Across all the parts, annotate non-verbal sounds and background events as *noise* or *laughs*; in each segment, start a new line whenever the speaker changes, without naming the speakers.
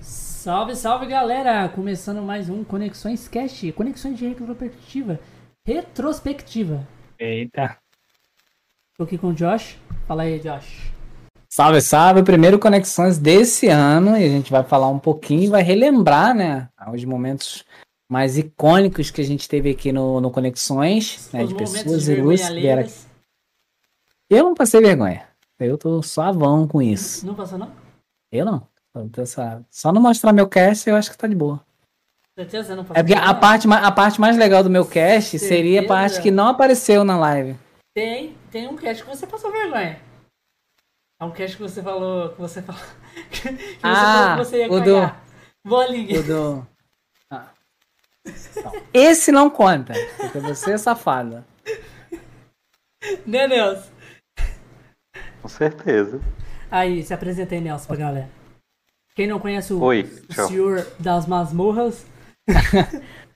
Salve, salve galera! Começando mais um Conexões Cast, Conexões de Retrospectiva. Retrospectiva.
Eita.
Tô aqui com o Josh. Fala aí, Josh.
Salve, salve! Primeiro Conexões desse ano e a gente vai falar um pouquinho e vai relembrar, né, os momentos mais icônicos que a gente teve aqui no, no Conexões, né,
Os
de
momentos
pessoas
de
ilustres. que vieram aqui.
vergonha
Eu não passei vergonha. Eu tô suavão com isso.
alheias. Não passou, não?
Eu não. Eu tô suave. Só não mostrar meu cast, eu acho que tá de boa.
Certeza não passou.
É porque a
vergonha?
parte, ma- a parte mais legal do meu cast seria a
Certeza.
parte que não apareceu na live.
Tem, tem um cast que você passou vergonha. É um cast que você falou. Que você falou. *laughs* Que você falou
Ah,
que você ia
o do-
cagar. Bolinha.
Eu
*laughs*
dou- Ah. Então, Esse não conta, porque você é safada.
Né, Nelson?
Com certeza.
Aí, se apresenta aí, Nelson, pra galera. Quem não conhece o,
Oi,
o
tchau.
senhor das masmorras,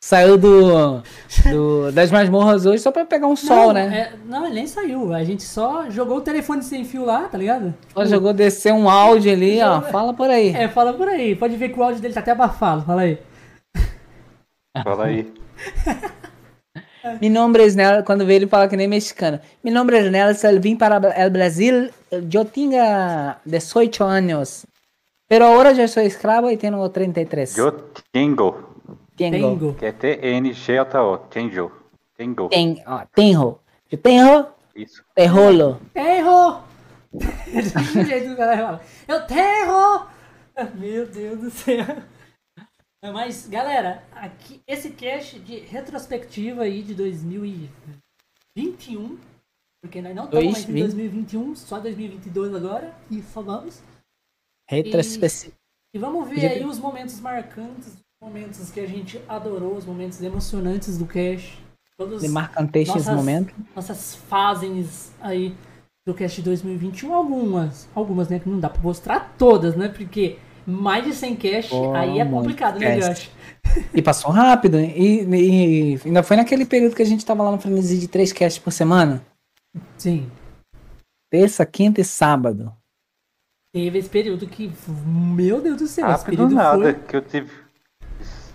Saiu do, do- das masmorras hoje só pra pegar um sol,
não,
né?
é- não, ele nem saiu. A gente só jogou o telefone sem fio lá, tá ligado?
Só jogou descer um áudio ali, ó. Fala por aí.
É, fala por aí. Pode ver que o áudio dele tá até abafado. Fala aí.
Fala aí.
É.
Me nome es Nela, quando vê ele fala que nem mexicano. Me nome es Nela, eu vim para o Brasil, eu tinha 18 anos. Pero ahora yo soy escravo e tenho 33.
Yo tengo.
Tengo.
Tengo.
Que é T-N-G-L-O. Tengo. Tengo.
Ten, ó, tenho. Eu tenho,
Isso.
te rolo.
Terro! Do *laughs* jeito que o cara fala. Eu terro! Meu Deus do céu. Mas, galera, aqui, esse cast de retrospectiva aí de 2021, porque nós não estamos mais em
2020.
2021, só 2022 agora, e só vamos.
Retrospectiva.
E vamos ver
De-
aí os momentos marcantes, os momentos que a gente adorou, os momentos emocionantes do cast. Todos
De marcanteixo esse
nossas-
momento.
nossas fases aí do cast 2021, algumas, algumas, né, que não dá pra mostrar todas, né, porque mais de 100 cast,
Oh,
aí é complicado, né,
muito
Josh?
E passou rápido. hein? E, e ainda foi naquele período que a gente tava lá no frenesi de três casts por semana.
Sim,
Terça, quinta e sábado.
teve esse período que, meu Deus do céu, esse
Rápido
período
Ah, nada.
foi...
Que eu tive.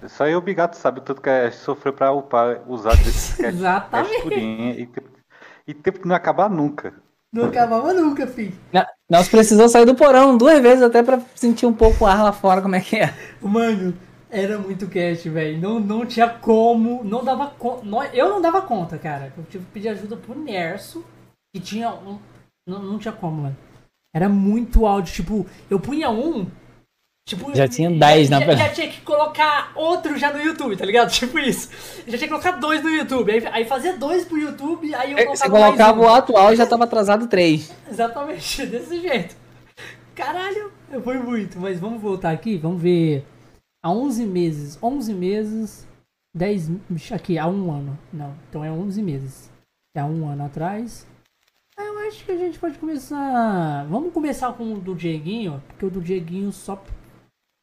Só eu obrigado, sabe? Tudo que a gente sofreu pra upar, usar desse sketch.
Exatamente.
sketch purinho, E tempo, e tempo que não ia acabar nunca.
Não acabava nunca, filho.
Na- Nós precisamos sair do porão duas vezes até pra sentir um pouco o ar lá fora, como é que é.
Mano, era muito cast, velho, não, não tinha como, não dava conta, eu não dava conta, cara, eu tive que pedir ajuda pro Nerso, que tinha um, não, não tinha como, mano. Era muito áudio, tipo, eu punha um, tipo...
Já tinha 10
já,
na-
já tinha que colocar outro já no YouTube,
*laughs*
tá ligado? Tipo isso. Já tinha que colocar dois no YouTube, aí, aí fazia dois pro YouTube, aí eu colocava
É, Você
mais
colocava
um.
o atual e já tava atrasado três.
Exatamente, *laughs* desse jeito. Caralho, foi muito. Mas vamos voltar aqui, vamos ver. Há 11 meses, 11 meses, 10... Ixi, Aqui, há um ano. Não, então é 11 meses. É há um ano atrás. Ah, Eu acho que a gente pode começar... Vamos começar com o do Dieguinho, porque o do Dieguinho só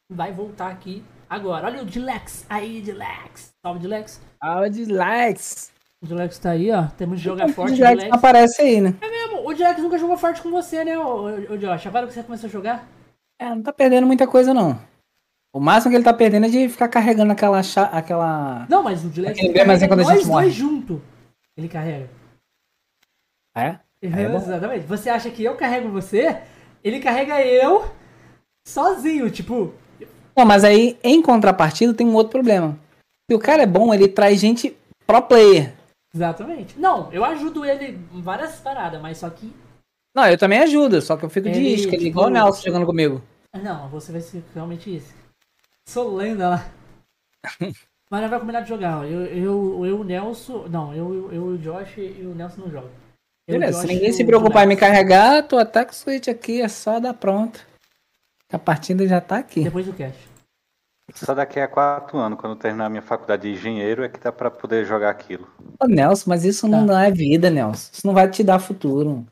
vai voltar aqui agora. Olha o Dilex, aí Dilex. Salve, Dilex.
Ah, o dislikes.
O Dilex tá aí, ó. Temos que jogar
O
forte,
dislikes
Dilex.
não aparece aí, né?
É mesmo, o Dilex nunca jogou forte com você, né, ô, ô, ô Josh? Agora que você começou a jogar?
É, não tá perdendo muita coisa, não. O máximo que ele tá perdendo é de ficar carregando aquela. cha- aquela...
Não, mas o Dilex
Aquele gramazinho é quando a
nós
gente
dois
morre.
junto. Ele carrega.
É? é bom.
Exatamente. Você acha que eu carrego você? Ele carrega eu sozinho, tipo.
Bom, mas aí, em contrapartida, tem um outro problema. Se o cara é bom, ele traz gente pro player.
Exatamente. Não, eu ajudo ele em várias paradas, mas só que.
Não, eu também ajudo, só que eu fico de
Ele,
isca, ele é
tipo-
igual o Nelson jogando comigo.
Não, você vai ser realmente isso. Sou
*laughs*
lenda lá. mas não vai combinar de jogar, ó. Eu, eu, eu, o Nelson. Não, eu, eu, eu, o Josh e o Nelson não jogam. Eu, o
Beleza, se
Josh
ninguém
e
se
o
preocupar em me
Dilex.
carregar, tu ataque switch aqui, é só dar pronto. A partida já tá aqui.
Depois do cast.
Só daqui a quatro anos, quando eu terminar a minha faculdade de engenheiro, é que dá pra poder jogar aquilo.
Ô, Nelson, mas isso não
Tá.
dá é vida, Nelson. Isso não vai te dar futuro.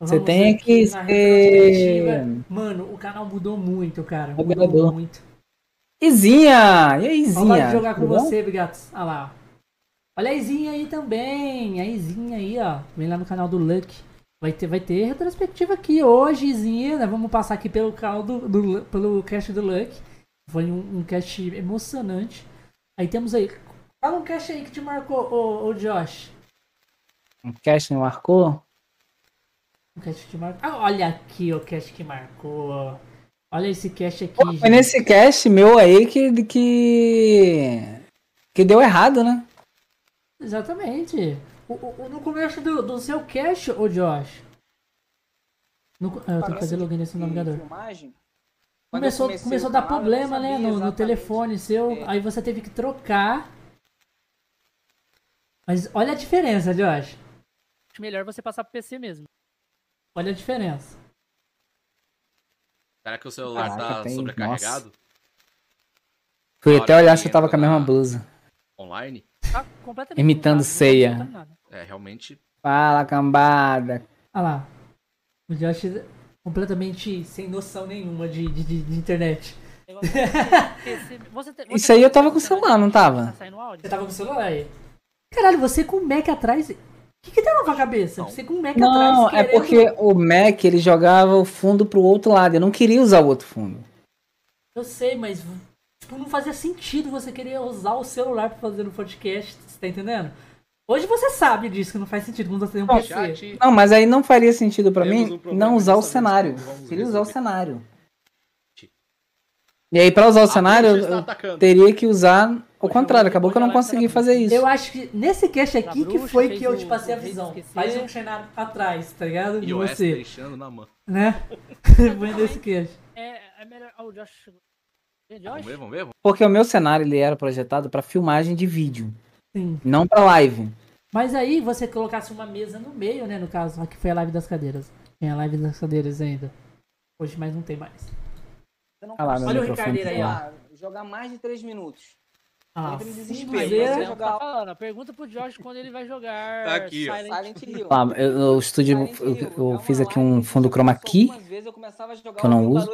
Você
Vamos
tem
aqui
que
na
ser-
retrospectiva. Mano, o canal mudou muito, cara. Mudou
Obrigado.
muito.
Izinha! Ah, E aí,
Vontade de
Izinha?
jogar com
Tudo bom?
você, Bigatos. Olha lá. ó. Olha a Izinha aí também. A Izinha aí, ó. Vem lá no canal do Luck. Vai ter, vai ter né? retrospectiva aqui hoje, Izinha. Nós vamos passar aqui pelo canal do, do Lu- pelo cast do Luck. Foi um, um cast emocionante. Aí temos aí. Fala um cast aí que te marcou, ô, ô Josh.
Um cast me marcou?
Um cast que te marcou. Ah, olha aqui o cast que marcou. Olha esse cast aqui.
Pô, foi nesse cast meu aí que, que. que deu errado, né?
Exatamente. O, o- o- no começo do, do seu cast, ô Josh. No, ah, eu tenho que fazer login nesse navegador. Começou, começou a dar problema, né? No, no telefone seu.
É.
Aí você teve que trocar. Mas olha a diferença, Josh.
Acho melhor você passar pro PC mesmo.
Olha a diferença.
Será que o celular
Caraca,
tá
tem-
sobrecarregado?
Fui
Na
até
hora
olhar
que
se eu tava com a
entra
mesma
na-
blusa.
Online?
Tá completamente.
Imitando
mudado, não tá
ceia.
faltando nada.
É, realmente.
Fala, cambada.
Olha Ah lá. O Josh é completamente sem noção nenhuma de, de, de- de internet.
O negócio é que PC você te-
Isso
você
aí
tem
eu tava com o
internet?
celular, não
Tá
tava?
saindo áudio?
Você tava com o celular aí? Caralho, você com o Mac atrás. O que, que tem na sua cabeça? Você com o Mac atrás.
Não, é
querendo-
porque o Mac ele jogava o fundo pro outro lado. Eu não queria usar o outro fundo.
Eu sei, mas tipo, não fazia sentido você querer usar o celular pra fazer um podcast, você tá entendendo? Hoje você sabe disso, que não faz sentido quando você tem um PC.
Chat.
Não, mas aí não faria sentido pra
Temos um
mim
problema
não usar o
dessa vez,
cenário.
então vamos
Queria usar o
resolver.
cenário. E aí, pra usar o cenário,
A bruxa está
eu
atacando.
teria que usar o
Olha,
contrário.
olha,
Acabou que eu
olha
não
lá,
consegui
cara,
fazer isso.
Eu acho que nesse cast aqui
Tá
Da
que
bruxa,
foi
fez
que eu
o-
te passei a
o rei
visão.
esquecer.
Faz um cenário pra trás, tá ligado? De
E o S
você,
deixando na mão.
né? *laughs* Foi nesse cast.
É, é melhor. Ah, o Josh chegou. Ei,
Vamos ver,
Josh?
vamos ver. vamos-
Porque o meu cenário ele era projetado pra filmagem de vídeo,
Sim.
não pra live.
Mas aí você colocasse uma mesa no meio, né? No caso, aqui foi a live das cadeiras. Tem a live das cadeiras ainda. Hoje mais não tem mais.
Olha Ah lá, meu
Olha o
microfone.
Ricardeiro aí,
tá
ó.
lá. jogar mais de 3 minutos.
Ah,
Entra em
sim,
desespero,
mas
você
é-
Não,
jogar-
tá falando, pergunta pro Josh quando ele vai jogar.
Tá aqui, ó.
Silent Hill.
Lá, eu, eu- o estúdio, eu, eu fiz aqui um fundo chroma key. que eu não uso.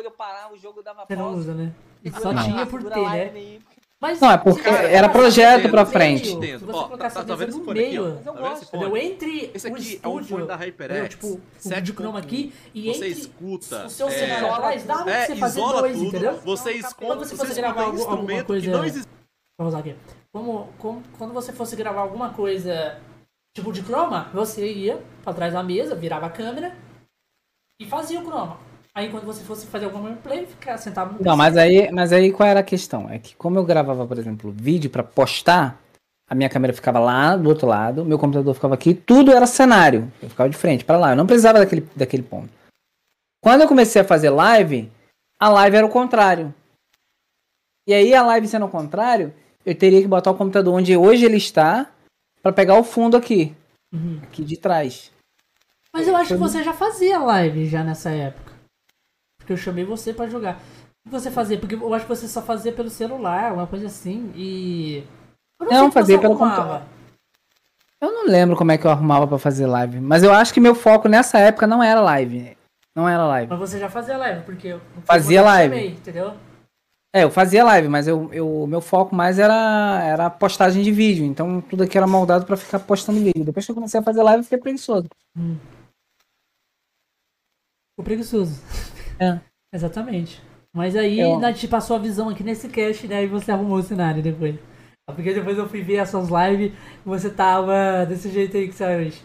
você não usa, né? E só
Não.
tinha por ter, né? Mas
Não, é porque
se você
era
colocar
projeto
essa
pra
mesa no
frente.
meio, Se
Entendo.
você
Ó,
colocar
tá-
essa
tá
mesa
vendo esse
no
fone aqui, ó?
meio,
Tá vendo esse
entendeu?
fone?
Entre
Esse
o
aqui é um
estúdio,
fone da HyperX.
entendeu? Tipo, o
7.1.
diploma aqui. E
Você
entre
escuta.
o seu
é,
cenário atrás, dá pra
é,
você fazer
isola
dois,
tudo.
entendeu?
Você esconde,
Quando você
você,
fosse
esconde
gravar
um
alguma
instrumento
coisa-
que não existe.
Vamos usar aqui. Como, como- quando você fosse gravar alguma coisa tipo de croma, você ia pra trás da mesa, virava a câmera e fazia o croma. Aí quando você fosse fazer alguma gameplay, ficava sentado no
Não, mas aí, mas aí qual era a questão? É que como eu gravava, por exemplo, vídeo pra postar, a minha câmera ficava lá do outro lado, meu computador ficava aqui, tudo era cenário. Eu ficava de frente pra lá, eu não precisava daquele, daquele ponto. Quando eu comecei a fazer live, a live era o contrário. E aí a live sendo o contrário, eu teria que botar o computador onde hoje ele está pra pegar o fundo aqui,
Uhum.
aqui de trás.
Mas eu acho que você já fazia live já nessa época. Porque eu chamei você pra jogar. O que você fazia? Porque eu acho que você só fazia pelo celular, uma coisa assim, e. Eu
Não,
sei que
fazia
você
pelo
arrumava.
computador. Eu não lembro como é que eu arrumava pra fazer live, mas eu acho que meu foco nessa época não era live. Não era live.
Mas você já fazia live, porque. eu-
Fazia
eu
live.
Chamei, entendeu?
É, eu fazia live, mas eu, eu, meu foco mais era, era postagem de vídeo. Então tudo aqui era moldado pra ficar postando vídeo. Depois que eu comecei a fazer live, eu fiquei preguiçoso.
Hum. O preguiçoso.
É.
Exatamente. Mas aí
Eu-
Nath passou a visão aqui nesse cast, né? E você arrumou o cenário depois. Porque depois eu fui ver as suas lives e você tava desse jeito aí que você é hoje.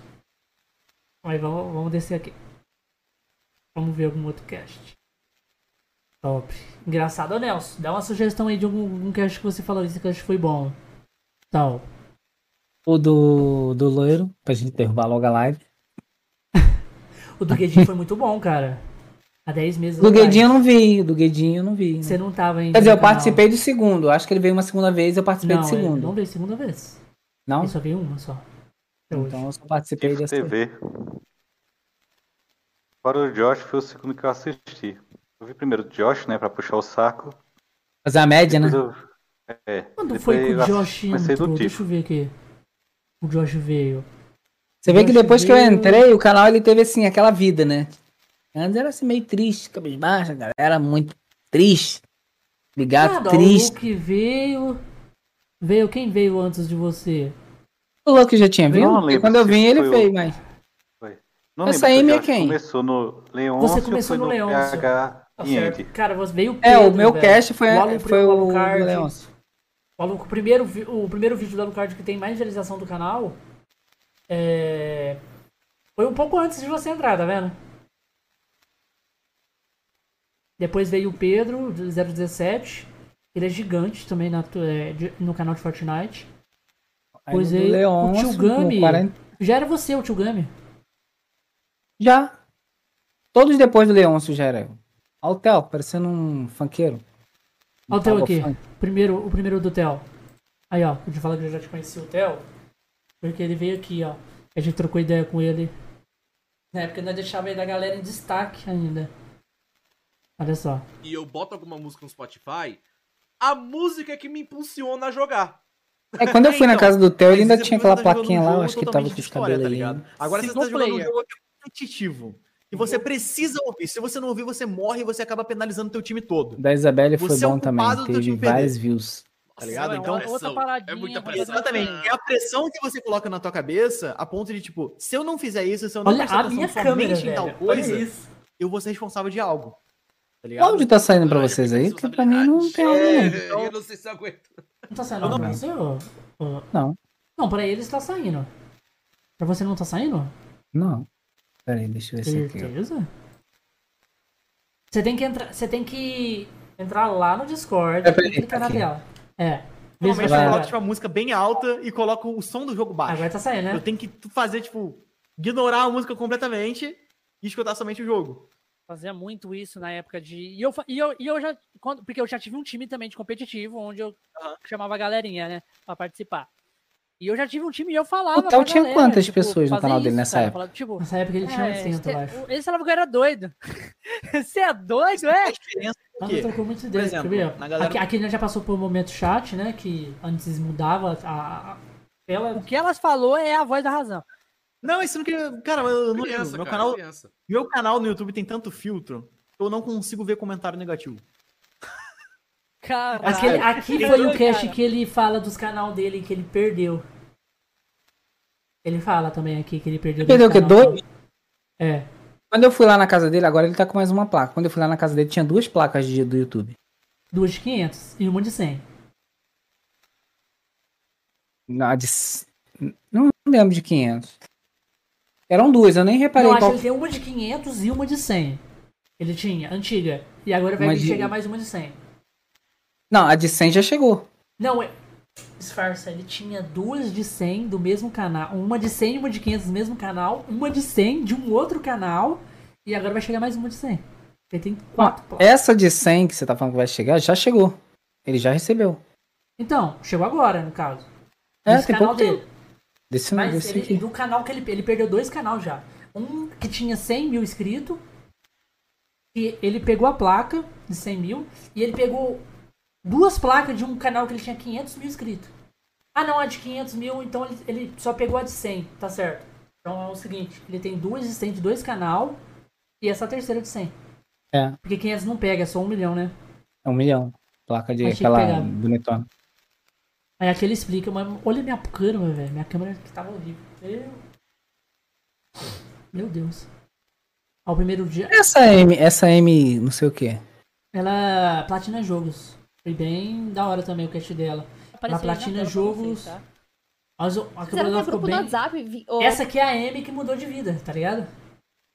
Mas vamos, vamos descer aqui. Vamos ver algum outro cast. Top. Engraçado, Ô, Nelson. Dá uma sugestão aí de algum, algum cast que você falou. Esse cast foi bom. Tal.
O do, do loiro, pra gente derrubar logo a live.
O do Guedinho foi muito bom, cara. Há 10 meses.
Do
atrás.
Guedinho eu não vi, do Guedinho eu não vi. né?
Você não tava ainda.
Quer dizer,
no
eu
canal.
participei do segundo. Acho que ele veio uma segunda vez, eu participei
não,
do
é,
segundo.
Não veio segunda vez.
Não?
Eu só vi uma só. Até hoje.
Então eu só participei
Kif
dessa.
TV. Fora o Josh, foi o segundo que eu assisti. Eu vi primeiro o Josh, né, pra puxar o saco.
Fazer a média, né?
Depois eu... É.
Quando
depois
foi que
eu
o
assisti-
Josh
comecei do tipo.
entrou?
Tiff.
Deixa eu ver aqui. O Josh veio.
Você vê que
Hoje
depois que eu
veio-
entrei, o canal ele teve assim, aquela vida, né? Antes era assim meio triste, cabisbaixa, a galera era muito triste. Ligado,
Nada, O
triste.
Luke veio. Veio quem veio antes de você?
O louco já tinha vindo?
não
Porque
lembro
quando eu
se
vim, ele
foi
veio,
o-
mas.
Não
Essa
lembro se o
Amy é
Josh
quem?
Começou no Leôncio,
começou
foi
no
no
Leôncio.
PH.
Tá
Gente.
certo. Cara, você veio
É, o
Pedro,
meu
velho.
cast foi
O
o,
Alucard-
foi o,
Alucard.
Leôncio.
O Alucard- o primeiro, vi- o primeiro vídeo do Alucard que tem mais visualização do canal é, foi um pouco antes de você entrar, tá vendo? Depois veio o Pedro, do 017. Ele é gigante também na tu- é, de- no canal de Fortnite.
Aí
Pois
o
é,
do
o
Leôncio,
Tio Gami.
com 40
Já era você, o Tio Gami.
Já. Todos depois do Leôncio já era eu. Olha o Theo, parecendo um funkeiro.
Olha o Theo
Tava
aqui.
funk.
Primeiro, o primeiro do Theo. Aí, ó. Deixa eu falar que eu já te conheci o Theo. Porque ele veio aqui, ó. A gente trocou ideia com ele. Na época é nós deixava ele da galera em destaque ainda. Olha só.
E eu boto alguma música no Spotify, a música que me impulsiona a jogar.
É, quando eu fui na
Então,
casa do Theo, ele ainda
Mas
tinha
você
aquela
tá jogando
plaquinha
um
lá, eu
jogo
acho que tava
totalmente
com
de
os
história,
cabelos né?
tá
ali.
ligado? Agora você
Single
tá jogando um
player.
jogo que é competitivo. E você
Uhum.
precisa ouvir. Se você não ouvir, você morre e você acaba penalizando o teu time todo.
Da Isabelle foi
Você é o
bom também,
culpado do teu
teve
time perder.
vários views.
Nossa,
ligado?
um
é
Então-
uma pressão.
Outra paradinha,
É muita
né?
outra
pressão.
Exatamente. É a pressão que você coloca na tua cabeça a ponto de, tipo, se eu não fizer isso, se eu não
Olha
prestar
a
atenção
minha câmera,
somente em
velho.
tal
Olha
coisa,
isso.
eu vou ser responsável de algo. Tá
O
ligado?
áudio tá saindo pra
Olha,
vocês
tem
aí? Porque pra mim não tem áudio
É,
nenhum.
Eu não sei se eu aguento.
Não tá saindo não, pra você? ô? ô?
Não.
Não, pra eles tá saindo. Pra você não tá saindo?
Não. Pera aí, deixa eu ver se aqui. ó.
Certeza? Você tem que entrar. Você tem que entrar lá no Discord
É,
e
peraí,
clicar na
aqui.
tela. É. Vê se vai
Normalmente
sair
eu
Vai.
coloco,
agora.
tipo, a música bem alta e coloco o som do jogo baixo.
Agora tá saindo, né?
Eu tenho que fazer, tipo, ignorar a música completamente e escutar somente o jogo.
Fazia muito isso na época de. E eu, fa- e eu, e eu já. quando- porque eu já tive um time também de competitivo, onde eu
Aham.
chamava a galerinha, né? Pra participar. E eu já tive um time e eu falava.
O Theo
pra
Então tinha
galera,
quantas pessoas no
fazer
canal dele nessa
cara,
época?
falava, tipo,
Nessa época ele tinha
é,
80, eu
cê-
acho.
o- Ele falava que eu era doido. *laughs* Você é doido, é?
A diferença é o
Nossa,
quê?
trocou muito ideia,
exemplo,
quer ver?
na galera-
Aqui, aqui né, já passou por um momento chat, né? Que antes mudava a, a
O
tela.
que elas falou é a voz da razão.
Não, isso não queria. Cara, eu não lembro.
Criança,
Meu
cara,
canal,
criança.
meu canal no YouTube tem tanto filtro que eu não consigo ver comentário negativo.
Caralho.
Aquele, aqui
Que
foi o
doido,
cast
cara.
que ele fala dos canal dele que ele perdeu. Ele fala também aqui que ele perdeu.
Ele perdeu o quê?
canal.
Dois?
É.
Quando eu fui lá na casa dele, agora ele tá com mais uma placa. Quando eu fui lá na casa dele, tinha duas placas de, do YouTube.
Duas de 500 e uma de 100.
Na de c- Não lembro de 500. Eram duas, eu nem reparei
Não, acho
qual
que ele tem uma de 500 e uma de 100. Ele tinha, antiga. E agora vai
Uma de-
chegar mais uma de 100.
Não, a de 100 já chegou.
Não, é... disfarça, ele tinha duas de 100 do mesmo canal. Uma de 100 e uma de 500 do mesmo canal. Uma de 100 de um outro canal. E agora vai chegar mais uma de 100. Ele tem quatro placas.
Essa de 100 que você tá falando que vai chegar, já chegou. Ele já recebeu.
Então, chegou agora, no caso.
É,
Desse
tem
canal
pouco
dele.
tempo. Desse,
Mas
desse
ele,
aqui.
do canal que ele, ele perdeu dois canal já. Um que tinha 100 mil inscritos. E ele pegou a placa de 100 mil. E ele pegou duas placas de um canal que ele tinha 500 mil inscritos. Ah, não, a de 500 mil, então ele, ele só pegou a de 100, tá certo. Então é o seguinte, ele tem duas de 100 de dois canal e essa terceira de 100.
É.
Porque 500 não pega, é só um milhão, né?
É um milhão. Placa de
Achei que
aquela
pegava.
bonitona.
Aí aqui ele explica, mas olha minha câmera, velho. Minha câmera que tava horrível. Meu, Meu Deus. Ao primeiro dia,
Essa M, essa M não sei o que.
ela platina jogos. Foi bem da hora também o cast dela.
Apareceu aí na
Platina
tela pra
Jogos.
vocês, tá?
Mas o- a câmera
Fizeram
dela
até
ficou
grupo
bem.
no WhatsApp. vi- ou-
Essa aqui é a M que mudou de vida, tá ligado?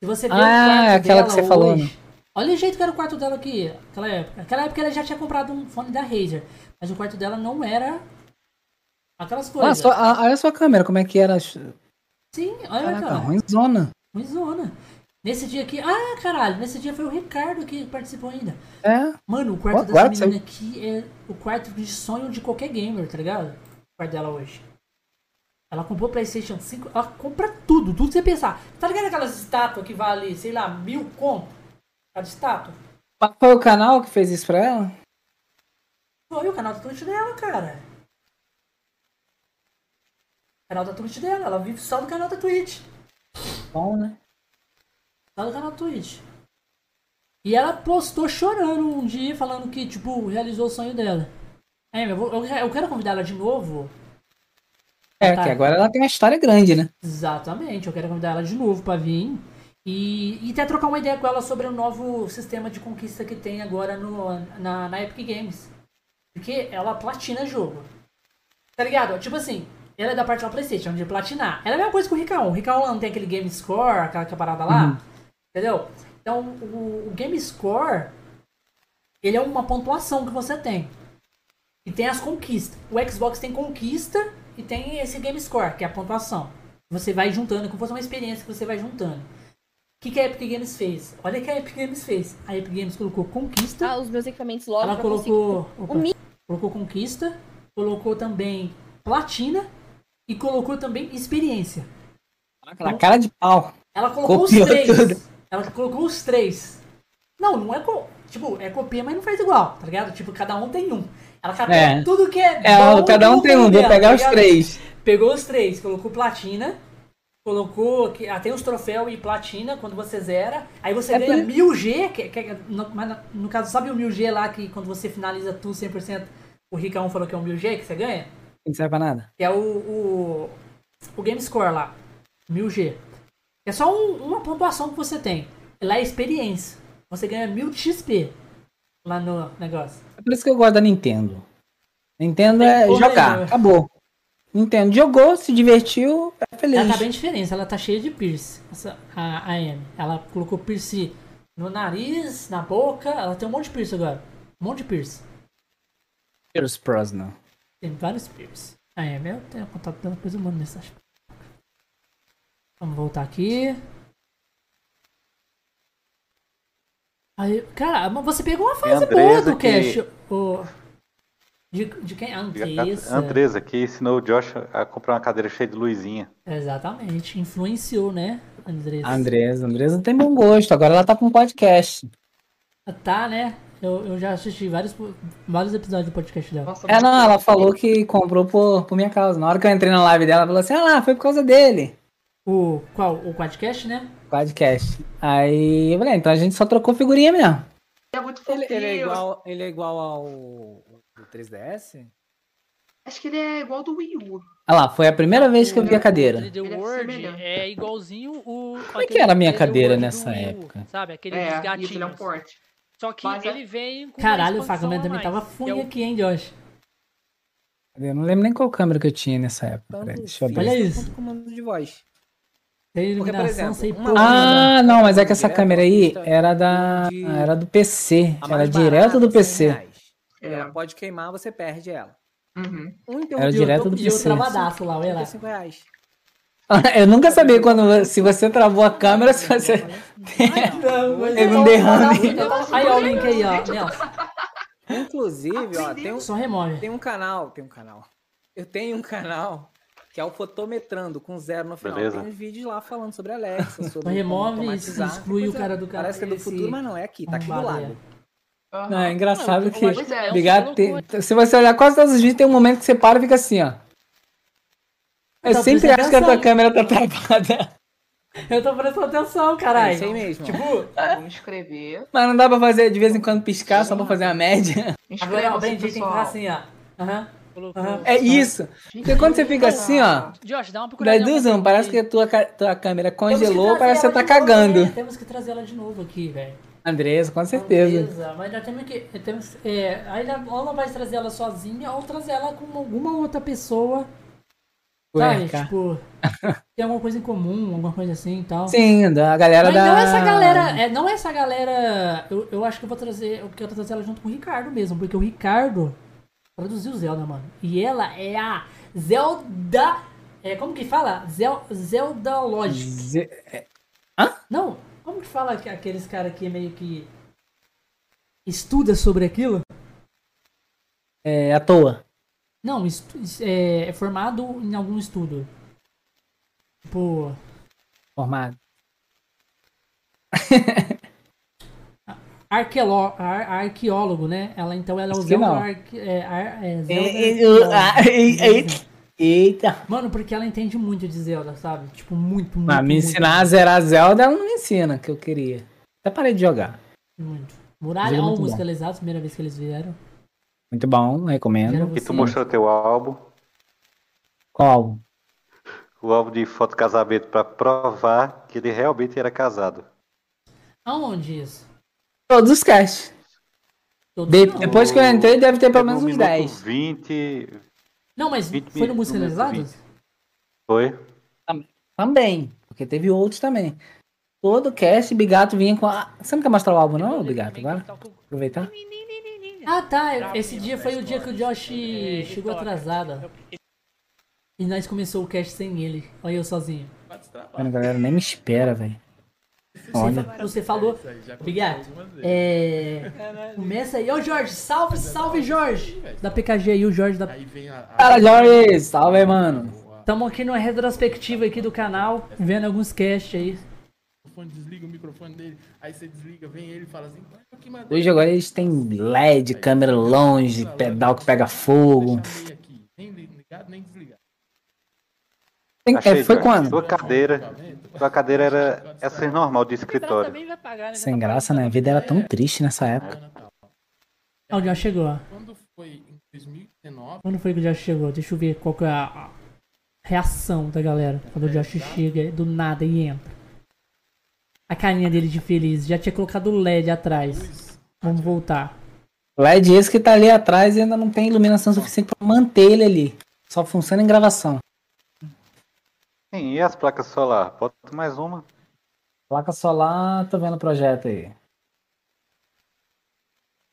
Se você vê
Ah,
o quarto
é aquela que
dela
você falou,
hoje- Olha o jeito que era o quarto dela aqui, aquela época. Aquela época ela já tinha comprado um fone da Razer, mas o quarto dela não era aquelas
Ah,
coisas.
só, ah, olha a sua câmera, como é que era?
Sim, olha
Caraca,
aquela.
ruimzona.
Mas zona. Nesse dia aqui. Ah, caralho, nesse dia foi o Ricardo que participou ainda.
É.
Mano, o quarto
Ó,
dessa
agora que
menina aqui é o quarto de sonho de qualquer gamer, tá ligado? O quarto dela hoje. Ela comprou PlayStation 5, ela compra tudo, tudo sem pensar. Tá ligado aquelas estátuas que vale, sei lá, mil conto? Cada estátua?
Mas foi o canal que fez isso pra ela?
Foi o canal da Twitch dela, cara. O canal da Twitch dela, ela vive só do canal da Twitch.
Bom, né?
Tá no canal Twitch. E ela postou chorando um dia, falando que, tipo, realizou o sonho dela. É, eu, vou- eu, eu quero convidar ela de novo.
É,
Tá.
que agora É, ela tem uma história grande, né?
Exatamente, eu quero convidar ela de novo pra vir. E, e até trocar uma ideia com ela sobre o novo sistema de conquista que tem agora no, na, na Epic Games. Porque ela platina jogo. Tá ligado? Tipo assim, ela é da parte da Playstation, de platinar. Ela é a mesma coisa que o Ricaon. O Ricaon lá não tem aquele Game Score, aquela que é parada lá.
Uhum.
Entendeu? Então, o, o Game Score, ele é uma pontuação que você tem. E tem as conquistas. O Xbox tem conquista e tem esse Game Score, que é a pontuação. Você vai juntando, como fosse uma experiência que você vai juntando. O que, que a Epic Games fez? Olha o que a Epic Games fez. A Epic Games colocou conquista.
Ah, os meus equipamentos logo.
Ela
pra conseguir-
colocou. opa,
mi-
colocou conquista, colocou também platina e colocou também experiência.
Na cara de pau.
Ela colocou
Copiou
os três.
tudo.
Ela colocou os três. Não, não é. Co... Tipo, é copia, mas não faz igual, tá ligado? Tipo, cada um tem um. Ela catou
É.
tudo que é.
É,
bom
cada
do
um tem um,
mundo
vou
dela, tá
pegar os
ligado?
três.
Pegou os três, colocou platina, colocou. que- Ah, tem os troféus e platina quando você zera. Aí você
É
ganha
por-
1000G, que, que, no, mas no- no caso, sabe o 1000G lá que quando você finaliza tudo 100%, o Ricão falou que é um 1000G que você ganha?
Não serve pra nada.
Que é o, o, o Game Score lá, 1000G. É só um- uma pontuação que você tem. Lá é experiência. Você ganha 1000 XP lá no negócio.
É por isso que eu gosto da Nintendo. Nintendo é
Tem porra
jogar,
nenhuma.
acabou. Nintendo jogou, se divertiu, é feliz.
Ela tá bem diferente, ela tá cheia de piercing, essa, a, a Amy. Ela colocou piercing no nariz, na boca, ela tem um monte de piercing agora. Um monte de piercing.
Pierce Brosnan.
Tem vários Ah, é, piercing. A Amy, eu tenho contato dela, depois eu mando mensagem. Vamos voltar aqui. Aí, cara, mas você pegou uma fase boa
Andresa
do
que-
cash. ô. de, de quem? A Andressa.
Andresa, que ensinou o Josh a comprar uma cadeira cheia de luzinha.
Exatamente. Influenciou, né, Andressa?
A Andresa, a Andresa tem bom gosto, agora ela tá com podcast.
Tá, né? Eu, eu já assisti vários, po- vários episódios do podcast dela.
Nossa,
É, não,
um
ela falou que comprou por, por minha causa. Na hora que eu entrei na live dela, ela falou assim: ah lá, foi por causa dele.
O qual? O podcast, né?
Podcast. Aí eu falei, "Ah, então a gente só trocou figurinha mesmo.
é muito fofinho.
igual, ele é igual ao, 3DS?
Acho que ele é igual do Wii U.
Ah lá, foi a primeira vez que eu vi a cadeira.
3D
Ele assim deve ser
World
melhor.
é igualzinho o.
Como é que era a minha
3D
cadeira
World do
nessa
Wii U,
época?
Sabe, aquele
É,
dos
isso, ele é um
gatinhos.
porte.
Só que
Mas é-
ele vem com. uma
Caralho, o
expansão
Fagamento
a
também tava
mais, que é
funho
o-
aqui, hein, Josh?
Eu não lembro nem qual câmera que eu tinha nessa época. Peraí, deixa eu abrir.
Olha Então, isso.
um comando de voz.
Tem
Porque, por
iluminação,
exemplo,
sei
uma-
porra. nenhuma.
Ah, não, mas é que essa
Direto
câmera aí
custa
era da
de-
era do PC,
A
era
mais
direto
barata,
do
100
PC.
reais.
É.
Ela pode queimar, você perde ela.
Uhum.
Um
Era direto do
E o
PC.
travadaço lá, olha lá.
35 reais.
*laughs* Eu nunca sabia quando se você travou a câmera, se você
Não, mas
teve
é
um
bom.
derrame.
Aí, ó, o link aí, ó. Nelson,
Inclusive, ó, tem um,
só remove.
tem um canal, tem um canal. Eu tenho um canal que é o Fotometrando, com zero no final.
Beleza.
Tem uns vídeos lá falando sobre Alexa, sobre
Só
como
remove e
automatizar.
exclui o cara do cara.
Parece que é do
esse-
futuro, mas não é aqui, tá aqui do
arrombado aí,
lado.
Aham.
Não, é engraçado que
Pois
um
é.
Obrigado. Tem- se você olhar quase todos os vídeos, tem um momento que você para e fica assim, ó. Eu
Então,
sempre
presta
acho que a tua
atenção.
câmera tá travada. *laughs*
Eu tô prestando atenção,
É
caralho.
isso aí mesmo. ó.
Tipo,
Vamos escrever.
Mas não dá pra fazer de vez em quando piscar, só pra fazer uma média.
agora o
Inscreva-se,
Benji tem que
pessoal.
ficar assim, ó. Aham.
Colocou-
Aham.
É isso. Porque quando você fica assim, ó,
Josh, dá uma procurada.
das duas,
em algum
um, parece que
filme
a tua, ca- tua câmera
Temos que
congelou,
trazer
parece que
ela
você tá
de novo,
cagando.
né? Temos que trazer ela de novo aqui, velho.
Andresa, com certeza.
Beleza, mas nós temos que. Temos, é, aí ela- ou ela vai trazer ela sozinha ou trazer ela com alguma outra pessoa. Sabe?
Cueca.
Tipo, tem alguma coisa em comum, alguma coisa assim e tal.
Sim, da- a galera
Mas
da.
não essa galera. É, não essa galera. Eu, eu acho que eu vou trazer. Eu quero trazer ela junto com o Ricardo mesmo, porque o Ricardo produziu Zelda, mano. E ela é a Zelda. É, como que fala? Zel, Zelda Logic.
Ze-
Não, como que fala que aqueles caras que é meio que estuda sobre aquilo?
É, à toa.
Não, estu- é, é formado em algum estudo. Tipo,
Formado.
arqueolo- ar- arqueólogo, né? Ela então ela é o
Acho que
Zelda
não.
arque- é, ar- é, Zelda
E- e- eu- ah, e- e-
Zelda.
Eita.
Mano, porque ela entende muito de Zelda, sabe? Tipo, muito, muito.
Ah, me
muito,
ensinar a zerar Zelda, ela não me ensina, que eu queria. Até parei de jogar.
Muito. Muralha,
Zelda é
ó,
muito
música
bom.
eles usaram, primeira vez que eles vieram.
Muito bom, recomendo.
Era
E tu
você.
mostrou teu álbum,
Qual?
o álbum de foto casamento pra provar que ele realmente era casado.
Aonde isso?
Todos os casts.
Todos
De-
não.
depois que eu entrei, deve ter pelo menos
No
uns
um minuto
10.
20.
Não, mas
20
foi no Música
minutos, um
Realizadas?
Foi?
Também. Porque teve outros também. Todo cast, Bigato vinha com a. Você não quer mostrar o álbum, não, Bigato? Agora?
um
Aproveitar?
Ah, tá. Esse dia foi o dia que o Josh chegou atrasado. E nós começou o cast sem ele. Olha eu sozinho.
Mano, a galera nem me espera, velho. Olha.
Você falou. Obrigado. É. Começa aí. Ô, Jorge. Salve,
é
salve, Jorge. Da PKG aí, o Jorge da
Aí vem a. a-
Fala, Jorge! Salve, mano.
Tamo aqui numa retrospectiva aqui do canal, vendo alguns casts aí.
o fone desliga o microfone dele. Aí você desliga, vem ele e fala assim. "Mas eu que mandei,
Hoje agora eles têm LED, câmera longe, pedal que pega fogo.
deixa eu aqui. Nem Tá ligado, nem desligado.
Tem- é,
Achei,
foi
Jorge.
quando?
Tua cadeira. Tua cadeira era essa é normal de escritório.
também vai pagar, né? Já
Sem
tá
graça, né?
pagando.
A vida era tão triste nessa época.
Ah, o Josh chegou. ó.
Quando foi em 2019,
Quando foi que o Josh chegou? Deixa eu ver qual que é a a reação da galera. Quando o Josh chega do nada e entra. A carinha dele de feliz. Já tinha colocado o LED atrás. Vamos voltar.
LED esse que tá ali atrás e ainda não tem iluminação suficiente pra manter ele ali. Só funciona em gravação.
Sim, e as placas solar? Bota mais uma.
Placa solar, tô vendo o projeto aí.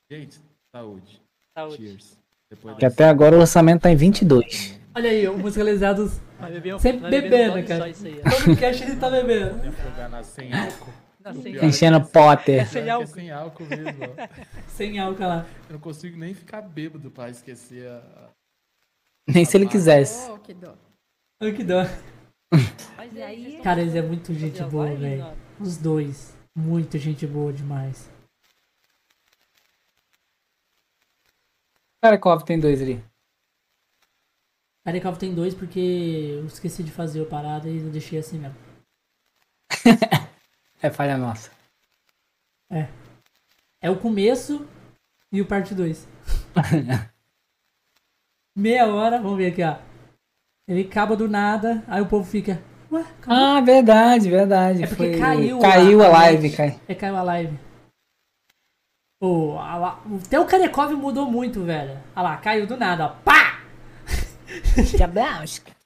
gente,
é,
saúde.
Saúde.
Cheers. Depois
Que até agora o orçamento tá em 22.
Olha aí, o Musicalizados.
Vai beber um-
Sempre
vai beber um
bebendo,
gole
cara.
Só isso aí, ó.
Todo cast ele tá bebendo.
jogar na sem álcool.
Tá sem-
Pior.
Enchendo Potter.
Pior
Sem
que é
álcool.
Sem álcool mesmo. ó.
*laughs* Sem álcool lá.
Eu não consigo nem ficar bêbado pra esquecer a.
Nem se ele quisesse.
Oh, que dó.
Olha que dó.
Mas
E aí,
vocês
Cara,
tão
eles é muito gente
fazendo
boa,
live,
velho.
ó.
Os dois. Muito gente boa demais.
Cara, qual tem dois ali?
Caricov tem dois porque eu esqueci de fazer a parada e eu deixei assim mesmo.
É falha nossa.
É o começo e o parte 2. Meia hora, vamos ver aqui, ó. Ele acaba do nada, aí o povo fica. Ué, acabou?"
Ah, verdade, verdade.
É porque
Foi-
caiu
caiu
a-
a live,
*laughs*
cai.
É, caiu a live. Pô, a la- até o Karekov mudou muito, velho. Olha lá, caiu do nada, ó. Pá!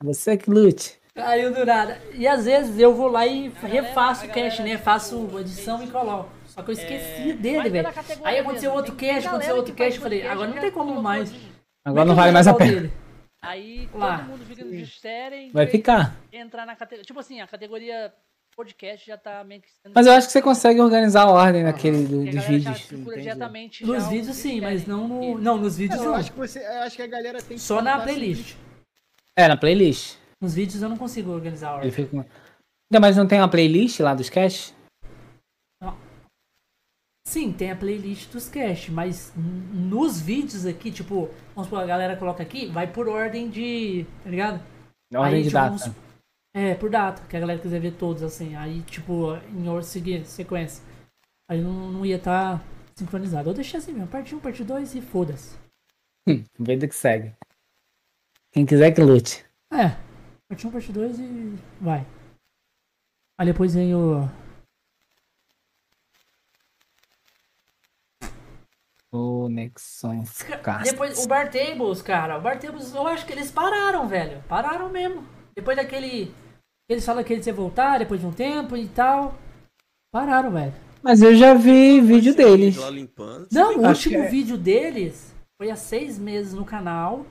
Você que lute.
Caiu do nada. E às vezes eu vou lá e refaço o cast, né? Faço edição e coloco. Só que eu esqueci dele,
Mas
velho.
É, pela categoria
Aí aconteceu
mesmo,
outro
tem
cast,
galera
aconteceu outro
que faz
cast, eu falei,
podcast,
agora não
já
tem como
colocou
mais.
tudo.
Agora não
Como
vale
é que
mais a
eu vou
pena.
dele?
Aí
Lá.
todo mundo vira no Gistéria
Vai ficar.
entrar na categoria. Tipo assim, a categoria podcast já tá meio que sendo.
Mas eu acho que você consegue organizar a ordem daquele do-
Porque a
dos
galera já
vídeos.
procura
entendi.
diretamente.
Nos
já o
vídeos
que
sim,
eles
mas
querem.
não no. Não, nos vídeos
É, Eu
não.
acho que você, eu acho que a galera tem que
Só na
contar
playlist.
É, na playlist.
Nos vídeos eu não consigo organizar
Ele
a ordem.
fica com- Ainda mais não tem uma playlist lá dos cash?
Sim, tem a playlist dos cash, mas n- nos vídeos aqui, tipo, vamos supor, a galera coloca aqui, vai por ordem de. tá ligado?
Na ordem
Aí,
de
tipo,
data.
uns- É, por data, que a galera quiser ver todos, assim. Aí, tipo, em or- segui- sequência. Aí não, não ia estar sincronizado. Eu deixei assim mesmo, parte 1, parte 2 e foda-se.
Hum, Vida que segue. Quem quiser que lute.
É, parte 1, parte 2 e vai. Aí depois vem o.
Conexões. Cast.
Depois, o Bar Tables, cara, o Bar Tables, eu acho que eles pararam, velho. Pararam mesmo. Depois daquele. Eles falam que eles iam voltar depois de um tempo e tal. Pararam, velho.
Mas eu já vi vídeo deles.
Lá limpando.
Não, o
Acho que
último
é.
vídeo deles foi há seis meses no canal.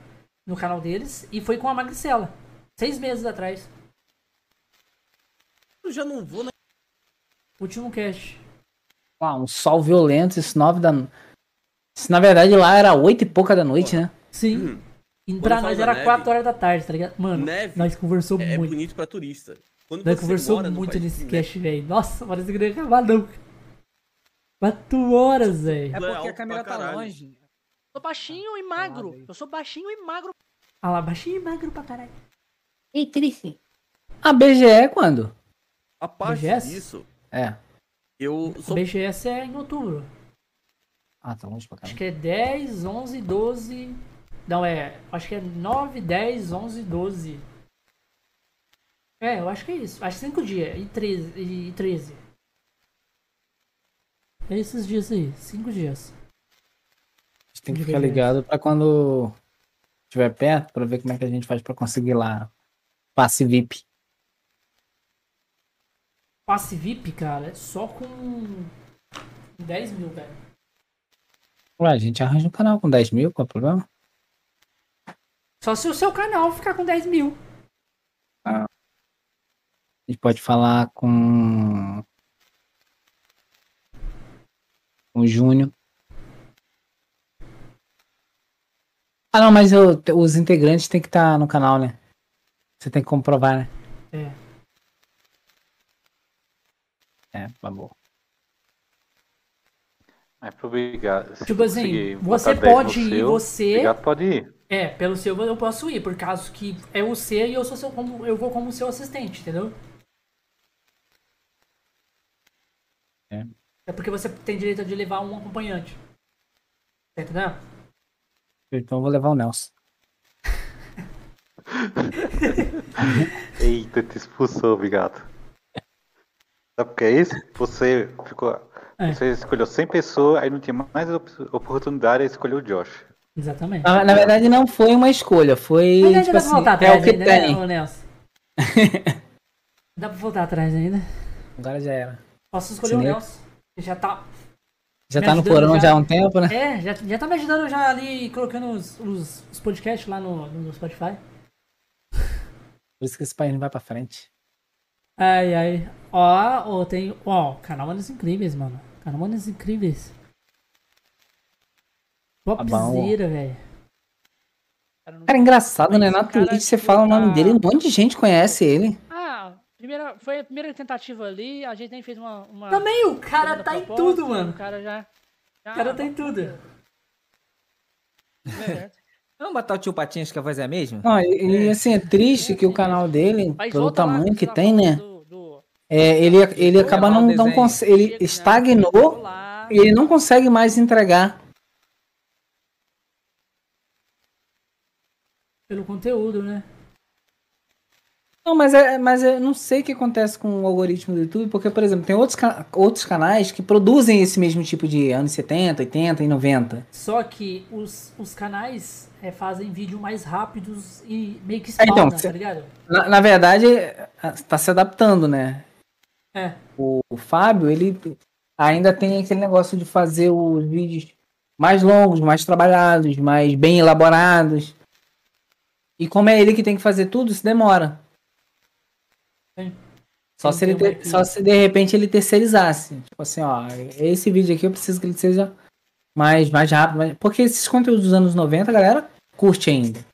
No canal deles. E foi com a Magricela. Seis meses atrás.
Eu já não vou né? na
Último cast.
Lá, um sol violento, isso nove da. no- Isso, na verdade lá era oito e pouca da noite, né?
Sim. E
Quando
pra
fala
nós
da
era
neve-
quatro horas da tarde, tá ligado? Mano,
neve.
nós conversou
É
muito.
bonito pra turista. Quando
Nós
você
conversou
mora num
muito
país
nesse
que
cast, velho. Nossa, parece que não ia acabar nunca. Quatro horas, velho.
É
Não é
porque a
alto
câmera
pra
tá
caralho.
longe.
Eu sou baixinho e magro. Eu sou baixinho e magro.
Ah lá, Ah, baixinho e magro pra caralho.
E triste.
A BGE é quando?
A parte
BGS?
disso,
É.
eu sou
BGS é em outubro.
Ah, tá longe pra
Acho
caramba.
que é 10, 11, 12. Não, é. Acho que é 9, 10, 11, 12. É, eu acho que é isso. Acho que 5 dias e 13. E 13. É esses dias aí, 5 dias.
A gente tem que ficar ligado pra quando estiver perto, pra ver como é que a gente faz pra conseguir lá passe VIP.
Passe VIP, cara, é só com 10 mil, velho.
Ué, a gente arranja um canal com 10 mil, qual é o problema?
Só se o seu canal ficar com 10 mil.
A gente pode falar com com o Júnior. Ah, não, mas eu- os integrantes têm que estar no canal, né? Você tem que comprovar, né?
É.
É, tá bom.
É pro Obrigado. Se
Tipo assim,
conseguir
você
botar 10
pode
no
ir,
seu,
você-
Obrigado, pode ir.
É, pelo seu eu posso ir, por causa que é o seu e eu sou seu como eu vou como seu assistente, entendeu?
É.
É porque você tem direito de levar um acompanhante. Tá entendendo?
Então eu vou levar o Nelson.
Eita, te expulsou, obrigado. Sabe o que é isso? Você ficou.
É.
Você escolheu 100 pessoas, aí não tinha mais op- oportunidade, aí escolheu o Josh.
Exatamente.
Ah, Na, na verdade, não foi uma escolha, foi.
Mas ainda
tipo
dá
assim,
pra voltar
é o
atrás
que
ainda, né,
tem.
ô
*laughs*
Nelson? dá pra voltar atrás ainda.
Agora já era.
Posso escolher o
Sim.
Nelson. Já tá.
Já
Me
tá no
ajudando
porão
já.
já. há um tempo, né?
É, já, já tá me ajudando já ali colocando os, os, os podcasts lá no, no Spotify.
Por isso que esse país não vai pra frente.
Ai, ai. Ó, ó, tem. Ó, canal Manos Incríveis, mano. Canal Manos Incríveis.
Tá bom.
Topzera, velho.
Cara, não-
Cara, engraçado, né?
Mas
Na
o cara
Twitch você fala o nome
tá-
dele, um monte de gente conhece ele.
Ah, primeira, foi a primeira tentativa ali, a gente nem fez uma. uma
Também o cara
segunda
tá em
proposta,
tudo, mano.
O cara já. já
O cara tá em tudo.
Vamos botar o tio Patinhas que a voz é a mesma?
Não, e, e, assim, é triste que o canal dele,
Mas
pelo
volta lá,
tamanho que
lá,
tem,
volta
né?
do- do-
É, ele, ele acaba
canal
não,
desenho.
não cons- ele
Chega, né?
estagnou
Olá.
e ele não consegue mais entregar.
Pelo conteúdo, né?
Não, mas, é, mas eu não sei o que acontece com o algoritmo do YouTube, porque, por exemplo, tem outros, ca- outros canais que produzem esse mesmo tipo de anos 70, 80 e 90.
Só que os, os canais é, fazem vídeo mais rápidos e meio que
É, então,
spawna,
cê-
tá ligado?
Na, na verdade, tá se adaptando, né?
É.
O, o Fábio, ele ainda tem aquele negócio de fazer os vídeos mais longos, mais trabalhados, mais bem elaborados. E como é ele que tem que fazer tudo, isso demora.
Sim.
Só
Sim,
se, ele
É. tem uma
ter-
equipe.
só se de repente ele terceirizasse. Tipo assim, ó, esse vídeo aqui eu preciso que ele seja mais, mais rápido. mais- Porque esses conteúdos dos anos 90, a galera curte ainda.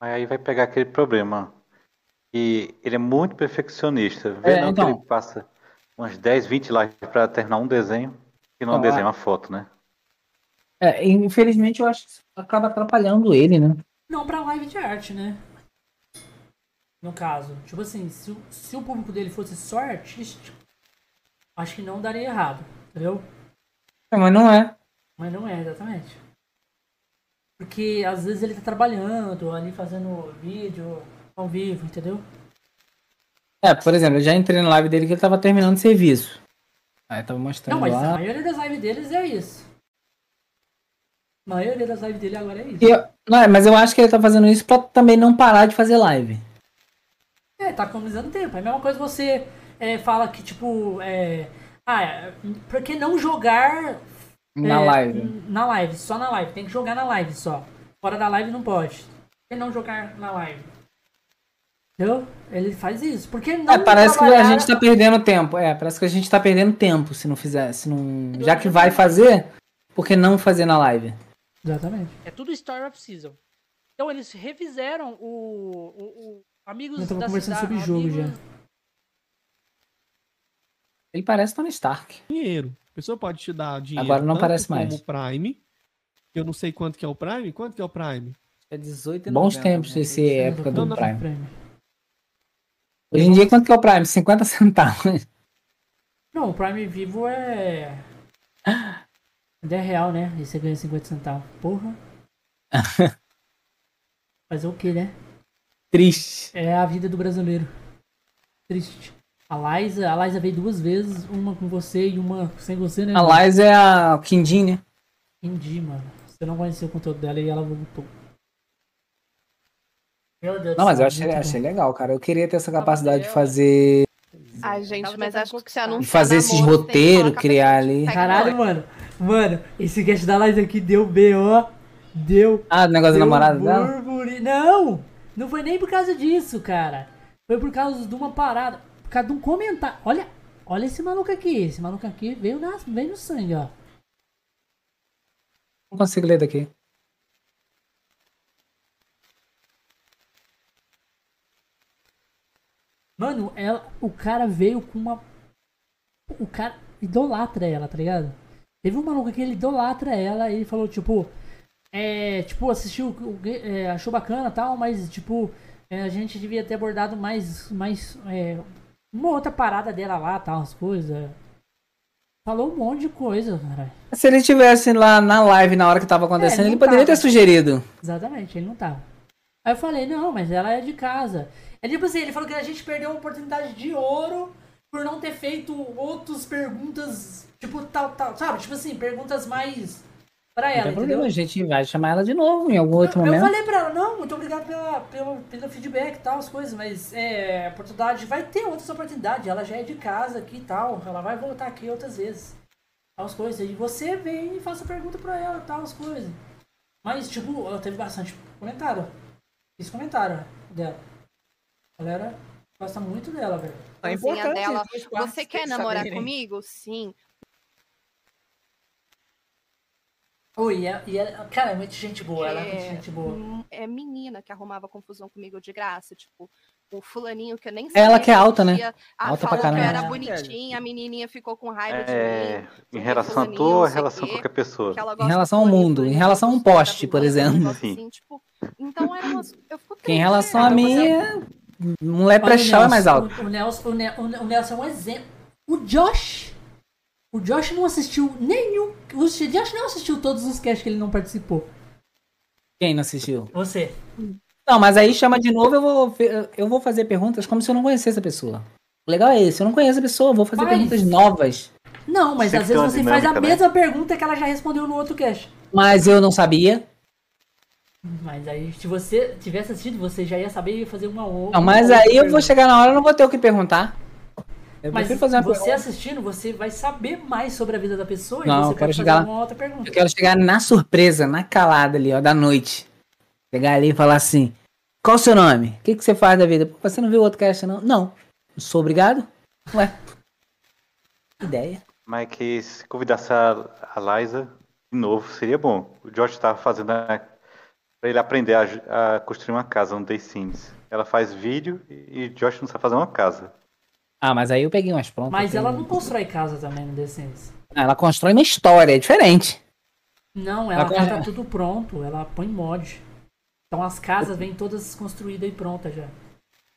Mas aí vai pegar aquele problema. E ele é muito perfeccionista. Vê
É,
não
então.
que ele passa umas 10, 20 lives pra terminar um desenho. Que não é um
Então,
desenho, é uma foto, né?
É, e infelizmente eu acho que isso acaba atrapalhando ele, né?
Não pra live de arte, né? No caso. Tipo assim, se, o- se o público dele fosse só artístico, acho que não daria errado, entendeu?
É, mas não é.
Mas não é exatamente. Porque às vezes ele tá trabalhando, ali fazendo vídeo ao vivo, entendeu?
É, por exemplo, eu já entrei na live dele que ele tava terminando o serviço. Aí eu tava mostrando
não, mas a
lá.
maioria das lives deles é isso. A maioria das lives dele agora é isso.
E eu- não, é, mas eu acho que ele tá fazendo isso pra também não parar de fazer live.
É, tá economizando tempo. É a mesma coisa você é, fala que, tipo, é, ah, é, por que não jogar
Na
É,
live.
n- Na live, só na live. Tem que jogar na live só. Fora da live não pode. Por que não jogar na live? Entendeu? Ele faz isso. Porque não
É, parece que a
trabalhar-
gente tá perdendo tempo. É, parece que a gente tá perdendo tempo se não fizer. Se não... Já que vai fazer, por que não fazer na live?
Exatamente.
É tudo Story of Season. Então eles refizeram o. o, o amigos
Eu tava
da
conversando
cidade.
sobre jogo já.
amigos-
Ele parece Tony Stark.
dinheiro. A pessoa pode te dar dinheiro.
Agora não
tanto
parece mais.
Como Prime. Eu não sei quanto que é o Prime. Quanto que é o Prime?
É 18
Bons tempos essa época
Não,
do
não.
Prime. Hoje em dia, quanto que é o Prime? 50 centavos.
Não, o Prime Vivo é. Ah!
*laughs*
R$10 real, né? E você ganha 50 centavos. Porra. Fazer o que, né?
Triste.
É a vida do brasileiro. Triste. A Liza, a Liza veio duas vezes, uma com você e uma sem você, né? mano?
A Liza é a Quindim, né?
Entendi, mano. Você não conheceu o conteúdo dela e ela voltou. Meu Deus
Não, mas eu achei,
muito bom.
achei legal, cara. Eu queria ter essa capacidade de fazer.
Ai, gente, mas acho que se
de
anunciar
fazer esses
namoro, tem que
roteiros,
colocar
criar ali.
Caralho, mano. Mano, esse cast da Liza aqui deu B.O. Deu.
Ah, do negócio da
deu
namorada dela?
burburi- Não! Não foi nem por causa disso, cara. Foi por causa de uma parada. Por causa de um comentário. Olha, olha esse maluco aqui. Esse maluco aqui veio, na, veio no sangue, ó.
Não consigo ler daqui.
Mano, ela, o cara veio com uma. O cara idolatra ela, tá ligado? Teve um maluco que ele idolatra ela e ele falou, tipo. É. Tipo, assistiu. o- o- é, achou bacana e tal, mas, tipo. é, a gente devia ter abordado mais. mais é, uma outra parada dela lá, tal, as coisas. Falou um monte de coisa, cara.
Se ele tivesse lá na live na hora que tava acontecendo,
não
ele poderia ter
tava.
sugerido.
Exatamente, ele não tava. Aí eu falei, não, mas ela é de casa. É tipo assim, ele falou que a gente perdeu uma oportunidade de ouro por não ter feito outras perguntas, tipo, tal, tal, sabe? Tipo assim, perguntas mais pra
Não
ela,
tem problema,
entendeu?
a gente vai chamar ela de novo em algum outro
Eu
momento.
falei pra ela, não, muito obrigado pela, pelo, pelo feedback e tal, as coisas, mas é, oportunidade, vai ter outras oportunidades, ela já é de casa aqui e tal, ela vai voltar aqui outras vezes, tal, as coisas, e você vem e faça pergunta pra ela, tal, as coisas. Mas, tipo, ela teve bastante comentário, esse comentário dela. A galera gosta muito dela, velho.
a cozinha
é
dela. Você quer namorar comigo? Sim.
Oi, e ela- e ela- cara, é muito gente boa, ela é muito gente boa.
hum, é menina que arrumava confusão comigo de graça, tipo, o fulaninho que eu nem
Ela
sabia
que é alta, né?
existia, ah,
Alta pra
falou que eu
é
caramba.
era bonitinha, a menininha ficou com raiva de
É,
mim.
em relação a tu
fulaninho,
ou
não
em
sei
relação a
quê,
qualquer pessoa?
que ela gosta né?
Em relação ao mundo, em relação a um poste, por exemplo.
assim, tipo, né? então era uma, eu fico
Que em
triste,
relação
cara,
a mim,
você-
é... um leprechaun é mais alto.
O, o Nelson, o, Ne- o Ne- o Nelson é um exemplo. O Josh. O Josh não assistiu nenhum. O Josh não assistiu todos os casts que ele não participou.
Quem não assistiu?
Você.
Não, mas aí chama de novo, eu vou, fe- eu vou fazer perguntas como se eu não conhecesse a pessoa. O legal é esse, eu não conheço a pessoa, eu vou fazer
Mas-
perguntas novas.
Não, mas
Sempre
às
tem
vezes
uma
você faz a
dinâmica, né?
mesma pergunta que ela já respondeu no outro cast.
Mas eu não sabia.
Mas aí, se você tivesse assistido, você já ia saber e ia fazer uma outra.
Não, mas
outra
aí eu vou
pergunta.
chegar na hora e não vou ter o que perguntar. Eu
Mas
prefiro fazer uma
você
pergunta.
assistindo, você vai saber mais sobre a vida da pessoa e
Não, eu
você
quero
pode
chegar lá.
fazer uma outra pergunta.
Eu quero chegar na surpresa, na calada ali, ó, da noite. Pegar ali e falar assim: qual o seu nome? O que, que você faz da vida? Pô, Você não viu o outro cast, não? Não. Não sou obrigado? Ué. Que Ideia.
Mas que se convidasse a, a Liza de novo, seria bom. O Josh tava fazendo a, pra ele aprender a, ju- a construir uma casa no The Sims. Ela faz vídeo e, e Josh não sabe fazer uma casa.
Ah, mas aí eu peguei um umas prontas.
Mas
eu-
ela não constrói casa também no The Sims.
Ah, Ela constrói uma história, é diferente.
Não, ela
Agora- é.
já tá tudo pronto, ela põe mod. Então as casas vêm todas construídas e prontas já.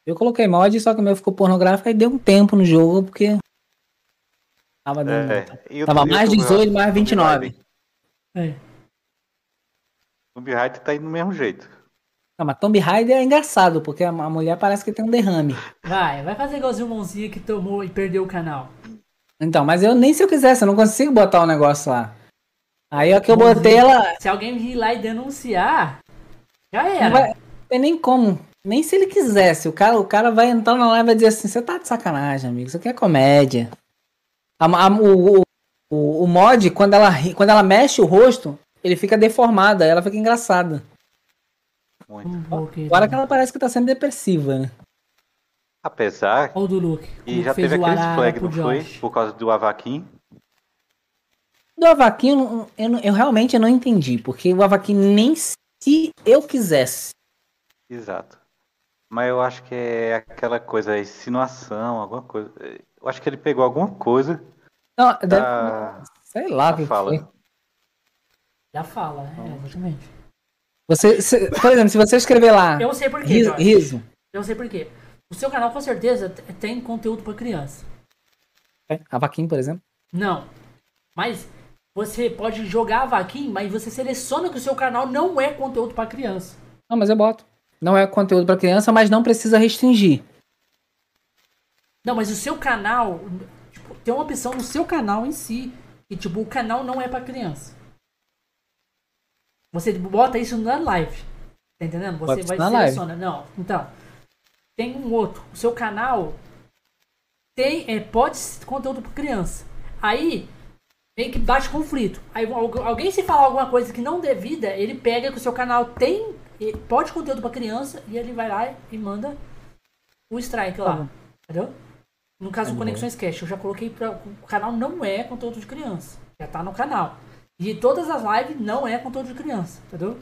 Eu coloquei mod, só que o meu ficou pornográfico e deu um tempo no jogo, porque. Tava dando.
É, e o-
Tava
e o
mais
Tomb
18,
Raider-
mais 29.
É.
Tomb Raider tá indo do mesmo jeito.
Não, mas Tomb Raider é engraçado, porque a a mulher parece que tem um derrame.
Vai, vai fazer igualzinho o Monzinha que tomou e perdeu o canal.
Então, mas eu nem se eu quisesse, eu não consigo botar o negócio lá. Aí ó que eu botei ela.
Se alguém vir lá e denunciar, já
Não
era.
vai, não tem nem como. Nem se ele quisesse. O cara, o cara vai entrar na live e vai dizer assim: você tá de sacanagem, amigo. Isso aqui é comédia. A- a- o, o- o- o mod, quando ela, ri- quando ela mexe o rosto, ele fica deformado, aí ela fica engraçada. Uhum. Agora que ela parece que tá sendo depressiva, né?
Apesar
Ou do Luke.
E já
fez
teve
o
aquele
arara
flag,
pro
não foi?
Josh.
Por causa do Avaquim.
Do Avaquinho, eu não- eu, não- eu realmente não entendi, porque o Avaquinho nem se eu quisesse.
Exato. Mas eu acho que é aquela coisa, é insinuação, alguma coisa. Eu acho que ele pegou alguma coisa.
Não, deve-
da-
sei lá o
da
que que
fala.
foi.
Já fala, é, exatamente.
Você, se- por exemplo, se você escrever lá.
Eu sei por quê,
Riso.
Jorge.
riso
Eu sei por quê. O seu canal com certeza t- tem conteúdo pra criança.
né? Avaquinho, por exemplo.
Não. Mas você pode jogar a vaquinha, mas você seleciona que o seu canal não é conteúdo pra criança.
Não, mas eu boto. Não é conteúdo pra criança, mas não precisa restringir.
Não, mas o seu canal. tipo, tem uma opção no seu canal em si. E, tipo, o canal não é pra criança. Você bota isso na live. Tá entendendo? Você
Bota isso
vai
na live.
seleciona. Não, então. Tem um outro. O seu canal tem. É, pode ser conteúdo pra criança. Aí. Meio que bate conflito. Aí algu- alguém se falar alguma coisa que não devida, ele pega que o seu canal tem. e- Pode conteúdo pra criança e ele vai lá e manda o strike
Tá
lá. Entendeu? No caso,
Uhum.
do Conexões Cash, eu já coloquei pra. O canal não é conteúdo de criança. Já tá no canal. E todas as lives não é conteúdo de criança, entendeu?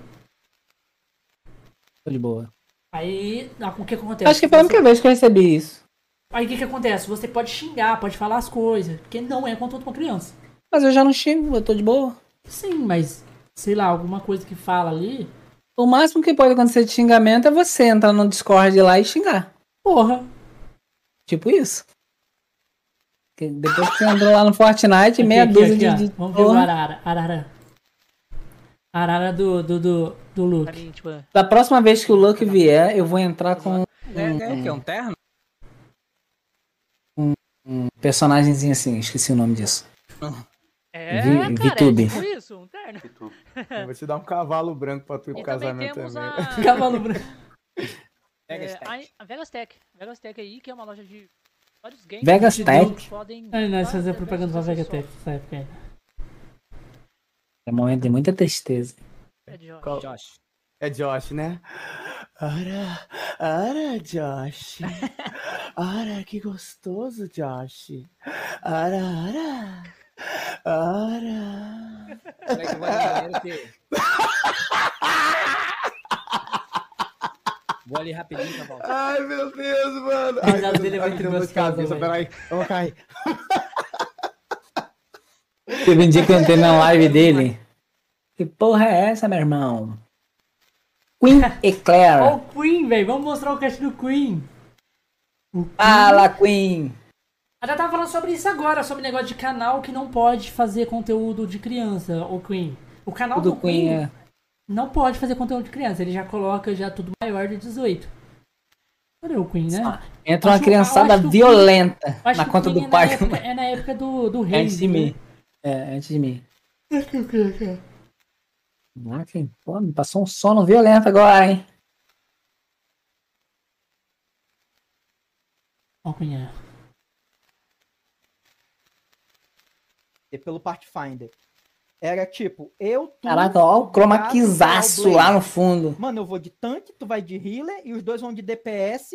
Tô de boa.
Aí, ah, o que que acontece?
Acho que foi a única vez que eu recebi isso.
Aí o que que acontece? Você pode xingar, pode falar as coisas, porque não é conteúdo pra criança.
Mas eu já não xingo, eu tô de boa.
Sim, mas sei lá, alguma coisa que fala ali.
O máximo que pode acontecer de xingamento é você entrar no Discord lá e xingar.
Porra.
Tipo isso. Que depois que você entrou lá no Fortnite, meia
Aqui, aqui,
dúzia de-
aqui,
de.
ó. Vamos ver o Arara. Arara. Arara do, do, do, do
Tá
Luke.
é.
Da próxima vez que o Luke vier, eu vou entrar com.
Tá
É, é o quê? Um terno?
um, um personagemzinho assim, esqueci o nome disso. *laughs*
É,
Vi-
cara,
VTube.
é tipo isso, um terno.
Eu vou te dar um cavalo branco pra tu ir pro
E
casamento
também temos
também.
*laughs*
*laughs*
a-
Vegas
É,
Tech.
a- a Vegas Tech. Vegas Tech aí, que é uma loja de vários games.
Vegas
que
Tech?
vocês Podem...
Ai, nós fazer propaganda pra Vegatech nessa época aí.
É um momento de muita tristeza.
É Josh.
É Josh, né? Ora, ora, Josh. Ora, que gostoso, Josh. Ora, ora. Ora.
Moleque vai no banheiro que- Vou ali rapidinho, tá bom?
Ai, meu Deus, mano.
O
Ai,
nada dele é muito
deu dor de
Tá,
gostoso,
cabeça,
velho.
peraí. Vamos cair.
*laughs* Teve um dia que eu entrei na live dele. Que porra é essa, meu irmão?
*laughs*
Queen
Ó
Eclair.
o Queen, velho. Vamos mostrar o cast do Queen.
Fala, Queen.
A já tava falando sobre isso agora, sobre negócio de canal que não pode fazer conteúdo de criança, o Queen. O canal
O do
do, Queen,
Queen, é.
não pode fazer conteúdo de criança. Ele já coloca já tudo maior de 18. Olha o Queen, né?
Entra uma
Acho- eu
criançada
acho que o Queen-
violenta
acho
na
que o
conta
Queen
do
é
pai.
na época- é na época do, do rei. né?
Antes de mim. É, antes de mim. Caraca, pô, me passou um sono violento agora, hein?
Ó o Queen, é.
E é pelo Pathfinder. Era tipo, eu, tu...
Caraca, ó o cromaquizaço lá no fundo.
Mano, eu vou de tanque, tu vai de healer e os dois vão de DPS.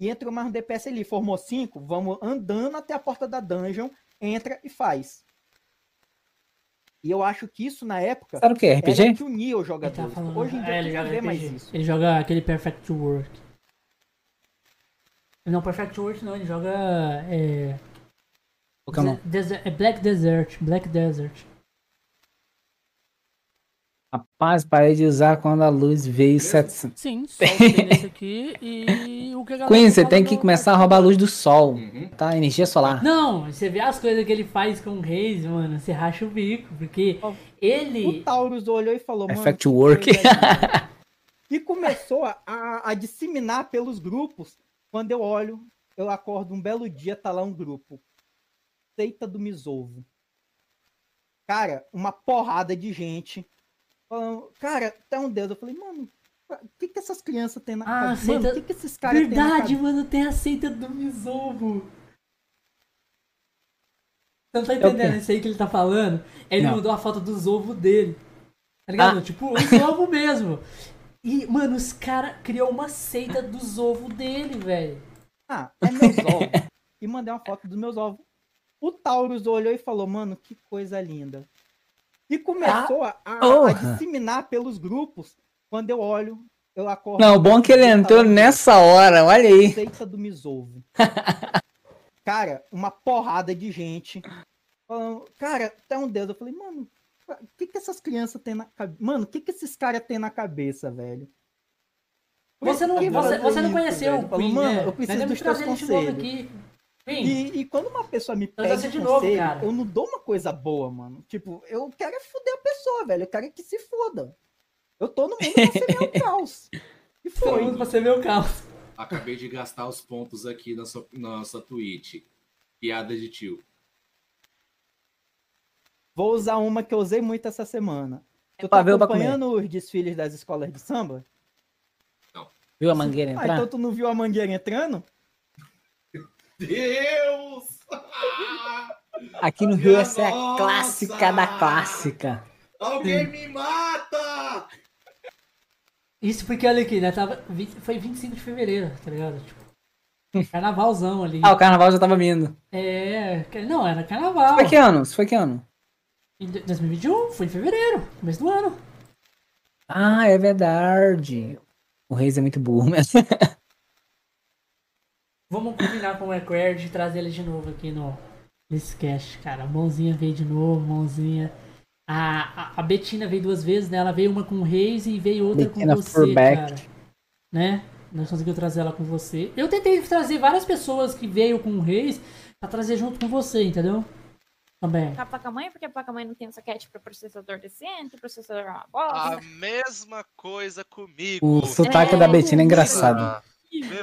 E entra mais um DPS ali. Formou cinco, vamos andando até a porta da dungeon, entra e faz. E eu acho que isso na época.
Era o quê? RPG?
Era que unia os jogadores. Hoje em dia
É,
tu
ele
não
joga
vê mais
RPG.
isso.
Ele joga aquele Perfect World. Não, Perfect World não, ele joga. É...
Pokémon.
Dese- é Black Desert. Black Desert.
Rapaz, parei de usar quando a luz veio 700. *laughs*
Sim, só tem nesse aqui e o que a galera
Queen, você
fala
tem
do-
que começar a roubar a luz do sol, tá? Energia solar.
Não, você vê as coisas que ele faz com o Reis, mano, você racha o bico, porque ele.
O Taurus olhou e falou, mano.
Effect work.
E começou a, a- a disseminar pelos grupos. Quando eu olho, eu acordo um belo dia, tá lá um grupo. Seita do Misovo. Cara, uma porrada de gente. Falando, cara, tá um deus. Eu falei, mano, o que que essas crianças têm na
Ah,
cabeça? Mano,
seita-
o que que esses caras têm na
Verdade,
cabeça?"
mano, tem a seita do Misovo. Você não tá
É o
entendendo
quê?
isso aí que ele tá falando? Ele
Não.
mandou a foto dos ovos dele. Tá ligado?
Ah.
Tipo, os ovos
*laughs*
mesmo. E, mano, os caras criou uma seita dos ovos dele, velho.
Ah, é meus ovos. e mandei uma foto dos meus ovos. O Taurus olhou e falou, mano, que coisa linda. E começou a, a- a
porra.
disseminar pelos grupos. Quando eu olho, eu acordo.
*laughs* Não, o bom é que ele entrou
tá
nessa hora, olha aí.
Seita do Misovo. cara, uma porrada de gente. Falando, cara, tá um deus. Eu falei, mano, o que que essas crianças têm na cabeça? Mano, o que que esses caras têm na cabeça, velho? Por
Você
que
não,
que
você,
fazem
você não
isso,
conheceu
velho?
o
Falou,
Queen,
mano,
né?
eu preciso
Nós
dos
temos
teus
que trazer ele de novo
conselhos.
aqui. Queen,
E, e quando uma pessoa me
Então
Eu já sei
pede
de
um
novo,
conselho,
cara.
eu não dou uma coisa boa, mano. Tipo, eu quero é fuder a pessoa, velho. Eu quero é que se foda. Eu tô no mundo pra ser meu caos. E
E foi. Você vê o caos.
Acabei de gastar os pontos aqui na sua, na sua Twitch. Piada de tio.
Vou usar uma que eu usei muito essa semana.
É
tu tá
pra ver ou pra
acompanhando os desfiles das escolas de samba?
Viu a mangueira
Ah,
entrar?
então tu não viu a mangueira entrando?
*laughs*
Deus!
Aqui no Rio essa é a clássica da clássica.
Alguém me mata!
Isso porque, olha aqui, né? Tava, vi- foi 25 de fevereiro, tá ligado?
*laughs*
Tipo, carnavalzão ali.
Ah, o carnaval já tava vindo.
É. que- Não, era carnaval.
Foi que ano? Isso foi que ano?
Em do- 2021, foi em fevereiro, começo do ano.
Ah, é verdade. O Reis é muito burro mesmo.
Vamos combinar com o Record e trazer ele de novo aqui no nesse cast, cara. A mãozinha veio de novo, mãozinha. A, a, a Betina veio duas vezes, né? Ela veio uma com o Reis e veio outra
Betina
com você,
Furback.
cara. Né? Nós conseguimos trazer ela com você. Eu tentei trazer várias pessoas que veio com o Reis pra trazer junto com você, entendeu? Também.
Com a placa-mãe, porque a placa-mãe não tem um soquete para processador decente, o processador é uma bosta.
A mesma coisa comigo.
*laughs* O sotaque da Betina é engraçado.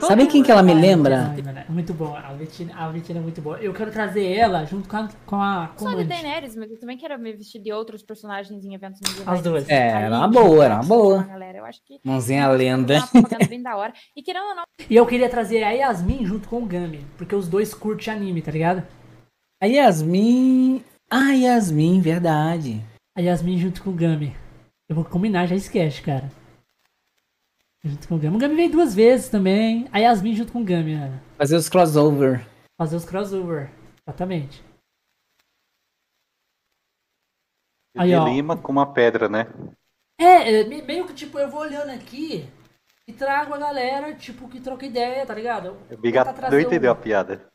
Todo
Sabe quem que ela me lembra?
É Muito bom, a Betina, a Betina é muito boa. Eu quero trazer ela junto com a, com a
Só de
comandante.
Daenerys, mas eu também quero me vestir de outros personagens em eventos
Ah.
As duas.
É,
Aí,
era uma boa, era uma boa.
Galera, eu acho que
Mãozinha lenda.
tá pagando bem da hora. E querendo ou não,
E eu queria trazer a Yasmin junto com o Gami, porque os dois curtem anime, tá ligado?
A Yasmin. Ah, Yasmin, verdade.
A Yasmin junto com o Gami. Eu vou combinar, já esquece, cara. Junto com o Gami. O Gami veio duas vezes também. A Yasmin junto com o Gami, né?
Fazer os crossover.
Fazer os crossover. Exatamente. Aí,
de
ó.
lima com uma pedra, né?
É, é, me- meio que tipo, eu vou olhando aqui e trago a galera, tipo, que troca ideia, tá ligado? Eu vou tentar
Obrigado,
trazer
não
um-
entendeu a piada.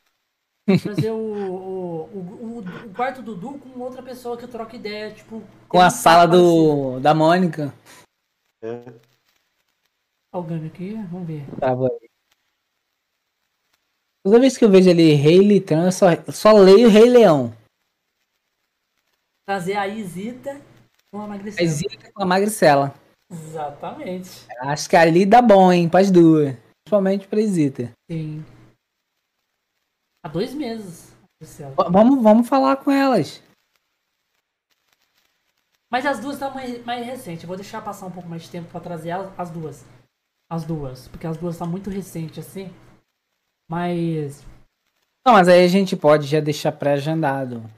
Trazer o, o, o, o- o quarto Dudu com outra pessoa que eu troco ideia, tipo.
Com a sala do da Mônica.
É.
Ó o Gami aqui, vamos ver.
Tava aí. Toda vez que eu vejo ali Rei Litrão, eu só, eu só leio Rei Leão.
Trazer a Isita com a
A
Magricela.
Zita com a Magricela.
Exatamente.
Acho que ali dá bom, hein? Pras duas. Principalmente pra Zita.
Sim. Há dois meses. Magricela.
V- Vamos, vamos falar com elas.
Mas as duas estão mais, mais recente. Eu vou deixar passar um pouco mais de tempo pra trazer as, as duas. As duas. Porque as duas estão muito recente assim. Mas.
Não, mas aí a gente pode já deixar pré-agendado.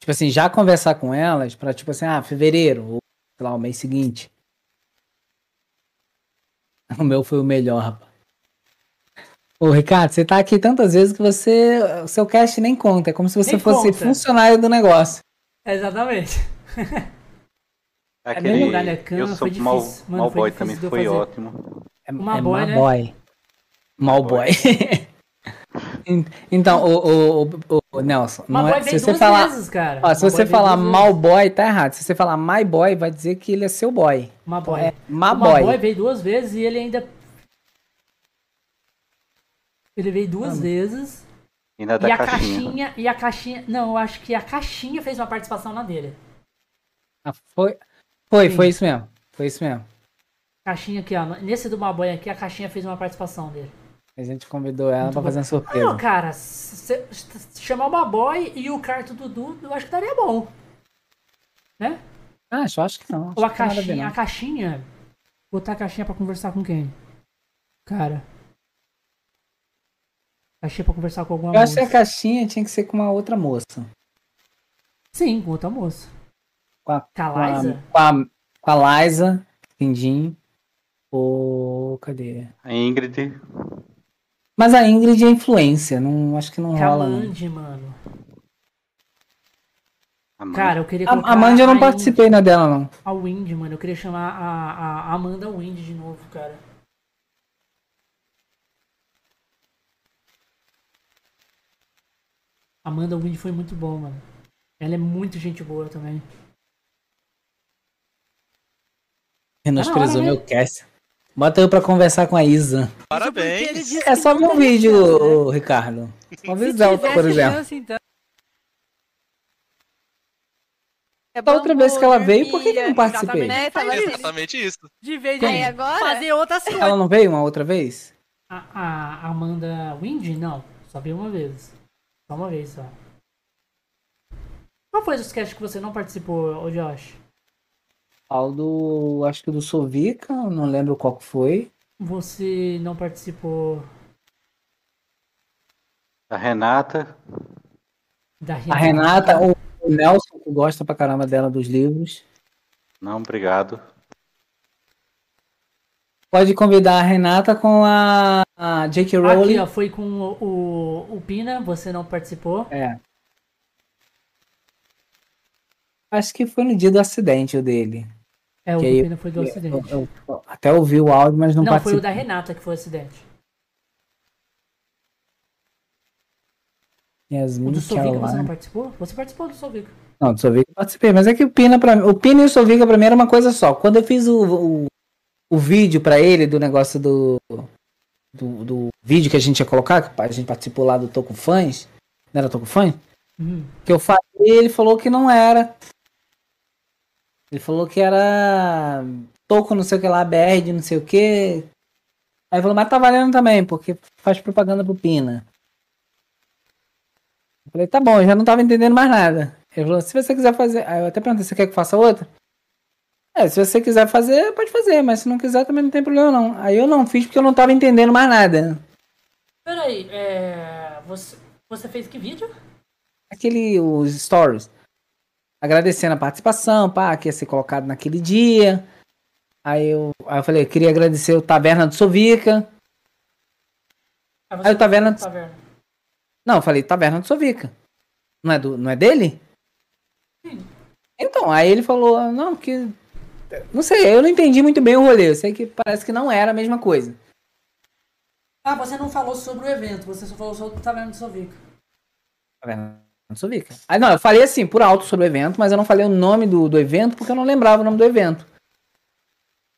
Tipo assim, já conversar com elas pra, tipo assim, ah, fevereiro, ou sei lá, o mês seguinte. *laughs* O meu foi o melhor, rapaz. Ô, Ricardo, você tá aqui tantas vezes que você. O seu cast nem conta. É como se você
Nem
fosse
conta.
funcionário do negócio.
Exatamente. *laughs*
É Aquele
bem lugar, né? Cana
Eu
foi
Sou
difícil.
Mal,
Mano,
mal
foi
Boy
difícil
também
de eu
foi
fazer.
ótimo.
É,
Uma
é
boy,
mal
né?
boy. Mal boy. *laughs* En- então, o, o, o- o Nelson,
Uma
não
boy
é,
veio
se você
duas
falar,
vezes, cara.
Ó, se
Uma boy
você
veio
falar
duas
mal boy, tá errado. Se você falar my boy, vai dizer que ele é seu boy.
Uma boy.
É, ma
O
boy.
Maboy veio duas vezes e ele ainda. Ele veio duas vezes.
E na É da
e a
tá caixinha.
caixinha. E a caixinha. Não, eu acho que a caixinha fez uma participação na dele.
Ah, foi, foi,
Sim.
foi isso mesmo. Foi isso mesmo.
Caixinha aqui, ó. Nesse do Maboy aqui, a caixinha fez uma participação dele.
A gente convidou ela tá
Muito
pra
bom.
fazer uma
Não,
surpresa.
cara, se, se- se chamar o Maboy e o Carto Dudu, eu acho que daria bom. Né?
Ah, acho, acho que não. acho
Ou a
que não tem nada ver,
caixinha.
não.
A caixinha. Botar a caixinha pra conversar com quem? Cara. Caixinha pra conversar com alguma
Eu acho que é
moça.
a caixinha tinha que ser com uma outra moça.
Sim, com outra moça.
Com a,
Com a
com a-
Liza?
Com a, com a Liza, Quindim. Ou. Cadê?
A Ingrid.
Mas a Ingrid é influência, não, acho que não
Com a
rola. Não.
Mandy, mano. Cara, eu queria colocar
A, a Mandy eu não
a
participei na dela, não.
Indy- A Wind, mano. Eu queria chamar a, a Amanda Wind de novo, cara. Amanda Wind foi muito bom, mano. Ela é muito gente boa também.
Menosprezou
hora, né?
meu cast. Bota eu pra conversar com a Isa.
Parabéns.
É só ver um vídeo, ô, Ricardo. Só ver Zelda, por exemplo.
Chance, então,
Da outra vez que ela veio, por que que eu não participei?
Exatamente, né? Faz isso.
assim.
Exatamente isso.
De vez
Quem?
em
Aí
agora?
fazer outras coisas.
Ela não veio uma outra vez?
A, a Amanda Windy? Não. Só veio uma vez. Só uma vez só. Qual foi os cast que você não participou, ô Josh?
Ao do. Acho que do Sovica, não lembro qual que foi.
Você não participou
A Renata.
da
A Renata, o o Nelson, que gosta pra caramba dela dos livros.
Não, obrigado.
Pode convidar a Renata com a, a J.K. Ah, Rowling.
Aqui, ó, foi com o, o, o Pina, você não participou.
É. Acho que foi no dia do acidente o dele.
É, o
Que
do
aí
Pina foi do
eu-
acidente.
eu- eu até ouvi o áudio, mas não,
Não, foi
participei.
o da Renata que foi o acidente.
Yasmin
O do Sovica você não
Caroline.
participou? Você participou do Sovica.
né? Não, do Sovica eu participei, mas é que o Pina, pra, o Pina e o Sovica pra mim era uma coisa só. Quando eu fiz o, o, o vídeo pra ele do negócio do, do, do vídeo que a gente ia colocar, que a gente participou lá do Toco Fãs, não era Toco Fãs?
Hum.
Que eu falei, ele falou que não era. Ele falou que era Toco não sei o que lá, BR de não sei o que. Aí falou, mas tá valendo também, porque faz propaganda pro Pina. Eu falei, tá bom, eu já não tava entendendo mais nada. Ele falou, se você quiser fazer. Aí eu até perguntei, você quer que faça outra? É, se você quiser fazer, pode fazer, mas se não quiser também não tem problema não. Aí eu não fiz porque eu não tava entendendo mais nada.
Peraí, é... você, você fez que vídeo?
Aquele, os stories. Agradecendo a participação, pá, que ia ser colocado naquele dia. Aí eu, aí eu falei, eu queria agradecer o Taverna do Sovica.
Ah,
Aí o Taverna.
Taverna.
Não, eu falei, Taverna do Sovica. Não é, do, não é dele? Então, aí ele falou, não, que. Não sei, eu não entendi muito bem o rolê. Eu sei que parece que não era a mesma coisa.
Ah, você não falou sobre o evento, você só falou sobre o Taverna do Sovica.
Taverna do Sovica. Aí Tá não, eu falei assim, por alto sobre o evento, mas eu não falei o nome do, do evento porque eu não lembrava o nome do evento.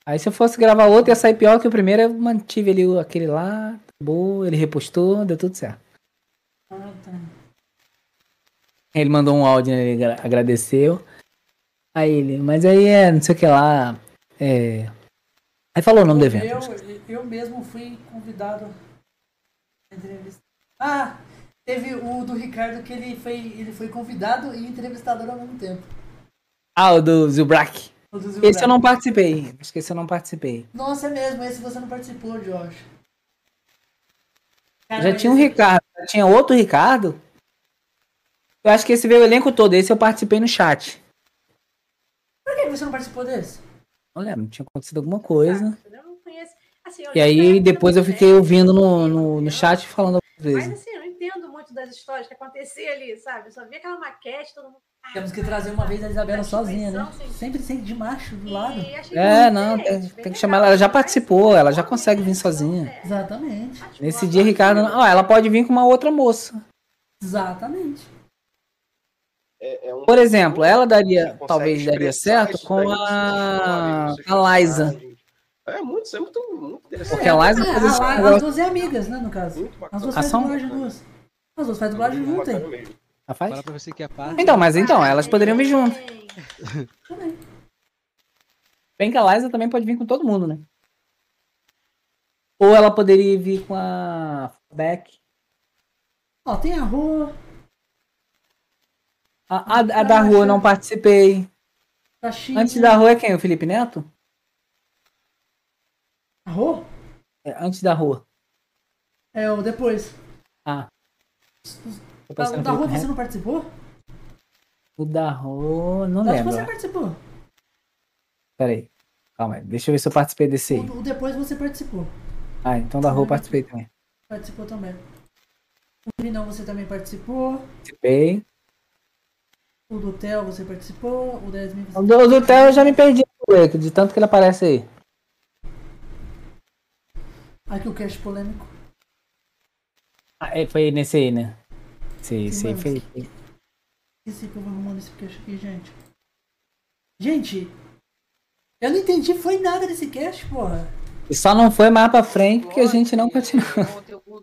Aí se eu fosse gravar outro, ia sair pior que o primeiro, eu mantive ali o- aquele lá, boa, ele repostou, deu tudo certo.
Ah, tá.
Ele mandou um áudio, né, ele agra- agradeceu. Aí ele, mas aí é, não sei o que lá. É... Aí falou o nome do evento.
Eu, eu mesmo fui convidado a entrevista. Ah, teve o do Ricardo que ele foi, ele foi convidado e entrevistador ao mesmo tempo.
Ah, o do Zilbrak.
O do Zilbrak.
Esse eu não participei. Acho que esse eu não participei.
Nossa, é mesmo, esse você não participou, Josh. Cara,
já tinha um Ricardo. Já tinha outro Ricardo? Eu acho que esse veio o elenco todo. Esse eu participei no chat.
Por que você não participou desse?
Não lembro, tinha acontecido alguma coisa.
Eu não conheço. Assim, eu
E aí depois eu fiquei ouvindo no, no, no chat falando algumas
Mas
vezes.
assim, eu não entendo muito das histórias que acontecia ali, sabe? Eu só vi aquela maquete, todo mundo.
Ah,
Temos que trazer uma vez a Isabela sozinha, né? Sempre sem de macho do lado.
É, não, tem, tem que chamar ela. Ela já participou, ela já consegue vir sozinha.
Exatamente.
Nesse dia, Ricardo. Ah, ela pode vir com uma outra moça.
Exatamente.
Por exemplo, ela daria,
consegue
talvez daria
expressar
certo
isso
com
daí,
a,
isso daí,
a Liza.
É muito, isso é muito, muito interessante.
Porque a Liza faz isso.
Ah,
Eu-
as duas é amigas, né, no caso. As duas
Ah,
fazem
são?
dublagem juntas. As duas fazem dublagem juntas. hein?
Ela faz?
Fala pra você que é parte.
Então, mas então, elas poderiam vir junto. Bem que a Liza também pode vir com todo mundo, né? Ou ela poderia vir com a Beck.
Ó, tem a Rô,
A, a, a da rua eu não participei.
a China.
Antes da rua é quem? O Felipe Neto?
A Rô?
É, antes da rua.
É, o depois.
Ah. Tô
Da,
pensando no
da Rô
Felipe
você
Neto.
não participou?
O da rua, não
Acho que
lembro.
Então, você participou.
Peraí. Calma aí. Deixa eu ver se eu participei desse aí.
O depois você participou.
Ah, então da rua eu participei também.
Participou também. O Vinão você também participou.
Participei.
O do Theo você participou. O da Yasmin você
O do, o do Theo eu já me perdi no Wake, de tanto que ele aparece aí.
Aqui o cast polêmico.
Ah, é, foi nesse aí, né? Esse, aí, esse aí
mais?
foi.
Esqueci que eu vou arrumando esse cast aqui, gente. Gente, eu não entendi foi nada desse cast, porra.
E só não foi mais pra frente porque a gente não continuou.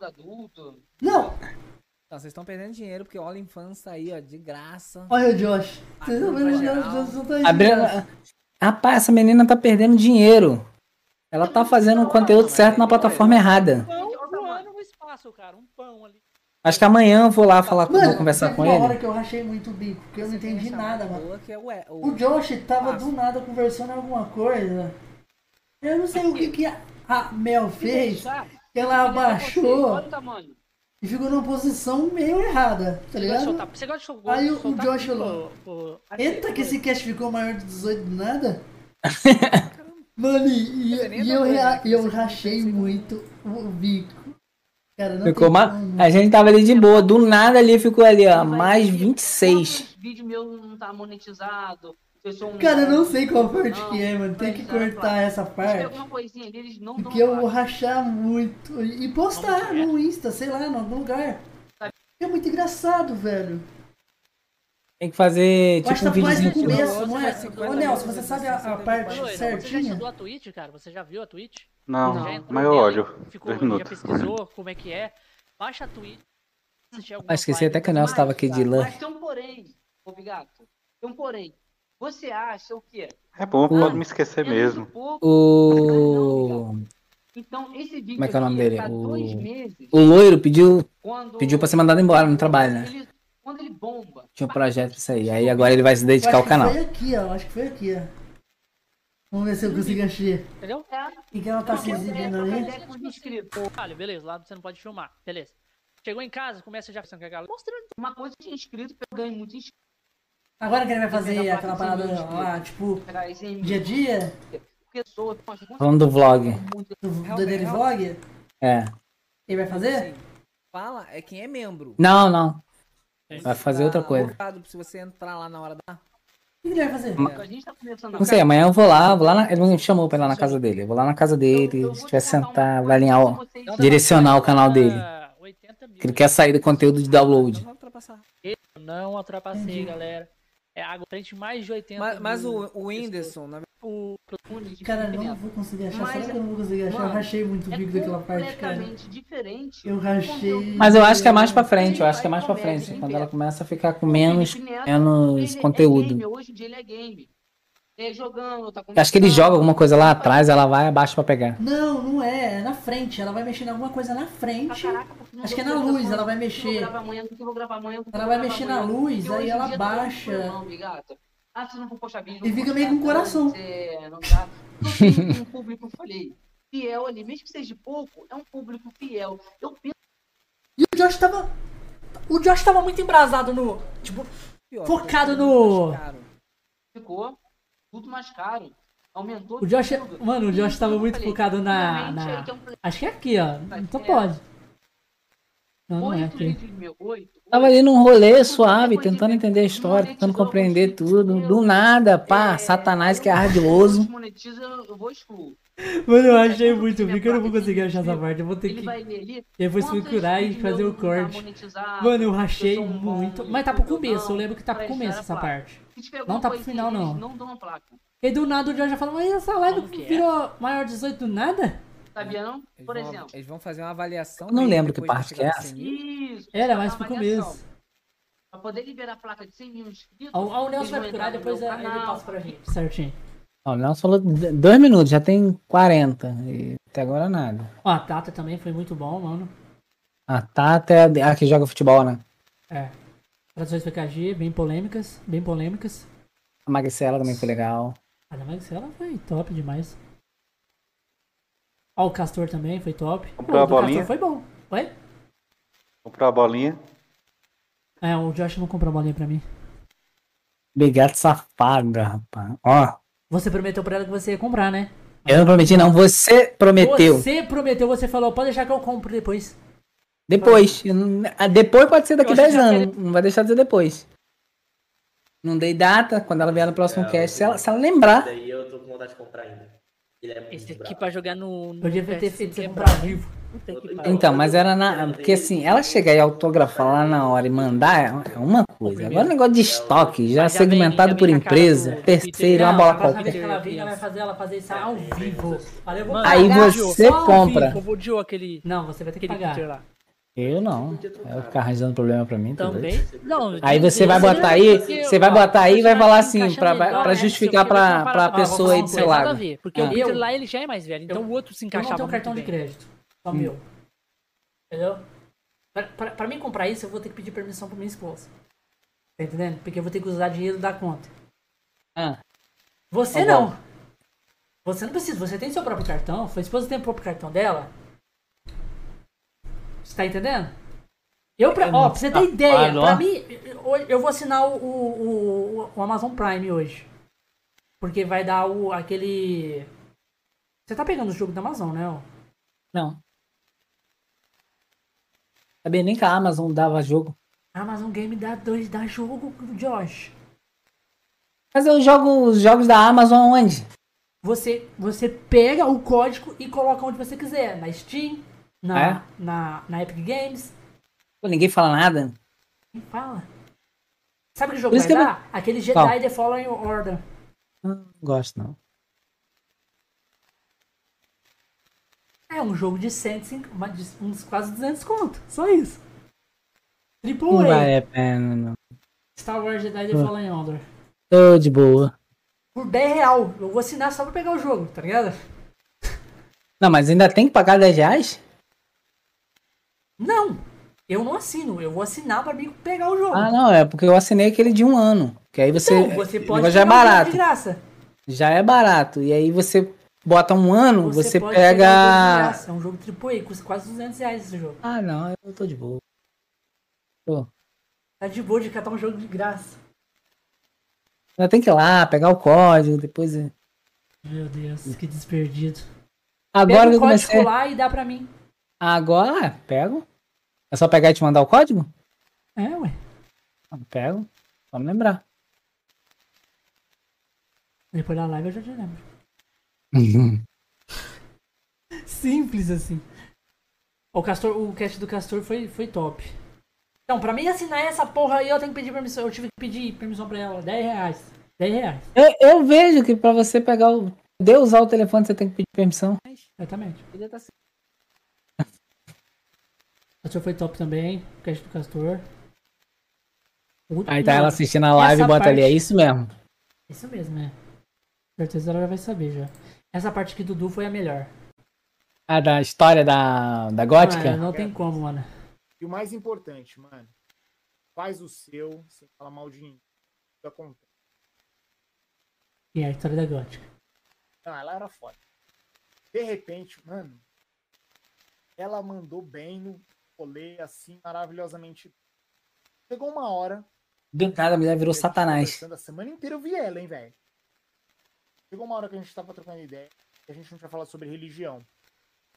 Não,
Não, Então, vocês estão perdendo dinheiro porque olha a infância aí, ó, de graça.
Olha o Josh. Vocês estão vendo o
geral.
Josh? Josh Ah, não tá
Abrindo. Rapaz, essa menina tá perdendo dinheiro. Ela tá fazendo o conteúdo certo na plataforma
Um
errada.
voando no espaço, cara. Um pão ali.
Acho que amanhã eu vou lá falar com, vou conversar
teve
com
uma hora
ele.
que eu rachei muito o bico, porque eu não entendi nada, mano.
o-
é, O Josh tava do nada conversando alguma coisa. Eu não sei o que, que a Mel fez.
é.
tá que Ela abaixou
Olha o tamanho.
e ficou numa posição meio errada, tá
Você gosta de
ligado?
soltar- Você gosta de soltar?
Aí o, o
soltar
Josh
tudo,
falou:
pô, pô, aqui,
Eita, que
pô.
esse cast ficou maior de 18 do nada? Mano, e, e- e eu,
né?
rea- e eu rachei muito o bico. Cara, não
Ficou
tem
ma-
como.
A gente tava ali de boa, do nada ali ficou ali, ó, mais
tá
26.
vídeo meu
um,
não tá monetizado. Eu sou um...
Cara, eu não sei qual parte
Não,
que é, mano. Tem que
mas, olha,
cortar
Flávio,
essa
se
parte.
tiver alguma coisinha ali, eles não dão
Porque eu vou
like.
rachar muito. E e postar no Insta, sei lá, em algum lugar. É muito engraçado, velho.
Tem que fazer
Acho
tipo
que
um
tá quase
videozinho.
no
com-
começo, não é?
Você vai
Ô
50
Nelson, você
vezes,
sabe a, a parte
Loira, Você já
certinha?
estudou a Twitch, cara? Você já viu a Twitch?
Não,
Já entrou
mas eu
nela,
olho.
Ficou,
Dois
já
minutos.
pesquisou como é que é. Baixa a Twitch. assiste alguma
Ah, esqueci
live.
até que o Nelson tava aqui de lã.
tá
Mas tem um porém, Obrigado. Tem um porém. Você acha o quê?
É bom,
O-
pode me esquecer mesmo.
um
O.
Então, esse vídeo
Como é que é o nome
aqui
dele?
tá dois meses.
O, o loiro pediu, pediu pra ser mandado embora no trabalho, né?
Quando ele bomba.
Tinha um projeto pra isso aí. Aí agora ele vai se dedicar
Eu
ao
acho que
canal.
Foi aqui, ó. Acho que foi aqui, ó. Vamos ver se eu consigo achar.
Entendeu?
E que ela tá se exibindo ali?
é
Olha, beleza, lá você não pode filmar. Beleza. Chegou em casa, começa já pensando que a galera. Mostrando
uma coisa de inscrito, eu ganho muito inscrito.
Agora que ele vai fazer
Pegar
aquela
400
parada
mil inscritos.
lá, tipo,
Pegar esse em-
dia a dia?
Pessoa, mas muito-
Falando do vlog.
Do, do Daily Vlog?
É.
Ele vai fazer?
Fala, é quem é membro.
Não, não. Vai fazer outra
Tá
coisa.
lotado Se você entrar lá na hora da. É.
O que ele vai fazer?
Ma-
A gente tá começando
Não sei, amanhã eu vou lá, vou lá na- ele me chamou pra ir lá na casa dele. Eu vou lá na casa dele, se tiver
um
sentar, vai alinhar, o- direcionar o canal dele. Que ele quer sair do conteúdo de download.
Eu não ultrapassei, galera. É água frente mais de 80.
Mas, mas
mil
o, o Whindersson, na
o
Cara, eu não vou conseguir achar.
Mas
Será que
é-
eu não vou conseguir achar?
mano,
eu rachei muito o
é
bico daquela parte, cara.
completamente diferente.
Eu rachei.
Mas eu acho que é mais pra frente, eu acho que é mais pra frente. Quando ela começa a ficar com menos, menos
É
conteúdo.
gamer, hoje em dia ele é game. É jogando, tá
Acho que ele joga alguma coisa lá atrás, ela vai abaixo pra pegar.
Não, não é. É na frente. Ela vai mexer em alguma coisa na frente.
Ah,
Acho que é na luz. Ela vai mexer. Ela vai mexer na luz, aí ela baixa.
Ah, você não vou postar vídeo.
E
não vou
fica meio com
postar,
coração.
mas, É, não dá. Então, tem um público, eu falei, fiel ali, mesmo que seja de pouco, é um público fiel. Eu penso
E o Josh tava. O Josh tava muito embrasado no. Tipo, focado no.
que assim, ficou tudo mais caro. Aumentou
O Josh.
tudo.
Mano, o Josh tava
Então,
muito
eu falei,
focado na.
finalmente, aí
na...
tem um play-
Acho que é aqui, ó. Então pode. Não, não é
Oito
aqui.
vídeos meu, oito.
Tava ali num rolê suave, tentando entender a história, tentando
um
compreender tudo. Do nada, pá, Satanás que é radioso.
Monetiza, eu vou excluir.
Mano, eu achei muito bico. Eu não vou conseguir achar essa parte. Eu vou ter
Ele
que.
vai ler ali.
Eu vou
quantos
procurar e
vídeos
fazer
meu
o
não tá
corte.
monetizado,
Mano, eu
se
rachei
sou um bom
muito. Mas tá pro
youtuber ou
começo. Eu
não,
lero que tá pro
pra
começo
estar
essa
a par.
parte.
Se tiver
Não
alguma
tá pro
coisinha,
final, não.
Eles não dão a placa.
E do nada o Josh já fala, mas essa live
é?"
virou maior 18 do nada?
Sabia não? Por
vão-
exemplo.
Eles vão fazer uma avaliação.
Eu não
dele
lembro que
depois de
parte
chegar
que é
no
essa.
100 mil.
Isso.
Era,
dá
mas
uma
pro
avaliação.
começo.
Pra poder liberar a placa de 100 mil inscritos.
Ó, ó, o
eles
Nelson vai
vão
procurar,
entrar no
depois é,
meu
ele
canal,
passa pra gente. Certinho.
Ó, o Nelson falou d- dois minutos, já tem 40. E até agora nada.
Ó, a Tata também foi muito bom, mano.
A Tata é a de- a que joga futebol, né?
É. Traduções PKG, bem polêmicas, bem polêmicas.
A Magricela também foi legal.
A da Marcela foi top demais. Ó, o Castor também foi top.
Comprou
Pô,
a
o do Castor
bolinha?
foi bom. Oi?
Comprou a bolinha.
É, o Josh não comprou a bolinha pra mim.
Obrigado, safado, rapaz. Ó,
Você prometeu pra ela que você ia comprar, né?
eu não prometi, não. Você prometeu.
Você prometeu, você falou, pode deixar que eu compro depois.
Depois. Eu não- ah, Depois pode ser daqui
Eu acho
10
que já
anos. Não vai deixar de ser depois. Não dei data. Quando ela vier no próximo
É,
É,
cast, se ela, se ela lembrar.
Daí eu tô com vontade de comprar ainda. Ele é muito
Esse aqui
bravo.
pra jogar no. no
Eu devia ter
PS5
feito você
é
comprar
brabo.
vivo.
Puta que pariu.
Então, mas era na. Porque assim, ela chegar e autografar lá na hora e mandar é uma- é uma coisa. Agora o negócio de estoque, já segmentado por empresa, terceiro,
ah,
uma bola
Ela vai
qualquer.
ver ela vem, ela vai fazer ela fazer
É,
isso ao vivo. Olha, eu vou
Aí
pagar,
você
Jô, só ao
compra.
vivo.
Eu vou de aquele.
Não, você vai ter que
aquele
pagar.
picture lá.
Eu não. Eu ficar arranjando problema pra mim. tá doido?
Também? Não,
Aí você vai botar aí, você vai botar aí e vai falar assim, pra,
né?
pra justificar pra, pra pessoa aí do seu lado.
um Porque
Ah.
o dele lá ele já é mais velho, então o outro se encaixava.
Eu não tenho um cartão de
muito bem.
crédito. Só
Hum.
meu. Entendeu? Pra, pra, pra mim comprar isso, eu vou ter que pedir permissão pra minha esposa. Tá entendendo? Porque eu vou ter que usar dinheiro da conta. Você
Ah. Tá bom.
não. Você não precisa. Você tem seu próprio cartão. Sua esposa tem o próprio cartão dela. Você tá entendendo? Eu pra, ó, pra você ter
Ah,
ideia,
ó.
pra mim, eu- eu vou assinar o, o, o- o Amazon Prime hoje. Porque vai dar o, aquele. Você tá pegando o jogo da Amazon, né? ó?
Não. Sabia nem que a Amazon dava jogo.
Amazon Game dá dois, dá jogo, Josh.
Mas eu jogo os jogos da Amazon onde?
Você, você pega o código e coloca onde você quiser. Na Steam, na,
É?
na, na Epic Games.
Pô, ninguém fala nada.
Quem fala? Sabe que jogo
Por isso
vai
que eu
dar?
não-
Aquele Jedi
Qual?
The Fallen Order.
Não gosto, não.
É um jogo de 105, uma- de uns quase 200 conto. Só isso.
Não
Triple
vale
A.
a pena, não.
Star Wars Jedi The
Pô.
Fallen Order.
Tô de boa.
Por 10 real. Eu vou assinar só pra pegar o jogo, tá ligado?
Não, mas ainda tem que pagar 10 reais?
Não. Eu não assino. Eu vou assinar pra mim pegar o jogo.
Ah, não, é porque eu assinei aquele de um ano. Que aí você.
Então, você
o
pode
negócio já é
pegar o jogo
barato.
de graça.
Já é barato. E aí você bota um ano, você,
pode
pega.
pegar o jogo de graça. É um jogo AAA, custa quase 200 reais esse jogo.
Ah, não, eu tô de boa. Pô,
Tá de boa de catar um jogo de graça.
ainda tem que ir lá, pegar o código, depois. é.
Meu Deus, que desperdido.
Agora
Pega
que
o
eu
código
comecei.
lá e dá pra mim.
Agora, ah, pego. É só pegar e te mandar o código?
É, ué.
Ah, Pego. Vamos lembrar.
Depois da live eu já te lembro. Simples assim. O Castor, o cast do Castor foi, foi top. Então, pra mim assinar essa porra aí, eu tenho que pedir permissão. Eu tive que pedir permissão pra ela. 10 reais. 10 reais.
Eu, eu vejo que pra você pegar o. Poder usar o telefone, você tem que pedir permissão.
Exatamente.
tá
O Castor foi top também. O cast do Castor.
Aí tá ela assistindo a
Essa
live e bota ali. É
parte-
isso mesmo.
Isso mesmo, é. Com certeza ela já vai saber já. Essa parte aqui do Dudu foi a melhor.
Ah, da história da, da
Mano,
gótica?
É, não tem como, mano.
E o mais importante, mano, faz o seu sem falar mal de ninguém. Isso acontece.
E é a história da gótica.
Não, ela Ah, era foda. De repente, mano, ela mandou bem no rolê, assim, maravilhosamente. bem. Chegou uma hora,
Do nada a mulher virou satanás.
conversando a semana inteira, eu vi ela, hein, velho. Chegou uma hora que a gente tava trocando ideia e a gente não tinha falado sobre religião.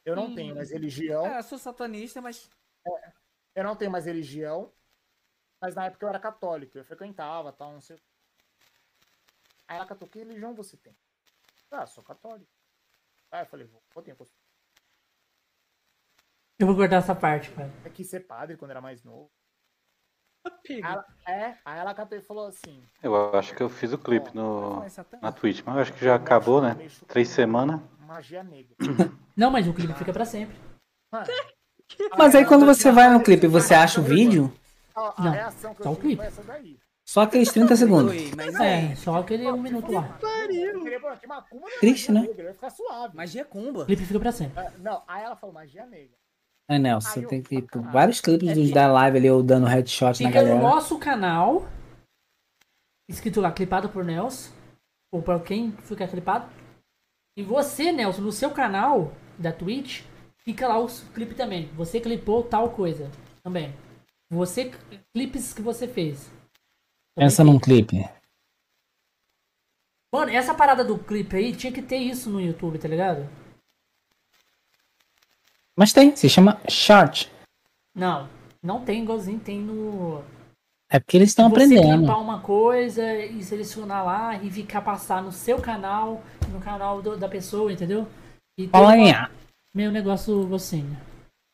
Eu não
Hum.
tenho mais religião. É,
É, eu sou satanista, mas.
Eu não tenho mais religião, mas na época eu era católico, eu frequentava, tal, não sei o quê. Aí ela catou, que religião você tem? Ah, sou católico. Aí eu falei, vou, vou ter costume.
Eu vou cortar essa parte, cara.
Eu quis ser padre quando era mais novo. Ela, é, aí ela catou e falou assim,
Eu acho que eu fiz o clipe no, na Twitch, mas eu acho que já
Eu acho
acabou,
que
né?
meio chocado.
Três semanas.
magia negra.
Não, mas o clipe fica pra sempre.
Mano,
*laughs* Mas aí quando você vai no clipe, você acha o vídeo?
a, a
Não,
reação que
só
eu
o
tive
clipe.
foi essa daí.
Só aqueles 30 segundos.
É, só aquele um minuto lá.
Eu queria, pô, que macumba não é
Triste,
magia
né?
negra, eu ia ficar suave.
Magia cumba.
O clipe fica pra sempre.
Ah, Não, aí ela falou magia negra.
É, Nelson, você tem que ir por vários clipes dos da live ali, eu dando headshot na
Fica no
galera.
nosso canal. Escrito lá, clipado por Nelson. Ou pra quem fica clipado. E você, Nelson, no seu canal da Twitch, fica lá o clipe também. Você clipou tal coisa também. Você, clipes que você fez.
Pensa num clipe.
Mano, essa parada do clipe aí tinha que ter isso no YouTube, tá ligado?
Mas tem, se chama Short.
Não, não tem igualzinho, tem no.
É porque eles estão
você um
aprendendo.
clipar uma coisa e selecionar lá e ficar passar no seu canal, no canal do- da pessoa, entendeu? E tem
Falar em,
uma-
A-
meio negócio assim.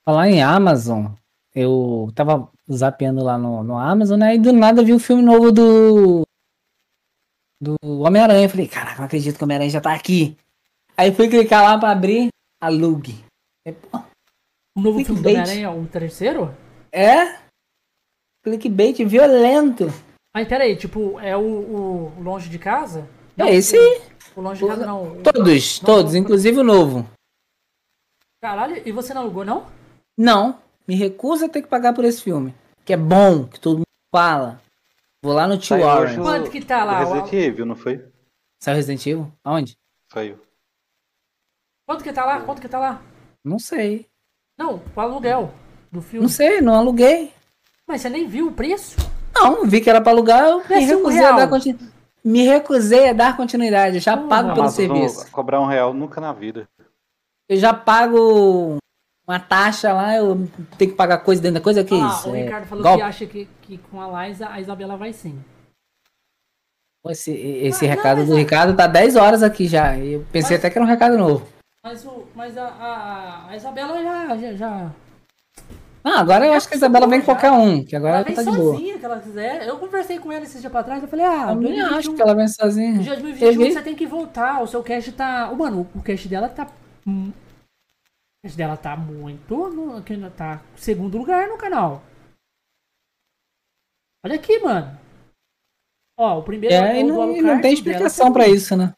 falar em Amazon, eu tava zapeando lá no, no Amazon, né? E do nada eu vi o filme novo do. Do Homem-Aranha. Eu Falei, caraca, não acredito que o Homem-Aranha já tá aqui. Aí fui clicar lá pra abrir a Lug.
O Um novo filme do
Clickbait.
Homem-Aranha, o terceiro?
É? Clickbait violento.
Mas peraí, tipo, é o, o Longe de Casa?
É esse aí.
O Longe de Casa não. o-
Todos, todos, inclusive o novo.
Caralho, e você não alugou, não?
Não, me recusa a ter que pagar por esse filme. Que é bom, que todo mundo fala. Vou lá no Tio
Saiu
Warren.
hoje
Quanto que tá
o
lá?
Resident Evil, não foi?
Saiu Resident Evil? Aonde?
Saiu.
Quanto que tá lá? Quanto que tá lá?
Não sei.
Não, o aluguel do filme.
Não sei, não aluguei.
Mas você nem viu o preço?
Não, vi que era pra alugar, eu
É
me
cinco
recusei a
real.
dar continuidade. Me recusei a dar continuidade. Eu já pago pelo
Amazon,
serviço.
Cobrar um real nunca na vida.
Eu já pago uma taxa lá, eu tenho que pagar coisa dentro da coisa. Que
Ah,
isso?
o
É
Ricardo falou
golpe.
que acha que, que com a Liza, a Isabela vai sim.
Esse, esse recado do Ricardo tá 10 horas aqui já. e Eu pensei até que era um recado novo.
Mas, o, mas a, a, a Isabela já. já, já-
Não, Ah, agora eu acho que a Isabela vem com qualquer um, que agora
ela
ela
vem
tá de boa.
sozinha, que ela quiser. Eu conversei com ela esses dias pra trás, eu falei, ah,
Eu nem
2021,
acho que ela vem sozinha.
Dia
Eu
2021
vi-
você tem que voltar. O seu cast tá. Ô, mano, o cast dela tá. hum, O cast dela tá muito. No, que ainda tá em segundo lugar no canal. Olha aqui, mano. Ó, o primeiro
É, e
o do
não, e
Alucard,
não tem
o dela é
explicação
segundo.
pra isso, né?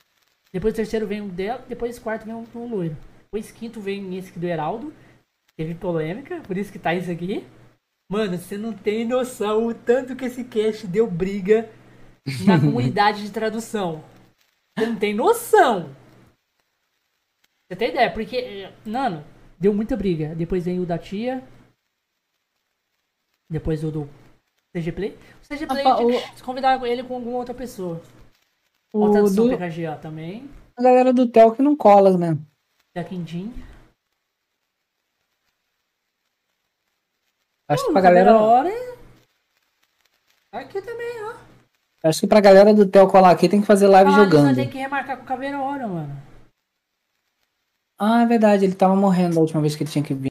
Depois o terceiro vem o dela, depois o quarto vem o do loiro. Depois o quinto vem esse aqui do Heraldo. Teve polêmica, por isso que tá isso aqui. Mano, você não tem noção o tanto que esse cast deu briga na comunidade de tradução. Você não tem noção. Você tem ideia, porque, eh, mano, deu muita briga. Depois vem o da tia. Depois o do CG Play. O CG Play,
Apa-
tinha que convidar ele com alguma outra pessoa.
O
O tradução
do-
PKGA também.
A galera do Theo que não cola, né?
Da Quindim.
Acho que
Não,
pra
tá vendo
Tipo, galera.
a hora, hein? Aqui também, ó.
Acho que pra galera do Theo colar aqui tem que fazer live
Ah,
jogando.
tem que remarcar com o Caveira Hora, mano.
Ah, é verdade, ele tava morrendo da última vez que ele tinha que vir.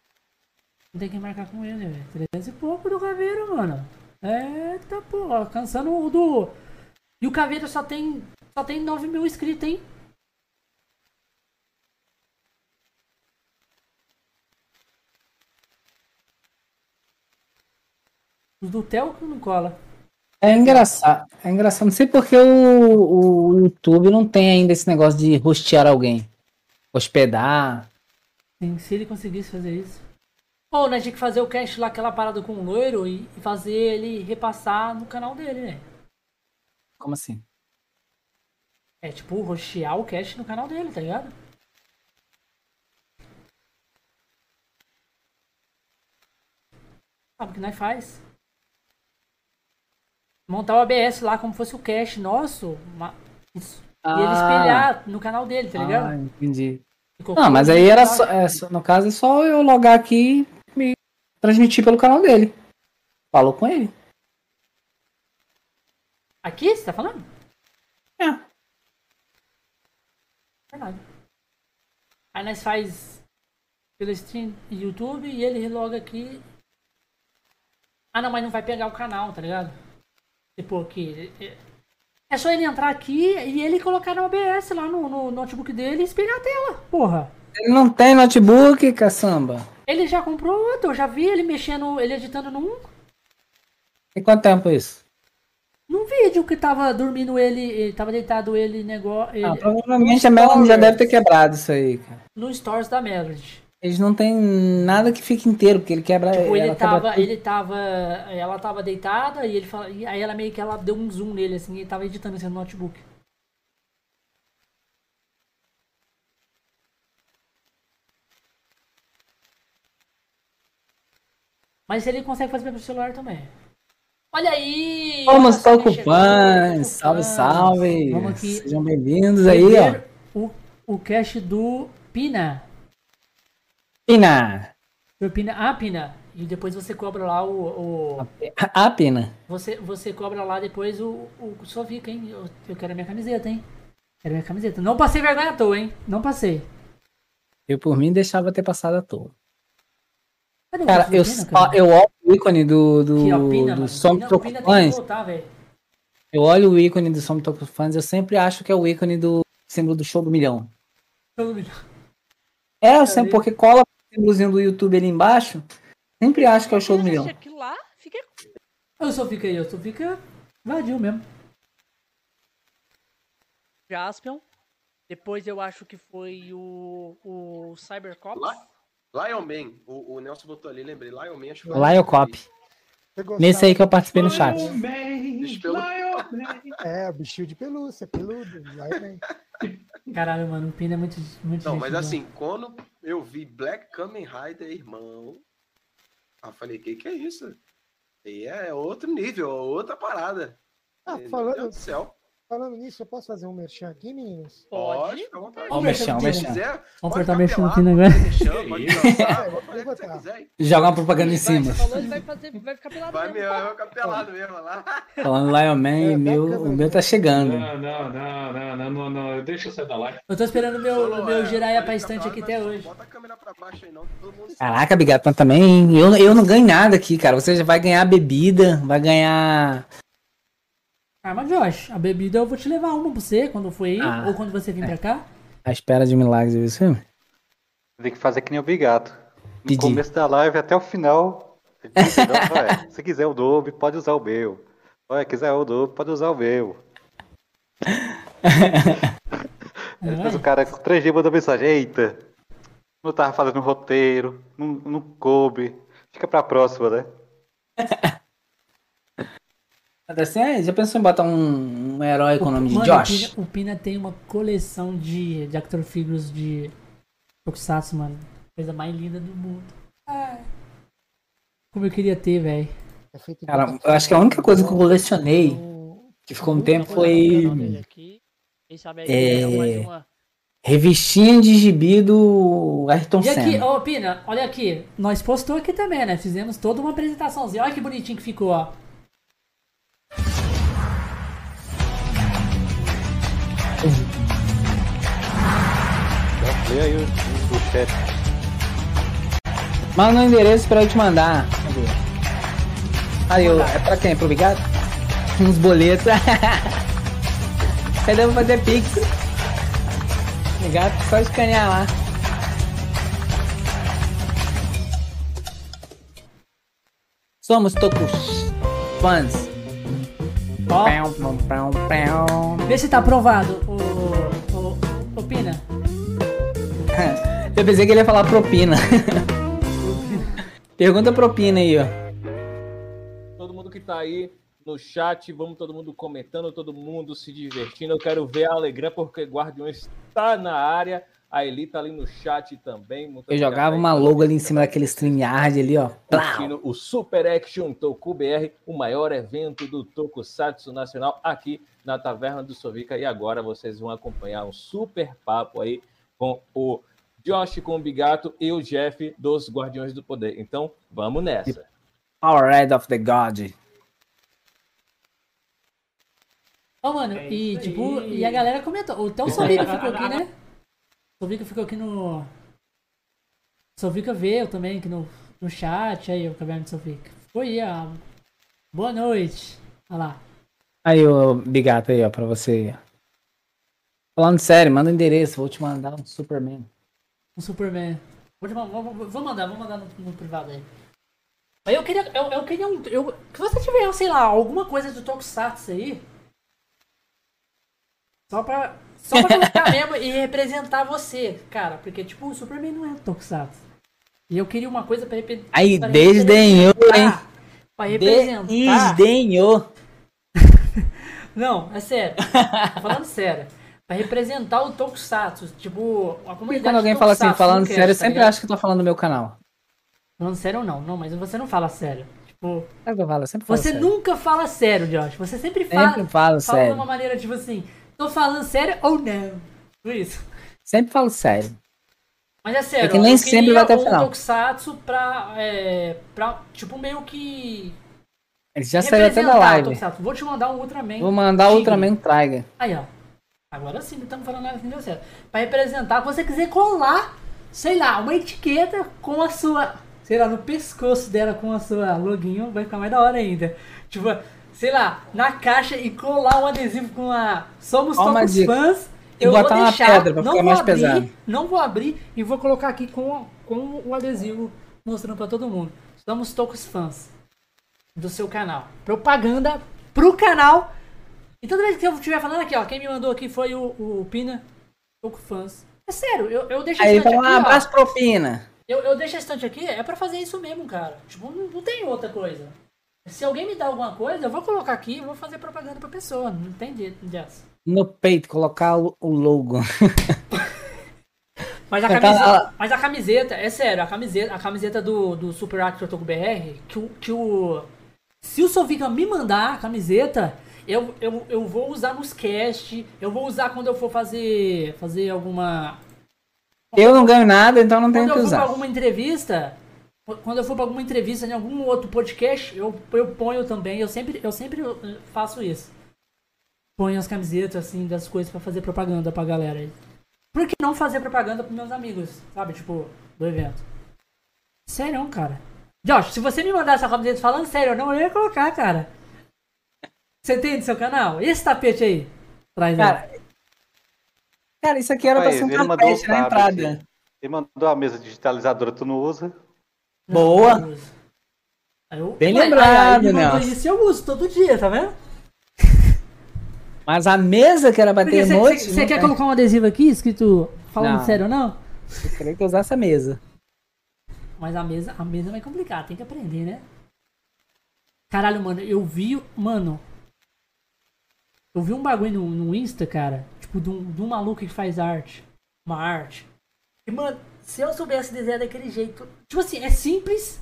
Não tem que marcar com ele, velho. 300 e pouco do Caveira, mano. Eita, pô. Alcançando o do... E o Caveira só tem... Só tem 9 mil inscritos, hein? Os do Theo que não cola.
É engraçado. É engraçado. Não sei porque o, o YouTube não tem ainda esse negócio de hostear alguém. Hospedar.
Sim, se ele conseguisse fazer isso. Ou nós né, tinha que fazer o cast lá, aquela parada com o loiro e e fazer ele repassar no canal dele, né?
Como assim?
É tipo, rochear o cast no canal dele, tá ligado? Sabe o que nós faz? Montar o ABS lá como fosse o cast nosso ma- isso- e ele
Ah.
espelhar no canal dele, tá
Ah,
ligado?
entendi.
Ficou
Ah, mas
coisa
aí era
legal.
só, é, só- No caso, é só eu logar aqui e me transmitir pelo canal dele. Falou com ele.
Aqui, você tá falando?
É.
Verdade. Aí nós faz pelo stream YouTube e ele loga aqui. Ah não, mas não vai pegar o canal, tá ligado? Tipo aqui. é- É só ele entrar aqui e ele colocar no OBS lá no, no notebook dele e espelhar a tela, porra.
Ele não tem notebook, caçamba.
Ele já comprou outro, eu já vi ele mexendo, ele editando num,
Tem quanto tempo isso?
num vídeo que tava dormindo ele, ele tava deitado ele negócio.
Ah, provavelmente a Melanie já deve ter quebrado isso aí, cara.
no Stories da Melody.
Eles não tem nada que fique inteiro, porque ele quebra.
Tipo, ele
É, ela quebra
tava,
tudo.
ele tava, ela tava deitada e ele fala, e aí ela meio que ela deu um zoom nele assim, e tava editando assim no notebook. Mas ele consegue fazer pelo celular também. Olha aí!
Vamos,
olha só quem
Toco Fãs! Salve, salve!
Vamos aqui.
Sejam bem-vindos aí, ó.
Primeiro, O, o cast do Pina.
Pina!
Do Pina. Ah, Pina. E depois você cobra lá o. o-
Ah, Pina.
você, você cobra lá depois o, o Sovica, hein? Eu, eu quero a minha camiseta, hein? Quero a minha camiseta. Não passei vergonha à toa, hein? Não passei.
Eu, por mim, deixava ter passado à toa.
Cadê o
Cara,
Pina,
eu, ó, eu olho o ícone do, do,
Aqui, ó, Pina,
do
mano.
Som
Pina,
Toco
Pina tem que
Fãs.
voltar, velho.
Eu olho o ícone do Som Toco Fãs, eu sempre acho que é o ícone do símbolo do show do milhão.
Pelo menos.
É, eu sempre, porque cola símbolozinho do YouTube ali embaixo, sempre acho que é o show do milhão.
aquilo lá, fica. Eu só fica aí, eu só fica. Vadio mesmo.
Jaspion. Depois eu acho que foi o, o Cybercop.
Lion Man, o, o Nelson botou ali, lembrei. Lion Man, acho que
Lion Cop. Nesse aí que eu participei no chat.
É, o bichinho de pelúcia, peludo. Lion Man.
Caralho, mano, o Pino é muito. muito
Não, mas
gente
assim, quando eu vi Black Kamen Rider, irmão, eu falei, que que é isso? E é outro nível, outra parada.
Ah,
Meu
falando-
Deus do céu.
Falando nisso, eu posso fazer um merchan aqui, meninos?
Pode, fica à vontade.
Ó o merchan, ó o merchan.
né? Vamos
Pode
cortar meu chão
capelar,
aqui né? agora. *laughs*
Merchan, pode dançar, pode fazer o que você quiser. aí.
Jogar uma propaganda em cima.
Vai mesmo, vai ficar pelado mesmo olha lá.
*laughs* Falando Lion
É,
Man, meu, o meu tá chegando.
Não, não, não, não, não, não, não. Deixa eu sair da live.
Eu tô esperando meu,
é,
meu giraia pra estante aqui até hoje.
Caraca, Bigatão também. Eu, eu não ganho nada aqui, cara. Você já vai ganhar bebida, vai ganhar.
Ah, mas Josh, a bebida eu vou te levar uma pra você quando for aí,
Ah.
ou quando você vir pra cá.
A espera de milagres, viu? isso?
Tem que fazer que nem o Bigato. No começo da live até o final. ele diz, "Não,
*laughs*
vai, se quiser o Adobe, pode usar o meu. Olha, quiser o Adobe, pode usar o
*laughs*
meu. Aí Depois o cara com 3G mandou mensagem, eita, não tava fazendo roteiro, não, não coube, fica pra próxima, né?
Até assim, é, já pensou em botar um, um herói com o
Hum,
nome de
Mano,
Josh?
O Pina, o Pina tem uma coleção de, de actor figures de Tokusatsu, mano. Coisa mais linda do mundo. Ah. Como eu queria ter, velho.
Cara, eu acho que a única coisa que eu colecionei que ficou um tempo foi.
Quem sabe aí
É,
eu mais uma.
revistinha de gibi do Ayrton
E aqui,
Senna.
ô Pina, olha aqui. Nós postou aqui também, né? Fizemos toda uma apresentaçãozinha. Olha que bonitinho que ficou, ó.
Lê aí o, o chat.
Manda o endereço pra eu te mandar. Cadê? Aí, eu, é pra quem? Pro Bigato? Uns *laughs* boletos. Cadê eu vou fazer pix? Bigato, só escanear lá. Somos Tocos fãs.
Ó.
Pão, pão, pão, pão.
Vê se tá aprovado, ô, ô, ô, ô Pina.
Eu pensei que ele ia falar *laughs* propina. Pergunta propina aí, ó.
Todo mundo que tá aí no chat, vamos todo mundo comentando, todo mundo se divertindo. Eu quero ver a alegria porque Guardiões tá na área. A Eli tá ali no chat também. Muito
Eu jogava uma logo ali em cima daquele StreamYard ali, ó.
curtindo o Super Action Toku BR, o maior evento do Tokusatsu Nacional aqui na Taverna do Sovica. E agora vocês vão acompanhar um super papo aí com o Josh com o Bigato e o Jeff dos Guardiões do Poder. Então, vamos nessa.
Power Red of the God.
Ó, mano,
É
e tipo, e a galera comentou. Até o Sovica ficou aqui, né? O Sovica ficou aqui no. Sovica veio também aqui no, no chat, aí o caverna do Sovica. Ficou aí, ó. Boa noite. Olha lá.
Aí, ô Bigato aí, ó, pra você. Falando sério, manda o endereço, vou te mandar um Superman.
Um Superman. Vou, te, ma- vou, vou- vou mandar, vou mandar no, no privado aí. Mas eu queria. Eu, eu queria um. Eu, se você tiver, sei lá, alguma coisa do Tokusatsu aí. Só pra. Só
*laughs*
pra colocar mesmo e representar você, cara. Porque, tipo, o Superman não é Tokusatsu. E eu queria uma coisa pra representar.
Aí, desdenhou, hein?
Pra tá? representar.
Desdenhou.
Não, é sério. Tô falando sério. Pra representar o Tokusatsu. Tipo, a
E
comunidade.
quando alguém fala assim,
Tokusatsu
falando
no cast,
sério, eu
tá
sempre
ligado?
acho que eu tô falando do meu canal.
Falando sério ou não? Não, mas você não fala sério. Tipo,
Sabe É o que eu falo? Eu sempre falo
você
sério.
nunca fala sério, Josh. Você sempre
Sempre
fala.
falo
fala
sério.
de uma maneira tipo assim, tô falando sério ou não. Por isso.
Sempre falo sério.
Mas é sério,
É que
ó,
nem
eu
sempre
queria
vai até o
um
final.
Tokusatsu pra, é, pra, tipo, meio que...
Ele já saiu até da
representar o
live.
Tokusatsu. Vou te mandar um Ultraman.
Vou mandar o
tigre.
Ultraman Tiger.
Aí, ó. Agora sim, não estamos falando nada que não deu certo. Pra representar, se você quiser colar, sei lá, uma etiqueta com a sua. Sei lá, no pescoço dela com a sua loginho, vai ficar mais da hora ainda. Tipo, sei lá, na caixa e colar um adesivo com a Somos
Ó uma
Todos
dica.
Fãs.
E botar uma pedra pra ficar
não vou
mais
abrir,
pesado.
Não vou abrir e vou colocar aqui com, com com o adesivo mostrando pra todo mundo. Somos Tocos fãs do seu canal. Propaganda pro canal. E toda vez que eu estiver falando aqui, ó, quem me mandou aqui foi o, o Pina, Toco fãs. É sério, eu, eu deixo
Aí
esse
ele fala,
aqui,
um
ó.
abraço pro Pina.
Eu, eu deixo a estante aqui, é pra fazer isso mesmo, cara. Tipo, não, não tem outra coisa. Se alguém me dá alguma coisa, eu vou colocar aqui e vou fazer propaganda pra pessoa. Não tem jeito dessa.
No peito, colocar o, o logo. *laughs*
Mas a,
Tá lá.
camiseta, mas a camiseta, é sério, a camiseta, a camiseta do, do Super Actor Togo BR, que, o- que o. Se o Sovica me mandar a camiseta, eu, eu, eu vou usar nos cast, eu vou usar quando eu for fazer. fazer alguma.
Eu não ganho nada, então não
Quando
tenho que
eu for pra
usar.
alguma entrevista, quando eu for pra alguma entrevista em algum outro podcast, eu, eu ponho também, eu sempre, eu sempre eh, faço isso. Ponho as camisetas, assim, das coisas pra fazer propaganda pra galera. Por que não fazer propaganda pros meus amigos, sabe? Tipo, do evento. Sério, cara. Josh, se você me mandar essa camiseta falando sério, ou não, eu ia colocar, cara. Você tem do seu canal? E esse tapete aí? Traz aí.
Cara, Cara, isso aqui era pra
Aí,
ser um
ele mandou o
tapete na
tablet.
entrada.
Ele mandou a mesa digitalizadora, tu não usa?
Boa. Bem lembrado,
né?
Nelson.
Isso eu uso todo dia, tá vendo?
Mas a mesa que era pra ter noite.
Você quer colocar um adesivo aqui escrito falando
Não.
sério ou não?
Eu queria que eu usasse a mesa.
Mas a mesa, a mesa vai complicar, tem que aprender, né? Caralho, mano, eu vi. Mano. Eu vi um bagulho no, no Insta, cara. Tipo, de um, de um maluco que faz arte. Uma arte. E, mano, se eu soubesse desenhar daquele jeito. Tipo assim, é simples,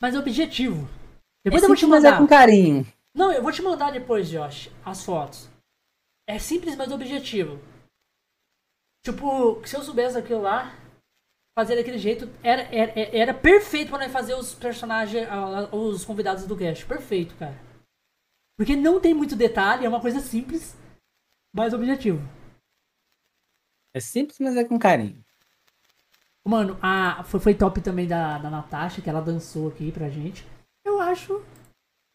mas é objetivo. Depois eu vou te
simples, mas é
mandar.
com carinho.
Não, eu vou te mandar depois, Josh, as fotos. É simples, mas objetivo. Tipo, se eu soubesse aquilo lá, fazer daquele jeito, era, era, era perfeito pra nós fazer os personagens, ah, os convidados do cast. Perfeito, cara. Porque não tem muito detalhe, é uma coisa simples, mas objetivo.
É simples, mas é com carinho.
Mano, a, foi, foi top também da, da Natasha, que ela dançou aqui pra gente. Eu acho.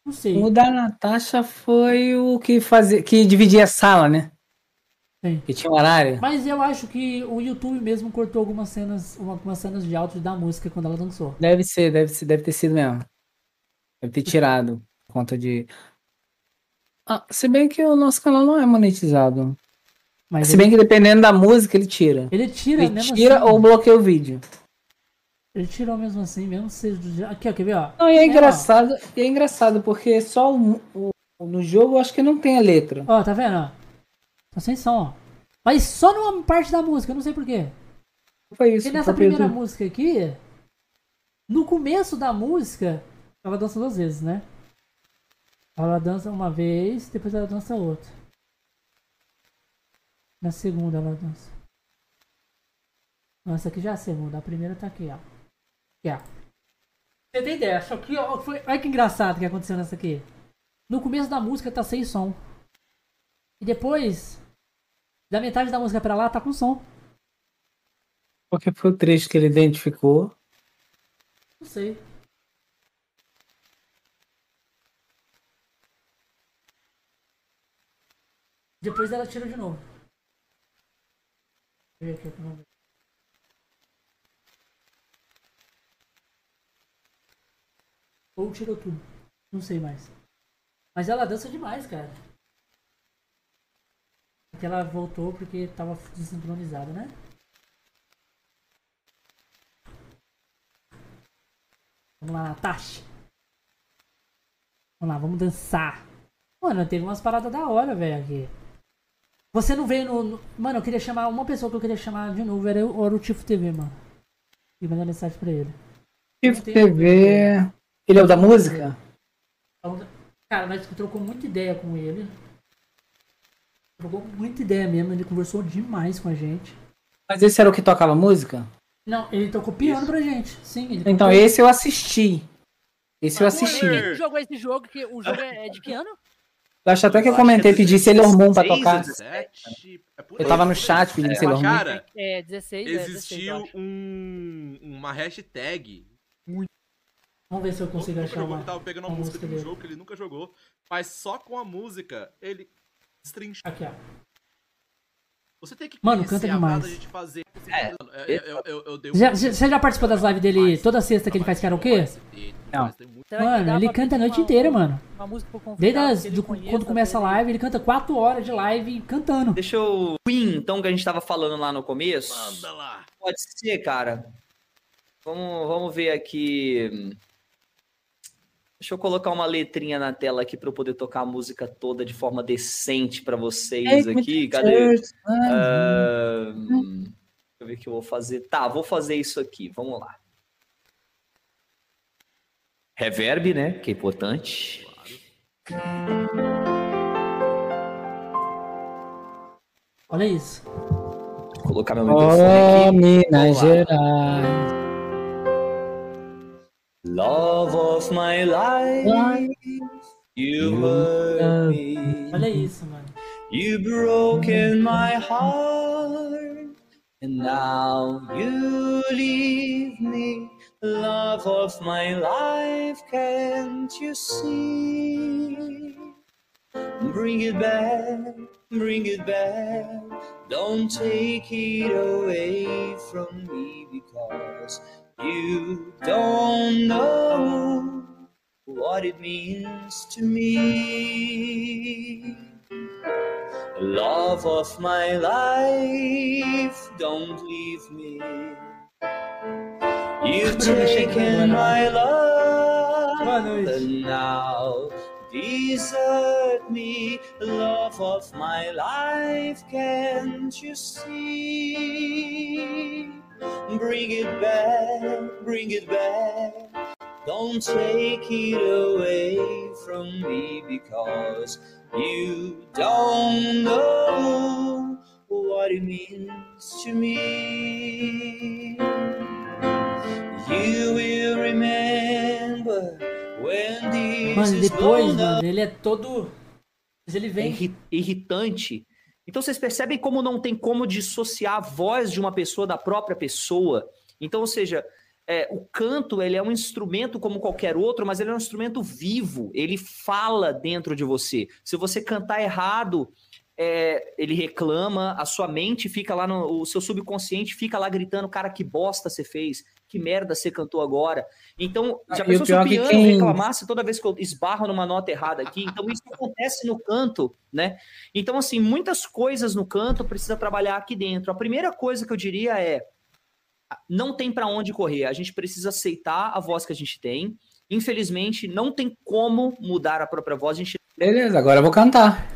Não sei.
O da Natasha foi o que fazia. que dividia a sala, né? Que tinha um horário.
Mas eu acho que o YouTube mesmo cortou algumas cenas, algumas cenas de áudio da música quando ela dançou.
Deve ser, deve ser, deve ter sido mesmo. Deve ter tirado por conta de. Ah, se bem que o nosso canal não é monetizado.
Mas
se
ele-
bem que dependendo da música, ele tira.
Ele tira,
Ele
mesmo
tira
assim.
ou bloqueia o vídeo.
Ele tirou mesmo assim, mesmo seja do dia- Aqui, ó, quer ver, ó?
Não, e é
ó,
engraçado, e é engraçado, porque só o- o- no jogo eu acho que não tem a letra.
Ó, tá vendo, ó? Tá sem som, ó. Mas só numa parte da música, eu não sei porquê.
Foi isso.
E nessa
foi
primeira
tudo.
música aqui, no começo da música, ela dança duas vezes, né? Ela dança uma vez, depois ela dança outra. Na segunda ela dança. Nossa, aqui já é a segunda. A primeira tá aqui, ó. Aqui, ó. Você tem ideia? Só que, ó, foi... olha que engraçado que aconteceu nessa aqui. No começo da música tá sem som. E depois, da metade da música pra lá, tá com som.
Porque foi o trecho que ele identificou.
Não sei. Depois ela tira de novo. Deixa eu ver aqui como é que- Ou tirou tudo. Não sei mais. Mas ela dança demais, cara. Porque ela voltou porque tava desincronizada, né? Vamos lá, Natasha. Vamos lá, vamos dançar. Mano, teve umas paradas da hora, velho, aqui. Você não veio no, no- Mano, eu queria chamar. Uma pessoa que eu queria chamar de novo era, o- era o Tifo TV, mano. E mandar mensagem pra ele.
Tipo TV. Ele é o da música?
Então, Cara, nós trocou muita ideia com ele. Trocou muita ideia mesmo. Ele conversou demais com a gente.
Mas esse era o que tocava música?
Não, ele tocou piano pra gente. Sim, ele
Então,
tocou-
esse eu assisti. Esse eu assisti.
Quem
Eu
jogou esse jogo? Que o jogo é é de que ano?
acho até que é eu comentei pedir Sailor Moon pra
16,
tocar.
17,
Eu tava no chat pedindo Sailor Moon.
Cara,
É, 16. é, 16, eu
existiu
acho.
um, uma hashtag.
Vamos ver se eu consigo
Nunca
achar
jogou,
uma.
ele tava pegando uma,
uma
música de um
dele.
jogo que ele nunca jogou, mas só com a música ele destrincha.
Aqui, ó.
Você tem que
Mano,
conhecer
canta
a parada
demais.
de fazer
É.
Mano, eu, eu, eu, eu dei um-
Já- já- Você já participou das lives dele toda sexta que ele faz karaokê?
Não.
Mano, ele canta a noite inteira, mano.
Uma música
Desde
pro um convidado.
as, do- quando começa a live, ele canta 4 horas de live cantando.
Deixa eu. Queen, então, que a gente tava falando lá no começo. Manda lá. Pode ser, cara. Vamos, vamos ver aqui. Deixa eu colocar uma letrinha na tela aqui pra eu poder tocar a música toda de forma decente pra vocês
Take me
aqui.
to
Cadê?
church, mano.
Ah, hum, deixa eu ver o que eu vou fazer. Tá, vou fazer isso aqui. Vamos lá. Reverb, né? Que é importante.
Olha isso.
Vou colocar meu microfone aqui.
Oh, Minas Gerais.
Love of my life, you hurt me.
Olha isso, mano.
You broken my heart, and now you leave me. Love of my life, can't you see? Bring it back, bring it back. Don't take it away from me because you don't know what it means to me. Love of my life, don't leave me. You've taken my love, and now desert me. Love of my life, can't you see? Bring it back, bring it back. Don't take it away from me because you don't know what it means to me. You will remember when this
Mano,
is
depois,
blown up.
mano, ele é todo. Mas ele
É
vem.
irri- irritante. Então vocês percebem como não tem como dissociar a voz de uma pessoa da própria pessoa. Então, ou seja, é, o canto ele é um instrumento como qualquer outro, mas ele é um instrumento vivo. Ele fala dentro de você. Se você cantar errado, é, ele reclama, a sua mente fica lá, no, o seu subconsciente fica lá gritando, cara, que bosta você fez, que merda você cantou agora. Então, já
Ah, e
pensou
o
se o
é
pior que
piano
quem-
reclamasse toda vez que eu esbarro numa nota errada aqui? Então, isso acontece no canto, né? Então, assim, muitas coisas no canto precisa trabalhar aqui dentro. A primeira coisa que eu diria é, não tem para onde correr. A gente precisa aceitar a voz que a gente tem. Infelizmente, não tem como mudar a própria voz. A gente
Beleza, agora eu vou cantar.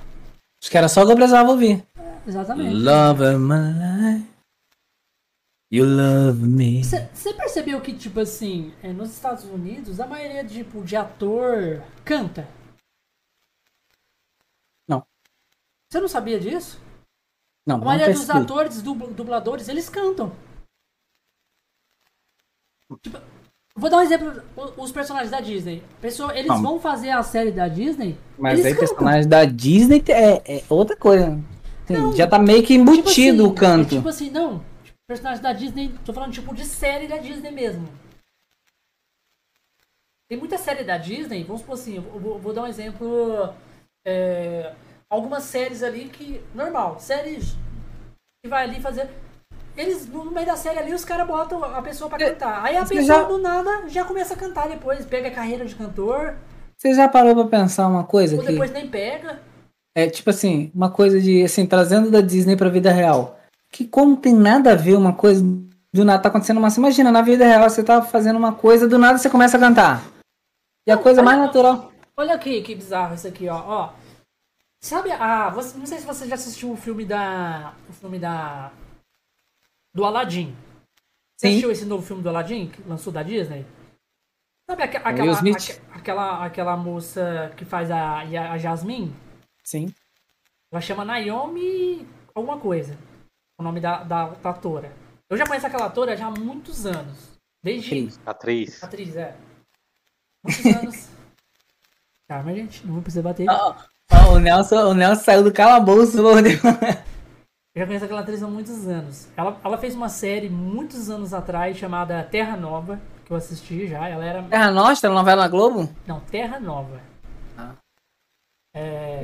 Acho que era só o que eu precisava ouvir.
Exatamente.
Love of my life. You love me.
Você percebeu que, tipo assim, é, nos Estados Unidos, a maioria tipo, de ator canta?
Não.
Você não sabia disso?
Não,
a
não
maioria dos
percebi.
atores, dubl- dubladores, eles cantam. Tipo, vou dar um exemplo. o- Os personagens da Disney. Pessoa, eles
Não.
vão fazer a série da Disney.
Mas
eles
aí,
cantam.
personagem da Disney é, é outra coisa. Assim, já tá meio que embutido
Tipo assim,
o canto.
é Tipo assim, não. Tipo, Personagem da Disney, tô falando tipo de série da Disney mesmo. Tem muita série da Disney, vamos supor assim, eu vou, vou dar um exemplo. é, algumas séries ali que. Normal, séries que vai ali fazer. Eles, no meio da série ali, os caras botam a pessoa pra cantar. Aí a
você
pessoa
É, já-
do nada já começa a cantar depois, pega a carreira de cantor,
Você já parou pra pensar uma coisa
ou
que
Tipo, depois nem pega.
é tipo assim, uma coisa de assim, trazendo da Disney pra vida real. Que como tem nada a ver uma coisa do nada tá acontecendo, mas imagina, na vida real você tá fazendo uma coisa, do nada você começa a cantar. E a coisa mais natural.
Olha aqui que bizarro isso aqui, ó. ó. Sabe, ah, você, não sei se você já assistiu o filme da. O filme da. Do Aladdin.
Sim.
Você assistiu esse novo filme do Aladdin que lançou da Disney? Sabe aque-
Will
aquela,
Smith.
aque- aquela, aquela moça que faz a, a Jasmine?
Sim.
Ela chama Naomi alguma coisa. O nome da, da, da atora. Eu já conheço aquela atora já há muitos anos. Desde.
Atriz.
Atriz, é. Muitos anos. Calma, Tá, gente. Não vou precisar bater.
Ó, Ah, o, Nelson, o Nelson saiu do calabouço, *laughs* meu Deus.
Eu já conheço aquela atriz há muitos anos. Ela, ela fez uma série muitos anos atrás chamada Terra Nova, que eu assisti já. Ela era.
Terra Nostra, novela Globo?
Não, Terra Nova.
Ah.
É,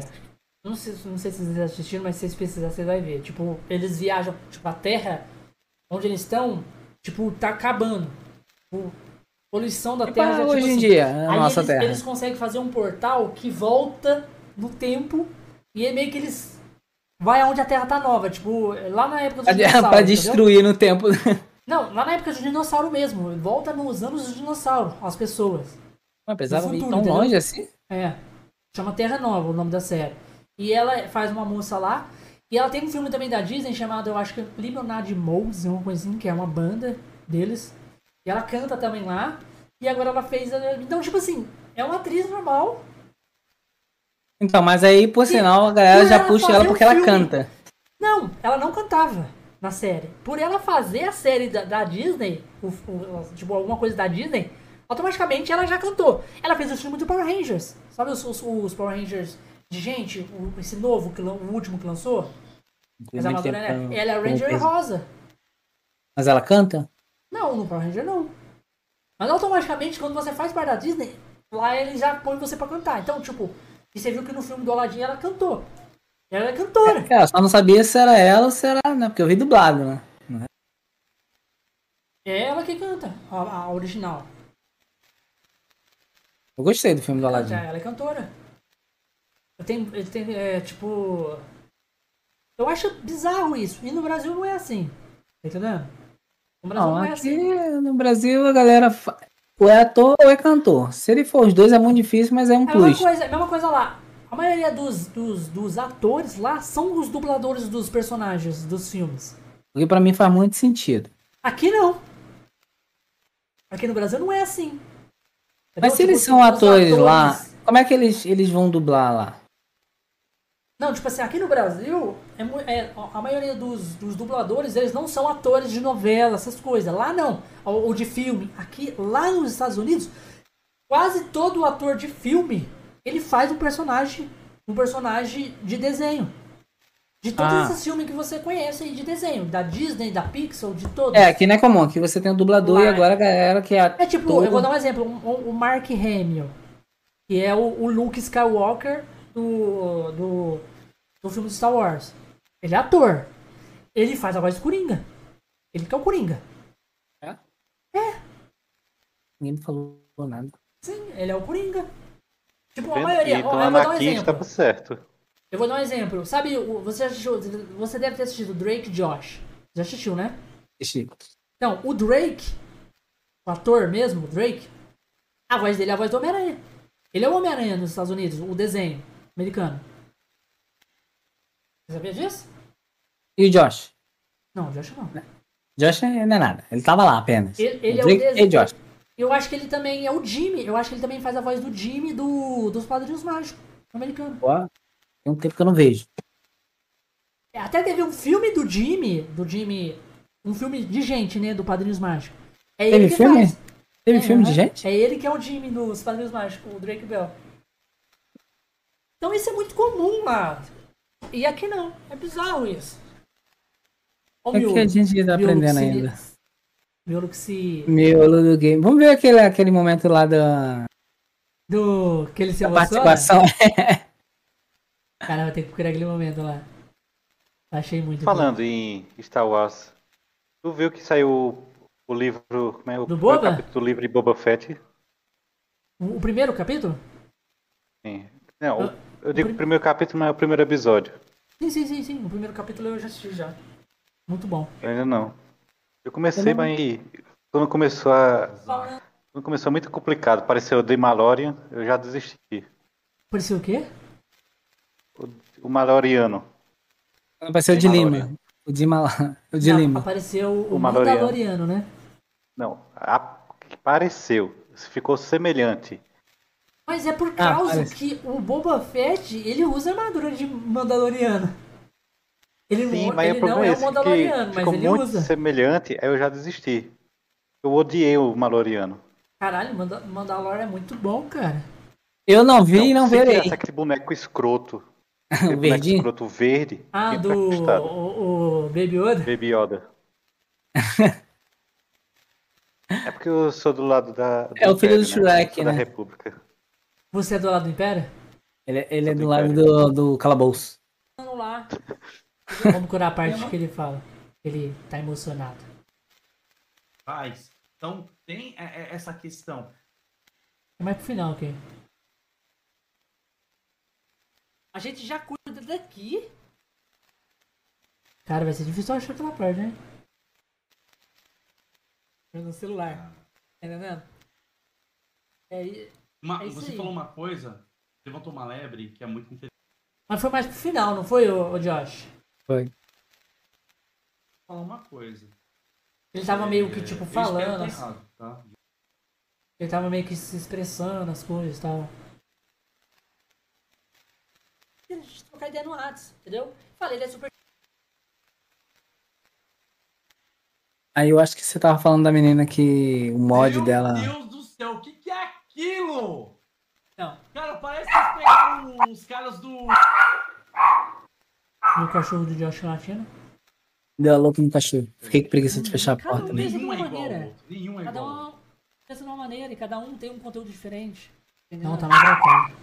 não, sei, não sei se vocês assistiram, mas se vocês precisarem, vocês vão ver. Tipo, eles viajam. Tipo, a Terra onde eles estão, tipo, tá acabando. Tipo, poluição da
E
Terra.
pra
já, tipo
hoje em
assim,
dia, né,
aí
nossa
eles,
Terra.
eles conseguem fazer um portal que volta no tempo e é meio que eles... Vai aonde a Terra tá nova, tipo, lá na
*laughs*
época
Pra,
dos
de-
dinossauros,
pra
entendeu?
destruir no tempo.
Não, lá na época do dinossauro mesmo. Volta nos anos do dinossauro, as pessoas.
Mas precisava
No
ir
futuro,
tão
entendeu?
longe assim?
É. Chama Terra Nova o nome da série. E ela faz uma moça lá. E ela tem um filme também da Disney chamado, eu acho que é Limonade Mousse, uma coisa assim, que é uma banda deles. E ela canta também lá. E agora ela fez. a- Então, tipo assim, é uma atriz normal.
Então, mas aí, por sinal, a
e
galera já
ela
puxa
fazer
ela
um
porque ela
filme.
canta.
Não, ela não cantava na série. Por ela fazer a série da, da Disney, o- o- tipo, alguma coisa da Disney, automaticamente ela já cantou. Ela fez o filme do Power Rangers. Sabe os, os- os Power Rangers de gente? O- esse novo, que, lan- o último que lançou? Mas a
muito
Madonna,
tempo que eu-
ela é a
que eu não
Ranger
penso.
Rosa.
Mas ela canta?
Não, no Power Ranger não. Mas automaticamente, quando você faz parte da Disney, lá eles já põem você pra cantar. Então, tipo, e você viu que no filme do Aladdin ela cantou. Ela é cantora.
É, eu só não sabia se era ela ou se era, né? Porque eu vi dublado, né? Não é?
É ela que canta, a- a original.
Eu gostei do filme do Aladdin.
Já, ela é cantora. Eu tenho, eu tenho, é, tipo... Eu acho bizarro isso. E no Brasil não é assim. Tá entendendo? No Brasil
Não,
não é
aqui
assim.
no Brasil a galera fa- ou é ator ou é cantor. Se ele for os dois é muito difícil, mas é um
É a mesma
plus.
coisa, a mesma coisa lá. A maioria dos, dos, dos atores lá são os dubladores dos personagens dos filmes.
Porque pra mim faz muito sentido.
Aqui não. Aqui no Brasil não é assim.
Mas
Entendeu?
se eles
Tipo,
são
os
atores lá, como é que eles, eles vão dublar lá?
Não, tipo assim, aqui no Brasil, é, mu- é, a maioria dos, dos dubladores, eles não são atores de novela, essas coisas. Lá não, ou, ou de filme. Aqui, lá nos Estados Unidos, quase todo ator de filme, ele faz um personagem, um personagem de desenho. De todos
Ah.
esses filmes que você conhece aí de desenho, da Disney, da Pixar, de todos.
É, aqui não é comum, aqui você tem um dublador
Lá
e agora a galera que é ator.
É tipo, eu vou dar um exemplo, um- um- o Mark Hamill, que é o, o Luke Skywalker do, do, do filme do Star Wars. Ele é ator. Ele faz a voz do Coringa. Ele que é o Coringa.
Ninguém me falou nada.
Sim, ele é o Coringa. Tipo, a
Vendo?
maioria.
Então
ó,
a
eu vou dar um
Anakin
exemplo.
estava certo.
Eu vou dar um exemplo. Sabe, o- você, assistiu- você deve ter assistido Drake Josh. Já assistiu, né? Então, o Drake, o ator mesmo, o Drake, a voz dele é a voz do Homem-Aranha. Ele é o Homem-Aranha nos Estados Unidos, o desenho americano. Você sabia disso?
E o Josh?
Não, Josh não.
Josh não é nada. Ele tava lá apenas.
Ele, ele é o
Drake
desenho.
e Josh.
Eu acho que ele também é o Jimmy. Eu acho que ele também faz a voz do Jimmy do, dos Padrinhos Mágicos, americano.
Ó, Tem um tempo que eu não vejo.
É, Até teve um filme do Jimmy, do Jimmy, um filme de gente, né, do Padrinhos Mágicos. É ele
Teve
que
filme?
faz.
Teve
É,
filme de
aham.
gente?
É ele que é o Jimmy dos Padrinhos Mágicos, o Drake Bell. Então isso é muito comum lá. E aqui não. É bizarro isso. Ó o
É que a gente tá
Miolo que
aprendendo
se-
ainda.
Miolo que se...
Miolo do game. Vamos ver aquele, aquele momento lá da,
Do... Que ele se
da
emociona.
participação.
Cara, vai ter que procurar aquele momento lá. Achei muito bom.
Falando em Star Wars, tu viu que saiu o- o livro, como é o
Do
primeiro
Boba?
capítulo do livro de Boba Fett?
O o primeiro capítulo?
Sim. Não, o- eu digo o primeiro capítulo, mas é o primeiro episódio.
Sim, sim, sim, sim. O primeiro capítulo eu já assisti já. Muito bom.
Eu ainda não. Eu comecei,
Eu não-
mas aí, quando começou a. Quando começou é muito complicado, pareceu o The Malorian, eu já desisti.
Parecia o quê?
O Maloriano.
Apareceu o de Lima. O de, Mala... o de
Não,
Lima.
Apareceu o,
O Mandaloriano.
Mandaloriano, né?
Não, a- que pareceu. Ficou semelhante.
Mas é por
Ah,
causa
parece.
que o Boba Fett, ele usa armadura de Mandaloriano. Ele,
Sim,
não,
mas
ele
o
não
problema
é
é
o
esse,
Mandaloriano,
que
mas
ficou
ele
muito
usa.
semelhante, aí eu já desisti. Eu odiei o Maloriano.
Caralho, Manda Mandalor é muito bom, cara.
Eu não vi e não
se
verei.
tivesse aquele boneco
*laughs*
escroto. aquele boneco
verdinho?
escroto verde.
Ah,
tinha
do
conquistado.
o, o Baby Yoda?
Baby Yoda.
*laughs*
é porque eu sou do lado da.
É o filho do
Império, né?
Shrek,
Sou Da
né?
República.
Você é do lado do Império?
Ele, ele é do lado do, do calabouço.
Vamos lá. Vamos curar a parte que ele fala. Ele tá emocionado.
faz. Então tem é, é, essa questão.
Como é pro final, ok?
A gente já cuida daqui.
Cara, vai ser difícil achar aquela parte, né? No celular. Tá entendendo? É, i-
Uma-
é isso
você
aí.
falou uma coisa, levantou uma lebre que é muito interessante.
Mas foi mais pro final, não foi, ô, ô Josh?
Foi.
Falar uma coisa. É,
Ele tava meio que, tipo,
eu espero ter
falando, assim.
errado, tá?
Ele tava meio que se expressando as coisas e tal.
A gente trocar ideia no Whats, entendeu? Falei, ele é super.
Aí eu acho que você tava falando da menina que o mod dela.
Meu Deus do céu, o que, que é aquilo?
Não.
Cara, parece que eles pegaram os caras do.
E o cachorro do Josh latindo.
Deu a louca no cachorro. Fiquei com preguiça de fechar a
Cada
porta.
um pensa de
Né?
uma
é igual ao
maneira.
outro, nenhum é
Cada
igual ao
um pensa de uma maneira e cada um tem um conteúdo diferente.
Entendeu?
Não, tá mais bacana.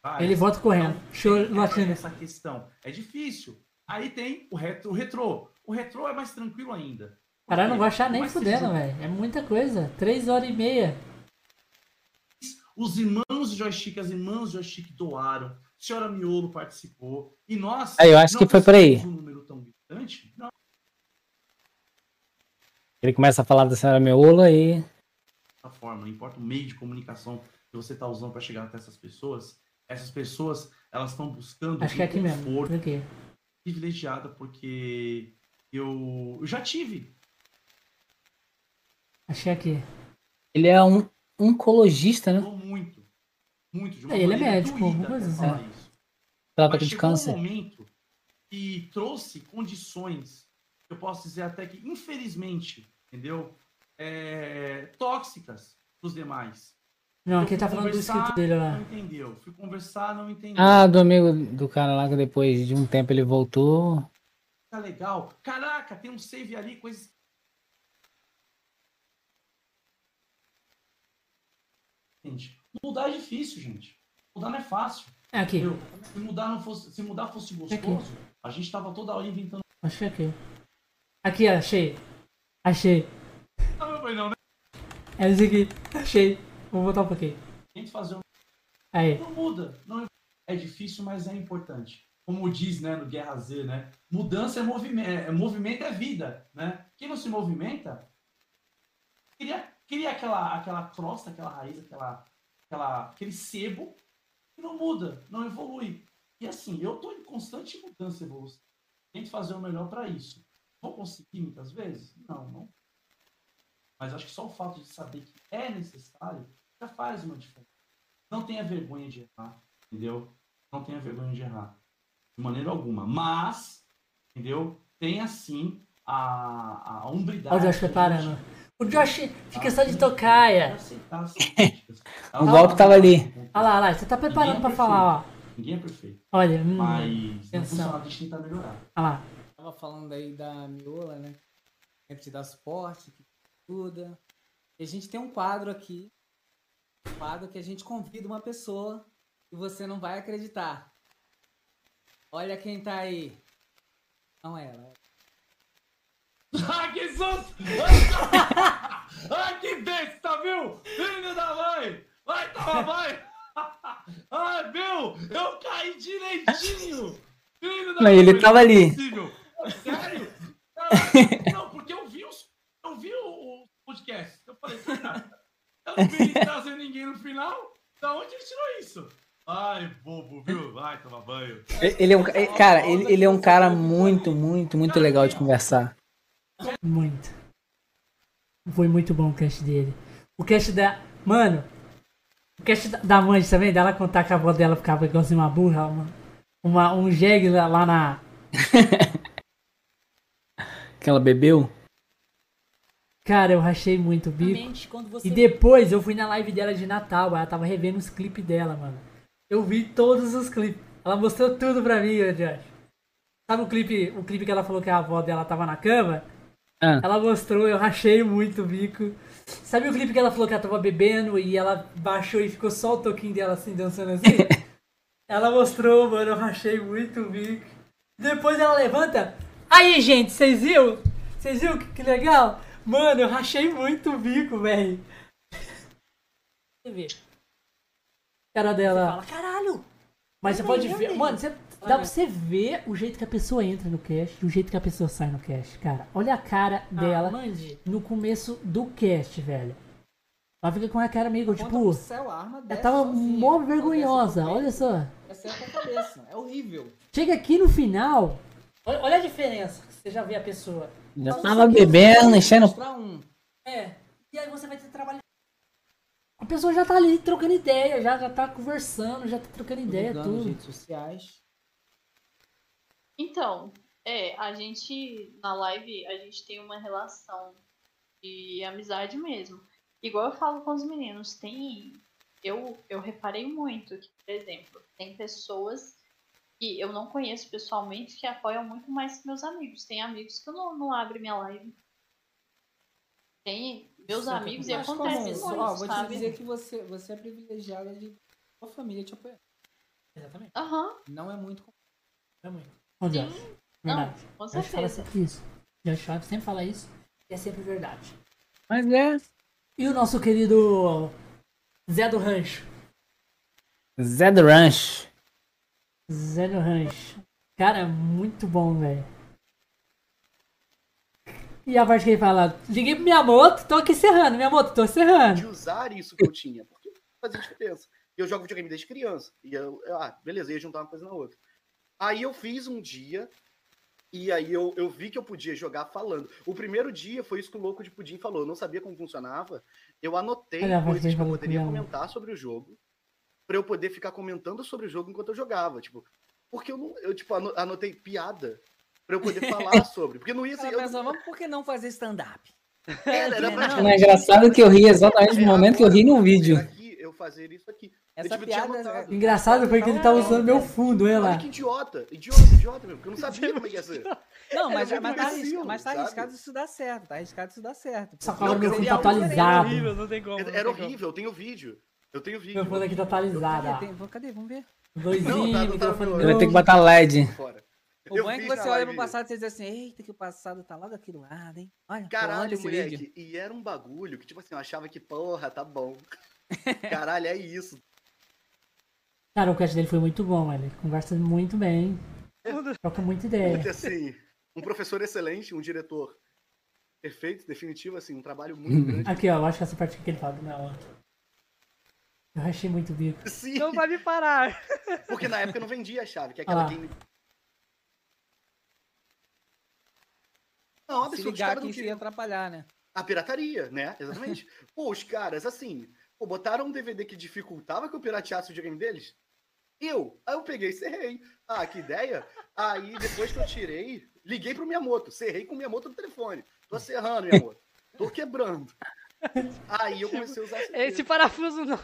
Vai.
Ele volta correndo. Show latindo.
essa questão. É difícil. Aí tem o retro, o retrô. O retrô é mais tranquilo ainda.
Caralho, não vou achar nem
Mas se
fudendo,
junta-
velho. É muita coisa. Três horas e meia.
Os irmãos de joystick, as irmãs de joystick doaram. Senhora Miolo participou. E nós.
Ah, eu acho que foi por aí.
conseguimos Um número tão gigante. Não.
Ele começa a falar da senhora Meola e.
da forma, não importa o meio de comunicação que você está usando para chegar até essas pessoas, essas pessoas elas estão buscando
Acho que é aqui mesmo. Por quê?
privilegiada porque eu, eu já tive.
Achei aqui.
Ele é um oncologista, né?
muito, muito de uma
É, ele é
maneira
médico, alguma
doída
coisa
até
assim.
falar isso.
Trata
Mas
de
chegou um
tá câncer.
momento que trouxe condições, eu posso dizer até que infelizmente, entendeu? É, tóxicas para os demais.
Não,
Eu
aqui
fui
tá falando do
conversar,
escrito dele lá.
Não entendeu. Fui conversar, não entendeu.
Ah, do amigo do cara lá que depois de um tempo ele voltou.
tá legal. Caraca, tem um save ali, coisa. Gente, mudar é difícil, gente. Mudar não é fácil.
É aqui. Tá
entendeu? Se mudar, não fosse, se mudar fosse gostoso, a gente tava toda hora inventando.
Achei é aqui. Aqui, ó, achei. Achei.
Ah, não foi não, né?
É esse aqui. Achei. Vou voltar um pouquinho.
A gente fazer um.
Aí.
Não muda. Não é... é difícil, mas é importante. Como diz, né, no Guerra Z, né? Mudança é movimento, é, movimento é vida, né? Quem não se movimenta, cria, cria aquela, aquela crosta, aquela raiz, aquela, aquela, aquele sebo que não muda, não evolui. E assim, eu tô em constante mudança e evolução. Tento fazer o melhor para isso. Vou conseguir muitas vezes? Não, não. Mas acho que só o fato de saber que é necessário já faz uma diferença. Não tenha vergonha de errar, entendeu? Não tenha vergonha de errar. De maneira alguma. Mas, entendeu? Tenha sim a, a hombridade.
Olha o Josh preparando. O Josh fica só de tocaia.
Ah,
O golpe tava ali.
Olha lá, olha lá. Você tá preparando pra falar, ó.
Ninguém é perfeito.
Olha, hum,
Mas não funciona,
atenção.
a gente tentar melhorar.
Olha lá.
Tava falando aí da Miola, né? Sempre te dá suporte, que ajuda. E a gente tem um quadro aqui. Um quadro que a gente convida uma pessoa e você não vai acreditar. Olha quem tá aí. Não é ela.
*laughs* ah, que susto! ah, que besta, viu? Filho da mãe! Vai tomar banho! *laughs* ah, meu! Eu caí direitinho! Filho da
Não, ele
mãe,
tava
não é
ali.
possível. Sério? Caraca, Não, porque eu vi os. Eu vi o, o podcast. Eu falei, cara, eu não vi ele trazer ninguém no final. Da onde ele tirou isso? Ai, bobo, viu? Vai tomar banho.
E- Ele é um, ca- e- cara, ele, ele é um cara muito, muito, muito legal de conversar.
Muito. Foi muito bom o cast dele. O cast da. Mano. O cast da, da mãe também, dela contar que a avó dela ficava igualzinho uma burra, uma, uma- um jegue lá, lá na.
Que ela bebeu?
Cara, eu rachei muito o bico.
Realmente, quando você-
E depois eu fui na live dela de Natal, ela tava revendo os clipes dela, mano. Eu vi todos os clipes. Ela mostrou tudo pra mim, ô Josh. Sabe o clipe, o clipe que ela falou que a avó dela tava na cama?
Ah.
Ela mostrou, eu rachei muito o bico. Sabe o clipe que ela falou que ela tava bebendo e ela baixou e ficou só o toquinho dela assim, dançando assim? ela mostrou, mano, eu rachei muito o bico. Depois ela levanta. Aí, gente, vocês viram? Vocês viram que, que legal? Mano, eu rachei muito o bico, velho. Você vê. Cara dela.
Fala, caralho!
Mas você
eu
pode
dei, eu
ver.
dei.
Mano, você-
É.
dá pra você ver o jeito que a pessoa entra no cast e o jeito que a pessoa sai no cast, cara. Olha a cara
Ah,
dela
mande.
no começo do cast, velho. Ela fica com a cara meio
Conta
tipo.
pro céu, a arma
Ela
desce
tava
sozinha.
mó vergonhosa, olha só.
Essa é a cabeça. É horrível.
Chega aqui no final. Olha, olha a diferença que você já vê a pessoa.
Já
Então,
tá
Só
tava
você quer
bebendo,
mostrar
enchendo-
um. É. E aí você vai ter trabalho. A pessoa já tá ali trocando ideia, já, já tá conversando, já tá trocando ideia,
Ligando
tudo.
nas redes sociais.
Então, é, a gente, na live, a gente tem uma relação de amizade mesmo. Igual eu falo com os meninos, tem. Eu, eu reparei muito que, por exemplo, tem pessoas que eu não conheço pessoalmente que apoiam muito mais que meus amigos. Tem amigos que eu não, não abro minha live. Tem meus
Isso é
amigos e
mais
acontece
comum.
muito,
Ó, vou te
sabe?
dizer que você, você é privilegiada de sua família te apoiar.
Exatamente.
Aham.
Não é muito comum.
É muito. Ô, Josh.
não,
Verdade.
com
Josh fala
certeza.
sempre isso. Josh Schwab sempre fala isso. E é sempre verdade.
Mas é.
E o nosso querido Zé do Rancho.
Zé do Ranch.
Zé do Rancho. Cara, é muito bom, velho. E a parte que ele fala, liguei pra minha moto, tô aqui encerrando, minha moto, tô encerrando.
de usar isso que eu tinha, porque fazia diferença. E eu jogo videogame desde criança. E eu, eu, ah, beleza, eu ia juntar uma coisa na outra. Aí eu fiz um dia, e aí eu, eu vi que eu podia jogar falando. O primeiro dia foi isso que o Louco de Pudim falou, eu não sabia como funcionava. Eu anotei
Olha a voz
coisas
dele
que eu
falando
poderia
um.
com ela.
comentar sobre o jogo, pra eu poder ficar comentando sobre o jogo enquanto eu jogava. Tipo, porque eu não. Eu, tipo, ano- anotei piada pra eu poder falar
*laughs*
sobre. Porque não ia ser.
Ela
eu-
pensava, por que não fazer stand-up?
Era, era praticamente
Não, é engraçado que eu ri exatamente no momento que eu ri no vídeo.
aqui, eu fazer isso aqui.
Essa
eu, tinha
piada- é
anotado.
Engraçado foi que ele tá usando meu fundo, olha
Olha
lá.
que idiota, idiota, idiota mesmo, porque eu não sabia como é que ia ser.
*laughs* Não,
Era
mas,
muito
mas, tá,
imbecil,
arriscado, mas tá
sabe?
arriscado isso dar certo. Tá arriscado isso dar certo.
Só
porque-
fala meu fundo
seria
tá
algo-
atualizado.
seria é horrível,
não tem como.
Era horrível, eu tenho vídeo. Eu tenho vídeo.
Meu fundo aqui tá atualizado.
Cadê?
ó.
Tem- Cadê? Vamos ver.
Doisinho,
tá,
microfone
Eu vou ter
novo.
que botar LED.
Fora.
O
Eu
bom é que
vi
você
na
olha
live.
pro passado e você diz assim, eita, que o passado tá logo aqui do lado, hein? Olha, olha
Caralho,
esse
moleque.
vídeo.
E era um bagulho que, tipo assim, eu achava que, porra,
*laughs*
tá bom. Caralho, é isso.
Cara, o cast dele foi muito bom, velho. Ele Conversa muito bem. Troca muita ideia.
Porque, assim, um professor excelente, um diretor perfeito, definitivo, assim, um
*laughs*
trabalho muito grande.
Aqui, ó, eu acho que essa parte aqui que ele fala do meu ó. Eu achei muito bico.
Sim.
Não vai me parar.
Porque na época eu não vendia a chave, que é
Ah
aquela
lá.
game.
é
Não,
um
Se
absurdo, os
ligar
caras
aqui,
não
você ia atrapalhar, né?
A pirataria, né? Exatamente. pô, os caras, assim, pô, botaram um DVD que dificultava que eu pirateasse o videogame deles. Eu, aí eu peguei e serrei. Ah, que ideia. Aí, depois que eu tirei, liguei pro Miyamoto. Serrei com o Miyamoto no telefone. Tô serrando, Miyamoto. Tô quebrando. Aí eu comecei a usar
Esse parafuso não,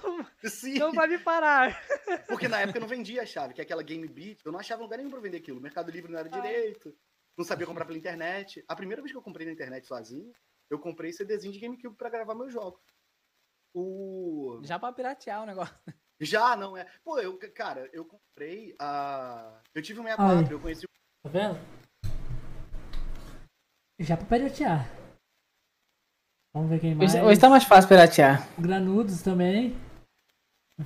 não vai me parar.
Porque na época eu não vendia a chave, que é aquela Game Beat. Eu não achava lugar nenhum pra vender aquilo. Mercado Livre não era direito. Não sabia comprar pela internet. A primeira vez que eu comprei na internet sozinho, eu comprei CDzinho de GameCube pra gravar meus jogos. O...
Já pra piratear o negócio.
Já, não é. Pô, eu, cara, eu comprei a. Eu tive um 64,
Ai.
eu conheci o.
Tá vendo? Já pra piratear. Vamos ver quem mais.
Hoje, hoje tá mais fácil piratear.
O Granudos também.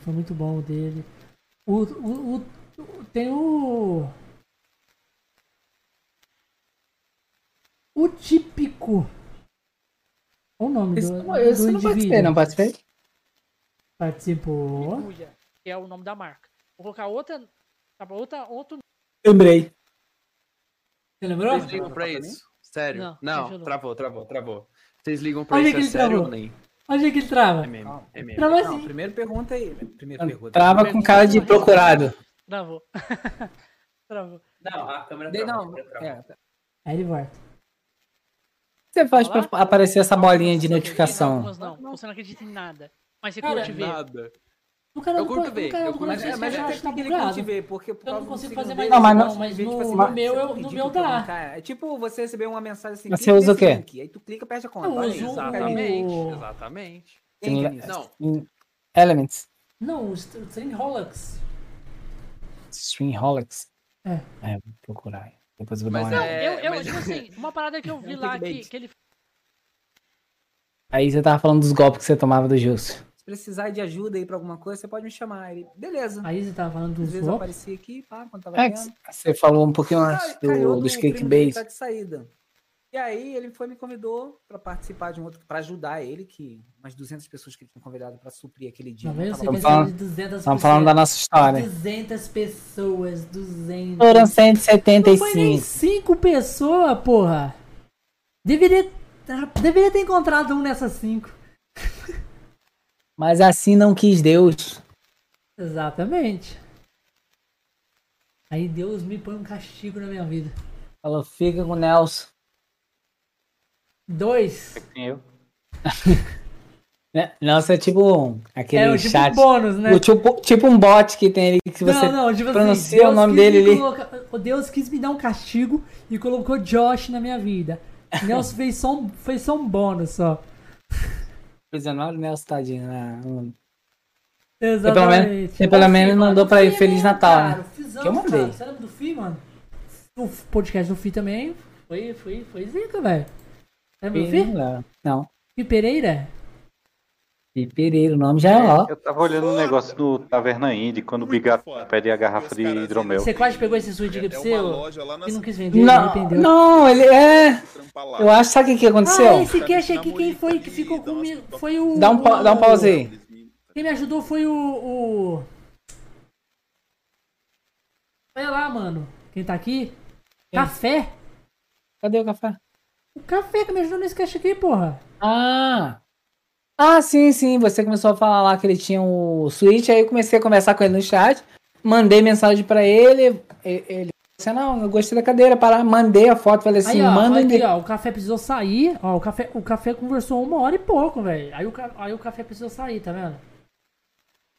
Foi muito bom o dele. O, o, o- o- tem o. O típico. Qual o nome
Esse
do,
não- esse
do
eu não participei,
indivíduo?
não participei?
Participou.
Cuia, que é o nome da marca. Vou colocar outra. Tá bom, outra, outro. *laughs*
Lembrei.
Você
Vocês ligam pra isso? Sério?
Não,
Não,
continua.
travou, travou, travou. Vocês ligam pra
Olha
isso, é
que ele
sério
travou.
ou nem?
Onde é que ele trava?
É mesmo, é mesmo.
Trava assim.
Primeiro pergunta aí. Primeiro pergunta.
Trava
com cara de procurado.
Travou. Travou.
Não, a câmera
De-
travou,
não,
a câmera travou.
é, tá.
Aí ele volta.
Você faz pra aparecer essa bolinha de notificação?
Algumas não. Você não acredita em nada. Mas você
Cara,
curte ver.
Nada.
O cara
Eu
não
curto
pode-
ver,
O cara
eu
não
curto
pode
ver.
ver,
Mas-
é
esse
mas
chat tá
tem que ele
bugado.
curte ver,
porque por
eu não
causa do
consigo
signo
fazer mais
dele,
isso,
não, mas não-
não, mas
tipo
no,
assim,
no
mas-
meu,
você
eu,
pediu
no meu tá.
pra
dá.
brincar. É tipo você receber uma mensagem assim. Mas clica você usa nesse o quê? link. Aí tu clica e perde a conta.
Eu
Olha aí,
uso o- é
cara,
Exatamente, exatamente.
Tem-
Não,
Em Elements.
Não, o St- o Stream Rolex.
Streamholics.
É.
É, vou procurar. Depois eu vou
Mas
dar uma
é-
Eu, eu,
mas-
tipo assim, uma parada que eu vi
É um
lá que,
clickbait.
que ele
Aí você tava falando dos golpes que você tomava do Gilson.
Se precisar de ajuda aí pra alguma coisa, você pode me chamar. Ele, beleza.
Aí você tava falando dos
Às vezes eu
golpes?
aparecia aqui, pá, quando tava
É que
vendo.
você falou um pouquinho antes
Caiu
do, dos
primo dele
clickbait.
que tá de saída. E aí ele foi me convidou pra participar de um outro, pra ajudar ele, que umas 200 pessoas que ele tinha convidado pra suprir aquele dia.
Não vem
Tava
você
Tamo
pensando
falando-
de 200
tamo falando da nossa história.
200 pessoas, 200.
Foram
Não foi nem
175.
5 pessoas, porra. Deveria, deveria ter encontrado um nessas 5.
Mas assim não quis Deus.
Exatamente. Aí Deus me põe um castigo na minha vida.
Falou, fica com o Nelson.
Dois.
Eu.
Né? Nelson é tipo um- aquele
É, o tipo
chat.
um bônus, né?
O tipo, tipo um bot que tem ali que se você
tipo assim,
pronuncia o
Deus
nome
quis me
dele ali.
colocar- Deus quis me dar um castigo e colocou Josh na
*laughs*
minha vida. Nelson fez só um, fez só um bônus só.
Pois é, não olha o Nelson, tadinho. né? Não- Você pelo menos,
Exatamente. Tipo assim,
você pelo menos mandou pra ele Feliz Natal,
um Cara,
né?
fizamos,
que eu
cara.
mandei.
Você lembra do Fi, mano? O f- podcast do Fi também foi, foi, foi zica, velho. Lembra do Fi?
Não, Não.
Fi Pereira?
E Pereira, o nome já é ó.
Eu tava olhando um negócio no Taverna Indy, quando o Bigato pede a garrafa de hidromel.
Você quase pegou esse suíte aqui pra você? Que não quis vender, ele
Não,
arrependeu.
não, ele é. Eu acho, sabe o que, que aconteceu?
Ah, esse cash aqui, quem foi que ficou comigo? Foi o.
Dá um, pa- dá um pause aí.
Quem me ajudou foi o. o... Olha lá, mano. Quem tá aqui? Café?
Cadê o café?
O café que me ajudou nesse cash aqui, porra.
Ah. Ah, sim, sim. Você começou a falar lá que ele tinha o Switch, aí eu comecei a conversar com ele no chat. Mandei mensagem pra ele. e- Ele falou assim: não, eu gostei da cadeira, para. Mandei a foto, falei assim,
aí, ó,
manda
aí,
um de-
ó, o café precisou sair. Ó, o café, o café conversou uma hora e pouco, velho. Aí, o ca- aí o café precisou sair, tá vendo?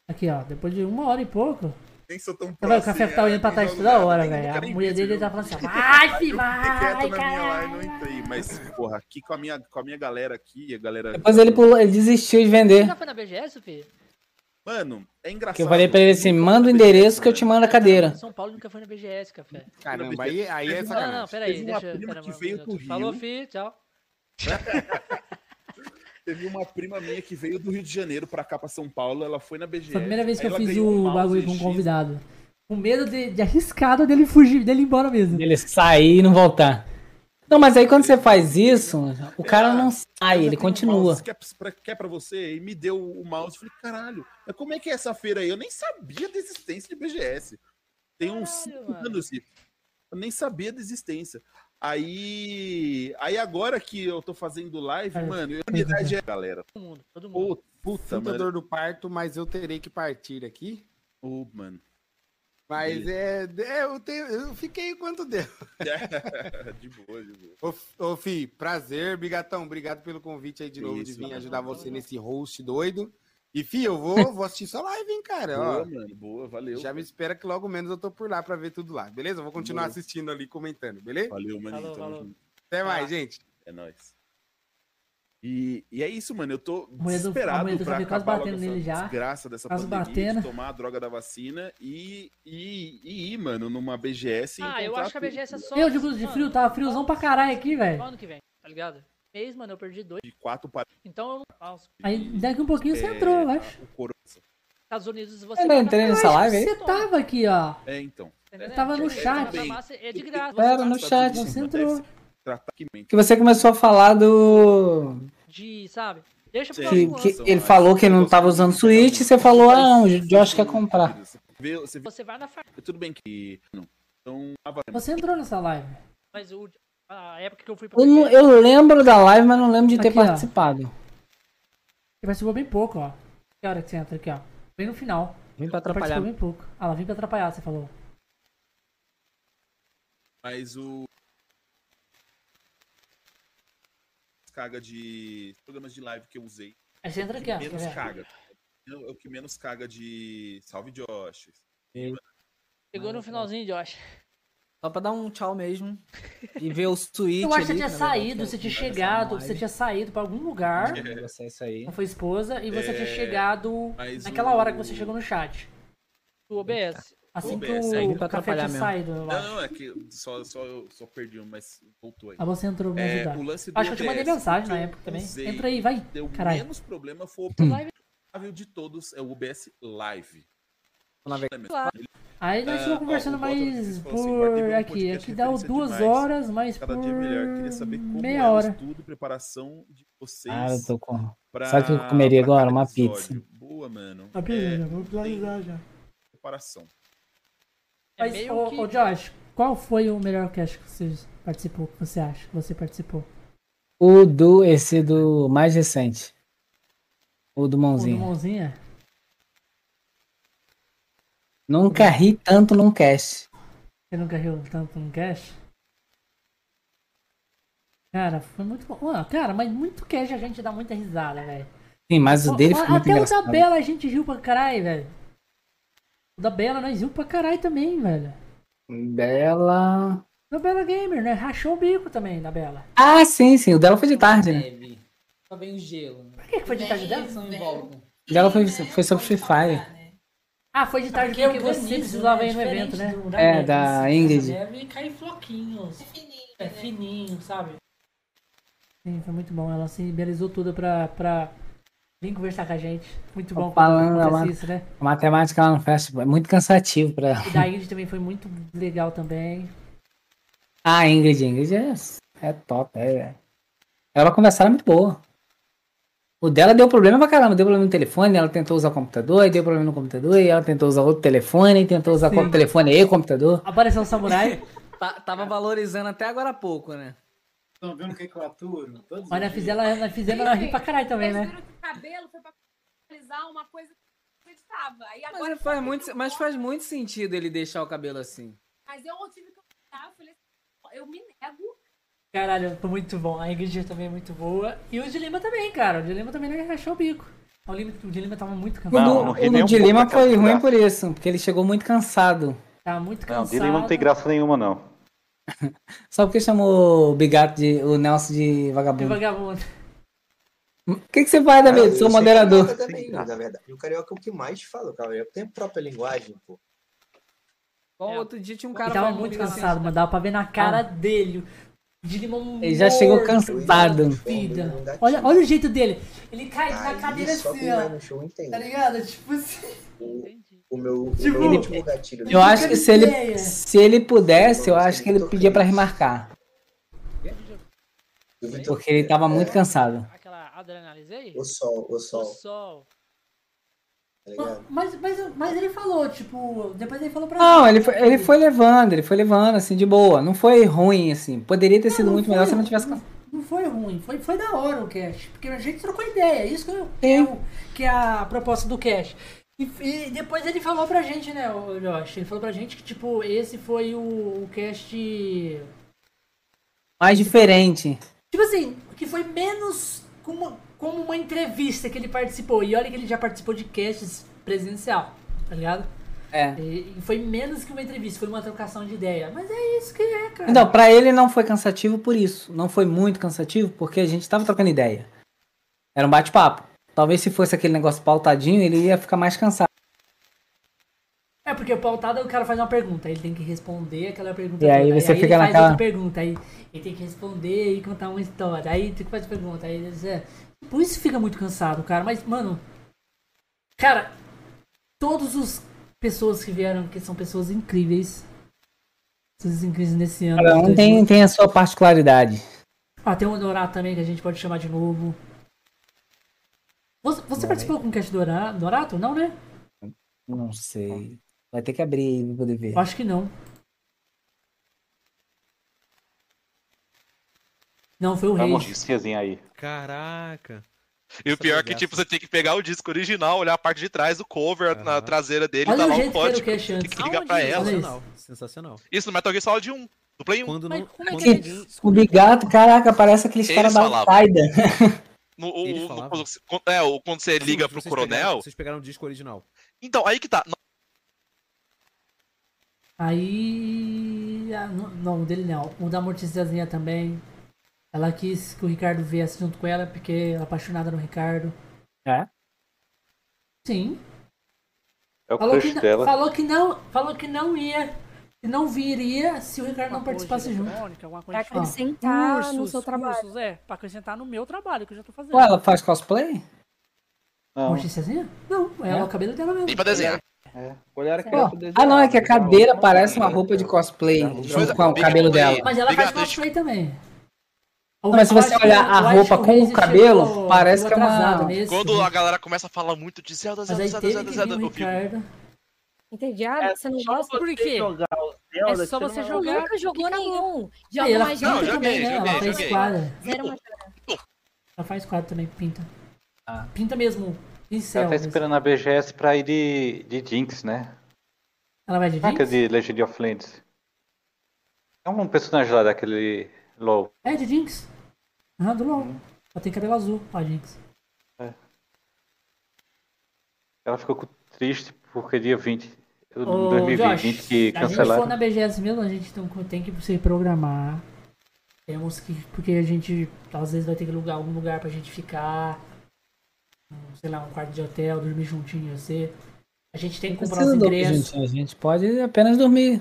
Aqui, ó, depois de uma hora e pouco.
Nem sou tão
Tá vendo?
próximo, né?
O
um
café tá olhando pra trás toda hora, velho. A mulher dele
*laughs*
tá falando assim, ó, vai, fi, vai,
quieto na minha
cara.
lá e não
um
entrei. Mas, porra, aqui com a minha, com a minha galera aqui, a galera.
Depois ele pulou, ele desistiu de vender.
foi na BGS, filho?
Mano, é engraçado.
Que eu falei pra ele assim: manda o endereço que eu te mando a cadeira.
São Paulo nunca foi na BGS, café.
Caramba, aí- aí é
Teve uma-
sacanagem.
Não, não, peraí,
Teve uma
deixa
prima
pera,
que
um
veio
minuto.
do Rio.
Falou, fi, tchau.
Teve uma prima minha que veio do Rio de Janeiro pra cá, pra São Paulo. Ela foi na BGS.
Foi a primeira vez que
aí
eu
ela
fiz
ganhou um
o
mouse
bagulho com um
X.
convidado. Com medo de, de arriscado
Ah,
dele fugir, dele ir embora mesmo.
Ele sair e não voltar. Não, mas aí quando você faz isso, o cara não
Ah,
sai, ele continua.
um Mouse, quer, pra, quer pra você? E me deu o mouse. Falei, caralho, mas como é que é essa feira aí? Eu nem sabia da existência de BGS. Tem uns 5 anos isso. Eu nem sabia da existência. Aí, aí agora que eu tô fazendo live, mano, a unidade é galera.
Todo mundo, todo
mundo. Puta,
Sinto a
mano.
dor do parto, mas eu terei que partir aqui.
Ô, mano.
Mas
Beleza.
é, é, eu, tenho, eu fiquei quanto deu.
*laughs* de boa, de boa.
Ô, F- ô Fi, prazer, brigatão, obrigado pelo convite aí de novo de
Isso,
vir
mano.
ajudar você nesse host doido. E Fi, eu vou, vou assistir sua live, hein, cara.
Boa,
ó.
mano. Boa, valeu.
Já me espera que logo menos eu tô por lá pra ver tudo lá, beleza? Eu vou continuar
Boa.
assistindo ali, comentando, beleza?
Valeu, então, maninho.
Falou,
tamo
falou.
junto.
Até
Tá.
mais, gente.
É nóis. E, e é isso, mano. Eu tô
mulher do- a
desesperado
mulher do
pra
Fabio quase
acabar logo
batendo
essa
nele já,
desgraça dessa
quase
pandemia,
batendo.
de tomar a droga da vacina e, e, e ir, mano, numa BGS. e
Ah, eu
encontrar
acho que a
tudo.
BGS é só.
Eu, tipo, de
Mano,
frio, tava friozão pra caralho aqui,
Só
velho.
ano que vem, tá ligado? Mês, mano, eu perdi dois.
De quatro para...
Então eu não. Nossa,
Aí daqui um pouquinho você entrou, eu acho.
É, tá, O coro...
Estados Unidos você. tá
Eu não entrei nessa live aí.
Você tava aqui, ó.
É, então.
Você
Tipo,
tava no chat.
É de graça.
Era no chat.
Você entrou.
Tratar que mente.
Que você começou a falar do.
De, sabe? Deixa pro
Que,
próximo
que
ano.
ele falou que ele não tava usando Switch, e você falou, ah, não, o Josh quer comprar.
Vê, você,
Você vai na farmácia.
Tudo bem que... Não. Então, tava...
Você entrou nessa live.
Mas o, a época que eu fui pra.
Eu, não- eu lembro da live, mas não lembro de ter
Aqui, ó.
participado.
Você participou bem pouco, ó. Que hora que você entra aqui, ó? Bem no final.
Vim pra
Você participou
atrapalhar.
bem pouco. Ah, lá vim pra atrapalhar, você falou.
Mas o. Caga de. Programas de live que eu usei.
Aí você entra
O que
aqui, ó,
Menos
quer ver?
caga. É o que menos caga de. Salve Josh.
Chegou no finalzinho, Josh.
Só pra dar um tchau mesmo. E ver o tweet.
Eu acho que você
ali, tá na
tinha
verdade,
saído,
que
é
você
eu-
tinha
essa
chegado,
live.
você tinha saído pra algum lugar.
Você *laughs* é isso aí.
Não foi esposa, e você
É,
tinha chegado
mas
naquela
o-
hora que você chegou no chat.
Do OBS.
Assim
Ô,
que
BS,
o
ainda.
Pra atrapalhar cafete mesmo. sai do-
Não, não, é que só, só, eu só perdi um, mas voltou aí.
Ah, você entrou pra me
É,
ajudar.
o lance do
Acho que eu te mandei
OBS,
mensagem
o que
na
eu
época também.
usei,
Entra aí, vai,
Deu
caralho.
menos problema
Hum.
foi o provável de todos, é o OBS Live.
Aí nós
Ah, ó,
ficamos conversando
o Bottom
mais
Fitness falou assim, vai ter
por
um
aqui.
podcast
Aqui dá
referência
duas
demais,
horas, mais por
Cada dia melhor. Queria saber como
meia
é o
hora.
estudo, preparação de vocês.
Ah, eu tô com.
pra-
Sabe o que eu comeria
pra
agora?
cada
Uma
episódio.
pizza.
Boa, mano.
Ah,
É,
beleza, vamos finalizar já.
preparação.
Mas,
É meio
um. ô,
que-
ô, Josh, qual foi o melhor cast que você participou? Que você acha que você participou?
O do, esse do mais recente. O do
O do
mãozinho.
Mãozinha?
Nunca ri tanto num cast.
Você nunca riu tanto no cast? Cara, foi muito bom. Mano, cara, mas muito cast a gente dá muita risada, velho.
Sim, mas o dele
Ó,
foi
ó,
muito
Até o
engraçado.
da Bela a gente riu pra caralho, velho. O da Bela nós riu pra caralho também, velho.
Bela.
Da Bela Gamer, né? Rachou o bico também da Bela.
Ah, sim, sim. O dela foi de tarde, né?
Só vem o gelo. Né?
Por que que foi de tarde dela?
Não envolve.
O dela foi, foi sobre Free Fire.
Ah, foi de tarde
Porque
porque você
organizo,
precisava
né?
ir no
Diferente
evento, né?
do
É, da Ingrid.
Deve cair floquinhos. É fininho.
né?
É fininho, sabe?
Sim, foi muito bom. Ela se belezou tudo pra, pra vir conversar com a gente. Muito bom
Falando
acontece
lá.
isso, né?
A é matemática lá no festa é muito cansativo pra.
E da Ingrid também foi muito legal também.
*laughs* Ah, Ingrid, Ingrid é, é top, é, é. Ela conversava muito boa. O dela deu problema pra caramba, deu problema no telefone, ela tentou usar o computador, aí deu problema no computador, e ela tentou usar outro telefone, e tentou usar
Sim.
outro telefone e computador.
Apareceu um samurai.
*laughs* Tá- Tava valorizando até agora há pouco, né?
Estão vendo o que que eu aturo? Todos
Mas nós
os dias.
fizemos ela, nós fizemos ela rir pra caralho também,
É.
né?
O cabelo foi pra finalizar ah, uma coisa que eu acreditava. Aí agora
Mas faz, muito, mas faz muito sentido ele deixar o cabelo assim.
Mas eu tive que optar, eu falei assim, eu me nego.
Caralho, foi muito bom. A Ingrid também é muito boa. E o Dilema também, cara. O Dilema também né, rachou o bico. O Dilema, o Dilema tava muito
O
cansado.
do, o do Dilema foi ruim por isso, porque ele chegou muito cansado.
Tava muito
Não,
tá cansado.
dele não tem graça nenhuma, não.
Só porque chamou o Bigato de. o Nelson de
E
vagabundo.
vagabundo.
O que, que você faz,
Cara, eu
David? Sou
sei
moderador.
carioca também, né? na verdade. O carioca é o que mais fala, cara. Tem a própria linguagem, pô.
Bom, outro dia tinha um cara
Ele tava
falando
É, muito
assim,
cansado, mano. Dava pra ver na cara dele. O Dilema
Ah. Ele já chegou
morto.
cansado.
Vida. Olha, olha o jeito dele. Ele cai na cadeira
só
assim,
quem vai
ó.
no show entende.
Tá ligado? Tipo assim.
O meu, é,
Tipo,
o meu último gatilho.
Eu acho que se ele, se ele pudesse, eu acho que ele pedia pra remarcar. Tá Porque ele tava muito cansado.
Aquela adrenalizei?
O sol, o sol.
O sol.
Tá ligado?
Mas, mas, mas ele falou, tipo, depois ele falou pra
Não,
mim.
ele foi, ele foi levando, ele foi levando, assim, de boa. Não foi ruim, assim. Poderia ter sido
não
muito melhor
foi.
se não tivesse cansado.
Não foi ruim, foi, foi da hora o cast. Porque a gente trocou ideia, isso que, eu, que, é, o- que é a proposta do cast. E, e depois ele falou pra gente, né, o Josh? Ele falou pra gente que, tipo, esse foi o, o cast.
Mais diferente.
Tipo assim, que foi menos como, como uma entrevista que ele participou. E olha que ele já participou de casts presencial, tá ligado?
É.
E, e foi menos que uma entrevista, foi uma trocação de ideia. Mas é isso que é, cara.
Então, pra ele não foi cansativo por isso. Não foi muito cansativo porque a gente tava trocando ideia. Era um bate-papo. Talvez se fosse aquele negócio pautadinho, ele ia ficar mais cansado.
É porque o pautado o cara faz uma pergunta, aí ele tem que responder aquela pergunta.
E aí
toda,
você
aí
fica
ele faz
naquela-
outra pergunta, aí ele tem que responder e contar uma história. Aí tem que fazer pergunta, aí ele é. Por isso fica muito cansado, cara. Mas, mano. Cara, todos os pessoas que vieram, que são pessoas incríveis. Pessoas incríveis nesse ano.
Cada um tem, tem a sua particularidade.
Ah, tem o Dourado também que a gente pode chamar de novo. Você, você
Não, é.
participou com o Cast Doura- Dourado? Não, né?
Não sei. Vai ter que abrir pra poder ver.
Eu acho que não. Não, foi o
Dá uma
Rage.
rosquinhazinha Tá aí.
Caraca. E o pior é que, tipo, você tem que pegar o disco original, olhar a parte de trás, o cover na traseira dele,
Olha
tá
o
lá um
jeito que era o
código.
Cash
Tem
antes.
que ligar
Aonde
pra
isso?
ela.
Olha
Sensacional.
Sensacional.
Isso no Metal Gear Solid 1, do Play 1. Quando não,
é
Aqui, o Bigato, caraca, parece aqueles
Eles
caras da
falavam.
Al-Qaeda.
No, o- o- quando- é, o- quando você liga pro
vocês
coronel.
pegaram- vocês pegaram o disco original.
Então, aí que tá.
Aí. ah, não- Não, o dele não. O da Morticiazinha também. Ela quis que o Ricardo viesse junto com ela, porque ela é apaixonada no Ricardo.
É?
Sim.
É o
Falou que,
crush
não-
dela.
falou que não, falou que não ia, que não viria se o Ricardo não participasse junto.
Pra
acrescentar no seu trabalho.
Cursos, é, pra acrescentar no meu trabalho, que eu já tô
*laughs*
fazendo.
Ué, ela faz cosplay?
Não.
Mochicezinha? Não, ela,
É?
o cabelo dela mesmo. É.
E pra desenhar.
Olhar
Ó, ah, não, é que a cadeira parece uma roupa de cosplay junto com o cabelo dela.
Mas ela faz cosplay também.
Não, mas se
Eu
você
acho que
olhar
o-
a
eu acho
roupa
que o
com o
Waze
cabelo,
chegou-
parece que é
chegou atrasado
uma.
nesse.
Quando a galera começa a falar muito de Zelda,
Mas
Zelda,
aí
Zelda,
teve que
Zelda,
vir
Zelda, é
o
eu fico.
Ricardo.
Entediado? É, você não gosta?
Por quê?
Zelda,
É só
que
você
não-
jogar.
Nunca jogou nenhum.
Aí
Joga
ela
mais
pinta
gente
também, né? Ela faz quadro.
Zero uma
Ela faz quadro também, pinta. Pinta mesmo. Pincel.
Ela tá
mesmo.
esperando a BGS pra ir de, de Jinx, né?
Ela vai de
Como é que é
Jinx?
de Legend of Legends? É um personagem lá daquele LOL.
É, de Jinx. Ah, do LOL. Ela tem cabelo azul, a Jinx.
Ela ficou com- triste porque dia 20,
Ô,
2020
Josh,
que
se a gente for
cancelaram.
na BGS mesmo, a gente tem, tem que se programar. Temos que. Porque a gente às vezes vai ter que alugar algum lugar pra gente ficar. Um, Sei lá, um quarto de hotel, dormir juntinho, você. A gente tem que comprar os
Precisa dormir
ingressos.
juntinho, a gente pode apenas dormir.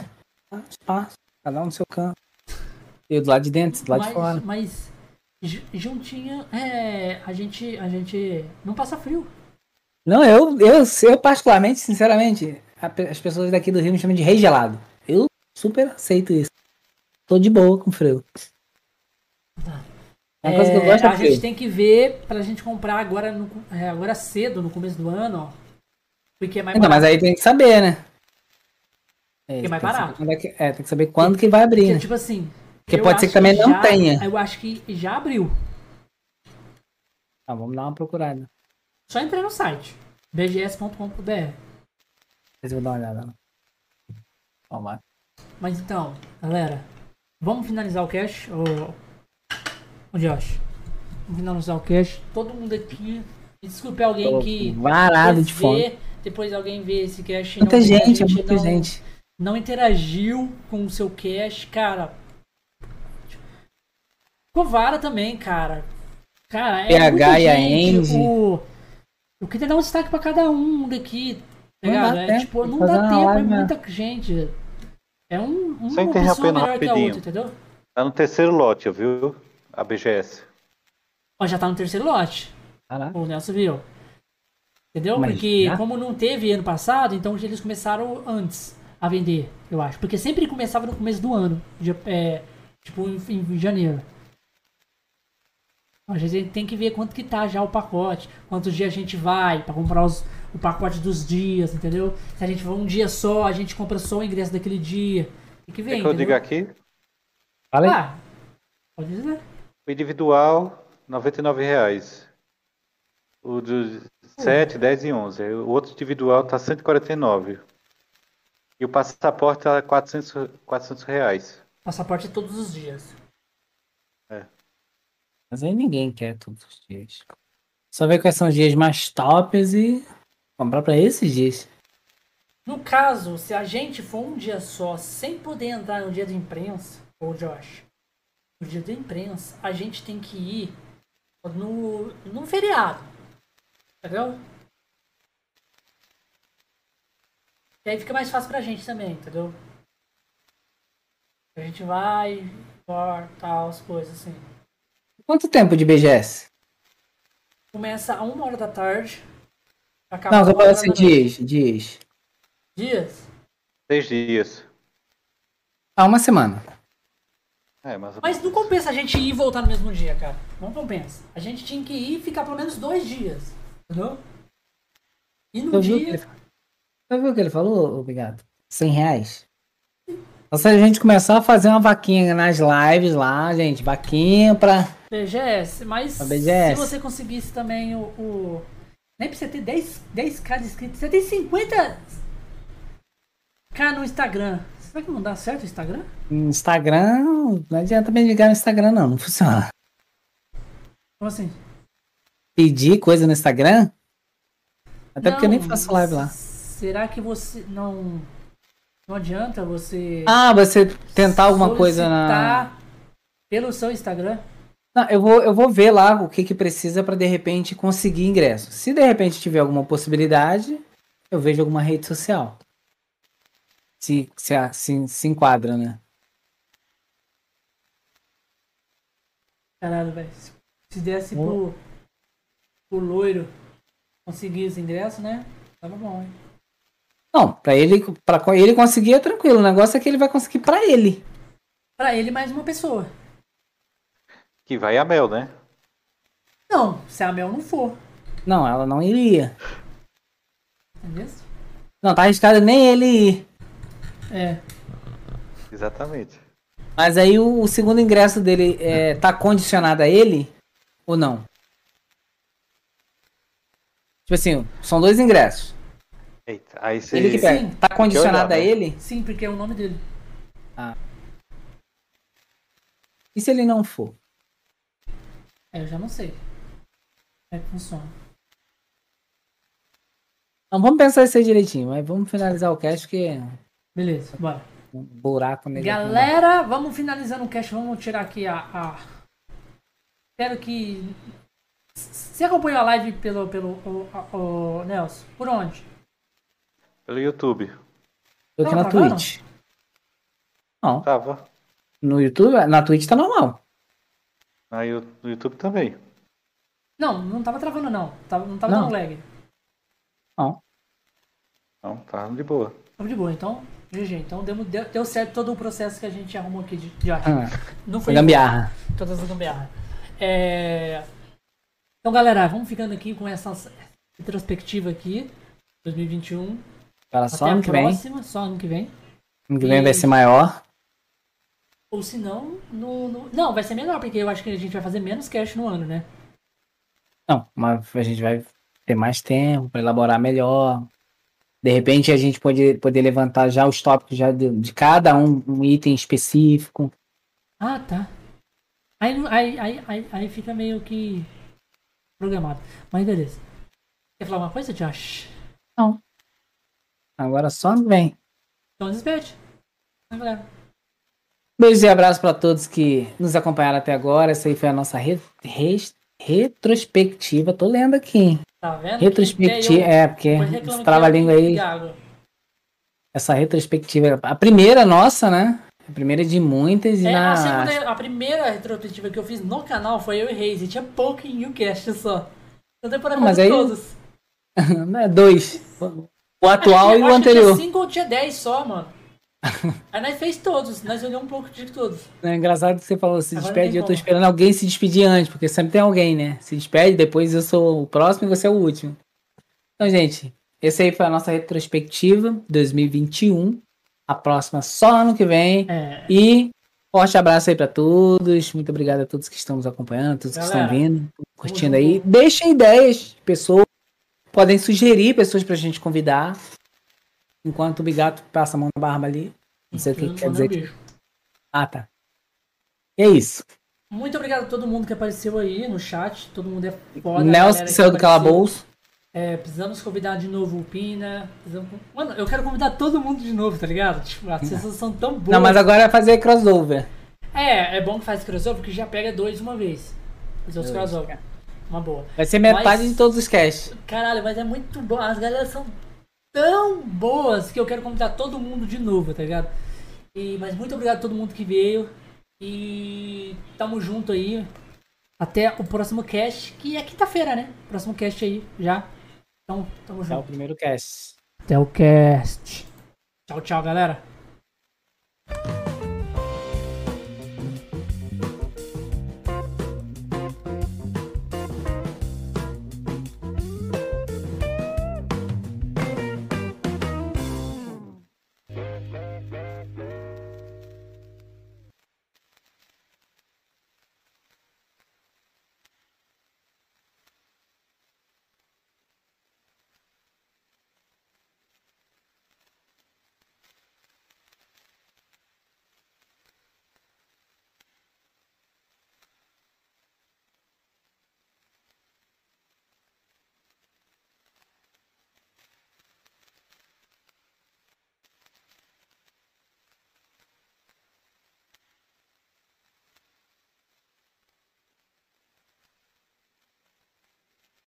Ah, ah, Cada um no seu canto. Eu do lado de dentro, do lado
mas,
de fora.
mas ju- juntinho, é, a gente, a gente não passa frio.
Não, eu, eu, eu particularmente, sinceramente, a pe- as pessoas daqui do Rio me chamam de rei gelado. Eu super aceito isso. Tô de boa com frio. É uma coisa que eu
Tá. É,
gosto é
a gente
frio.
tem que ver pra gente comprar agora, no, é, agora cedo, no começo do ano, ó. Porque é mais
Então, mas aí tem que saber, né? É,
Porque é mais
tem que saber
barato.
quando é, que, é, tem que saber quando que vai abrir,
Porque,
né?
tipo assim.
Porque
eu
pode ser
acho
que também não
já-
tenha.
Eu acho que já abriu.
Ah, vamos dar uma procurada.
Só entrei no site. bgs.com.br.
Depois eu vou dar uma olhada. lá. Vamos lá.
Mas então, galera, vamos finalizar o cast, ô, ô Josh. Vamos finalizar o cast. Todo mundo aqui. Me desculpe é alguém
Tô
que.
varado
depois
de fome.
vê, Depois alguém vê esse cast. e
Muita
não vê, a
gente, é muita
não,
gente.
Não interagiu com o seu cast, cara. Covara também, cara. Cara, é
PH
muita
e a
gente,
Angie.
o- Eu queria dar um destaque pra cada um daqui. tá
Não dá
ligado? É,
tempo
tipo,
de
não
fazer
dá
uma
tempo, é
live, né?
muita gente. É um, uma
Só
pessoa
interrompendo
melhor que a
rapidinho.
outra, entendeu?
Tá no terceiro lote, viu? A BGS.
Ó, já tá no terceiro lote. O Nelson viu. Entendeu?
Mas
Porque
já?
como não teve ano passado, então eles começaram antes a vender, eu acho. Porque sempre começava no começo do ano. dia- é, tipo, em, em janeiro. Então, Às vezes a gente tem que ver quanto que tá já o pacote, quantos dias a gente vai pra comprar os- o pacote dos dias, entendeu? Se a gente for um dia só, a gente compra só o ingresso daquele dia. Tem que
O
ver,
É que, que eu
entendeu?
digo aqui?
Ah, pode dizer.
O individual, R$ 99 reais. O dos
Uhum.
7, 10 e 11. O outro individual tá 149. E o passaporte tá 400, 400 reais.
Passaporte é todos os dias.
Mas aí ninguém quer todos os dias. Só ver quais são os dias mais tops e comprar pra esses dias.
No caso, se a gente for um dia só, sem poder entrar no dia da imprensa, ou Josh, no dia da imprensa, a gente tem que ir no, no feriado. Entendeu? E aí fica mais fácil pra gente também, entendeu? A gente vai, for, tal, as coisas assim.
Quanto tempo de BGS?
Começa a uma hora da tarde. Acaba
Não, só
uma
para
hora
assim,
da noite.
dias, dias.
Dias?
Seis dias.
Ah, uma semana.
É, mas...
Mas não compensa a gente ir e voltar no mesmo dia, cara. Não compensa. A gente tinha que ir e ficar pelo menos dois dias. Entendeu? E no
Eu vi o que
dia.
ele Você viu o que ele falou, obrigado? 100 reais. Então, se a gente começar a fazer uma vaquinha nas lives lá, gente, vaquinha pra.
BGS, mas
A BGS.
se você conseguisse também o. o- Nem pra você ter 10, 10k de inscritos. Você tem 50k no Instagram. Será que não dá certo o Instagram?
Instagram, não adianta mendigar no Instagram, não, não funciona.
Como assim?
Pedir coisa no Instagram? Até porque eu nem
Não,
faço live lá.
Será que você. Não. Não adianta você.
Ah, você tentar alguma coisa na.
solicitar Pelo seu Instagram?
Não, eu vou, eu vou ver lá o que que precisa pra de repente conseguir ingresso. Se de repente tiver alguma possibilidade, eu vejo alguma rede social. Se, se, a- se, se enquadra, né?
Caralho, velho. Se- Se desse
Boa.
pro, pro loiro conseguir esse ingresso, né? Tava bom, hein?
Não, pra ele, pra co- ele conseguir é tranquilo. O negócio é que ele vai conseguir pra ele.
Pra ele, mais uma pessoa.
Que vai a Mel, né?
Não, se a Mel não for.
Não, ela não iria.
Entendeu?
Não, tá arriscado nem ele ir.
É.
Exatamente.
Mas aí o, o segundo ingresso dele é, tá condicionado a ele ou não? Tipo assim, são dois ingressos.
Eita, aí você...
Ele que pega. Tá condicionado
né?
a ele?
Sim, porque é o nome dele.
Ah. E se ele não for?
É, eu já não sei. Como é que funciona?
Não, Então, vamos pensar isso aí direitinho, mas vamos finalizar o cast porque.
Beleza, bora.
Um buraco nele. aqui não dá.
Galera, vamos finalizando o cast. Vamos tirar aqui a. a- Espero que. Você acompanhou a live pelo. pelo o, a- o- Nelson? Por onde?
Pelo YouTube.
Eu aqui
Não,
na
tá vendo?
Twitch. Não.
Tava.
No YouTube, na Twitch tá normal.
Aí o- no YouTube também.
Não, não tava travando, não. Tava, não tava
Não.
dando lag.
Não, tá de boa.
Tava de boa, então. GG, então deu, deu, deu certo todo o processo que a gente arrumou aqui de, de arte.
Ah,
Não
foi gambiarra.
Todas as gambiarra. É... Então, galera, vamos ficando aqui com essa retrospectiva aqui. 2021.
Cara, só ano
a
que vem.
próxima, só ano que vem.
Ano que vem vai ser maior.
Ou se não, no, no- não, vai ser menor, porque eu acho que a gente vai fazer menos cash no ano, né?
Não, mas a gente vai ter mais tempo pra elaborar melhor. De repente a gente pode poder levantar já os tópicos já de, de cada um, um item específico.
Ah, tá. Aí, não- aí, aí, aí, aí fica meio que programado. Mas beleza. Quer falar uma coisa, Josh?
Não. Agora só ano que vem.
Então despede. Vai, galera.
Beijos e abraços pra todos que nos acompanharam até agora. Essa aí foi a nossa re- re- retrospectiva. Tô lendo aqui. hein?
Tá vendo?
Retrospectiva,
Quem
é, porque
Depois reclama que
trava a
é
língua aí.
gago.
Essa retrospectiva, a primeira nossa, né? A primeira de muitas e
É,
na
a, segunda- a primeira retrospectiva que eu fiz no canal foi eu e Reis, e tinha pouco em Newcast só. Então deu pra
Ah, mas
fazer
aí-
todos.
*laughs* Não é dois. O
*laughs*
atual
Acho
e
que- assim,
o
acho que
anterior.
Tinha 5 ou tinha 10
*laughs*
só, mano. aí nós fez todos, nós olhamos um pouco de todos.
É engraçado que você falou, se
Agora
despede,
tem
eu tô
Tá como.
esperando alguém se despedir antes, porque sempre tem alguém, né? Se despede, depois eu sou o próximo e você é o último. Então, gente, esse aí foi a nossa retrospectiva 2021. A próxima só ano que vem.
É.
E forte abraço aí pra todos. Muito obrigado a todos que estão nos acompanhando, todos que
Galera,
estão vindo, curtindo aí. Deixem ideias, pessoas. Podem sugerir pessoas pra gente convidar. Enquanto o Bigato passa a mão na barba ali. Não sei o que
Eu não
quer
mandei
dizer.
um beijo.
Ah, tá. E é isso.
Muito obrigado a todo mundo que apareceu aí no chat. Todo mundo é foda. a
Nelson
galera que
saiu do
apareceu.
calabouço.
É, precisamos convidar de novo o Pina. precisamos- Mano, eu quero convidar todo mundo de novo, tá ligado? Tipo, as pessoas são tão boas.
Não, mas agora vai fazer crossover.
É, é bom que faz crossover porque já pega dois de uma vez. Os outros
Dois.
crossover. Uma boa.
Vai ser metade
Mas-
de todos os casts.
Caralho, mas é muito bom. As galera são tão boas que eu quero convidar todo mundo de novo, tá ligado? E, mas muito obrigado a todo mundo que veio. E tamo junto aí. Até o próximo cast, que é quinta-feira, né? Próximo cast aí, já. Então, tamo
É o
junto.
primeiro cast.
Até o cast. Tchau, tchau, galera.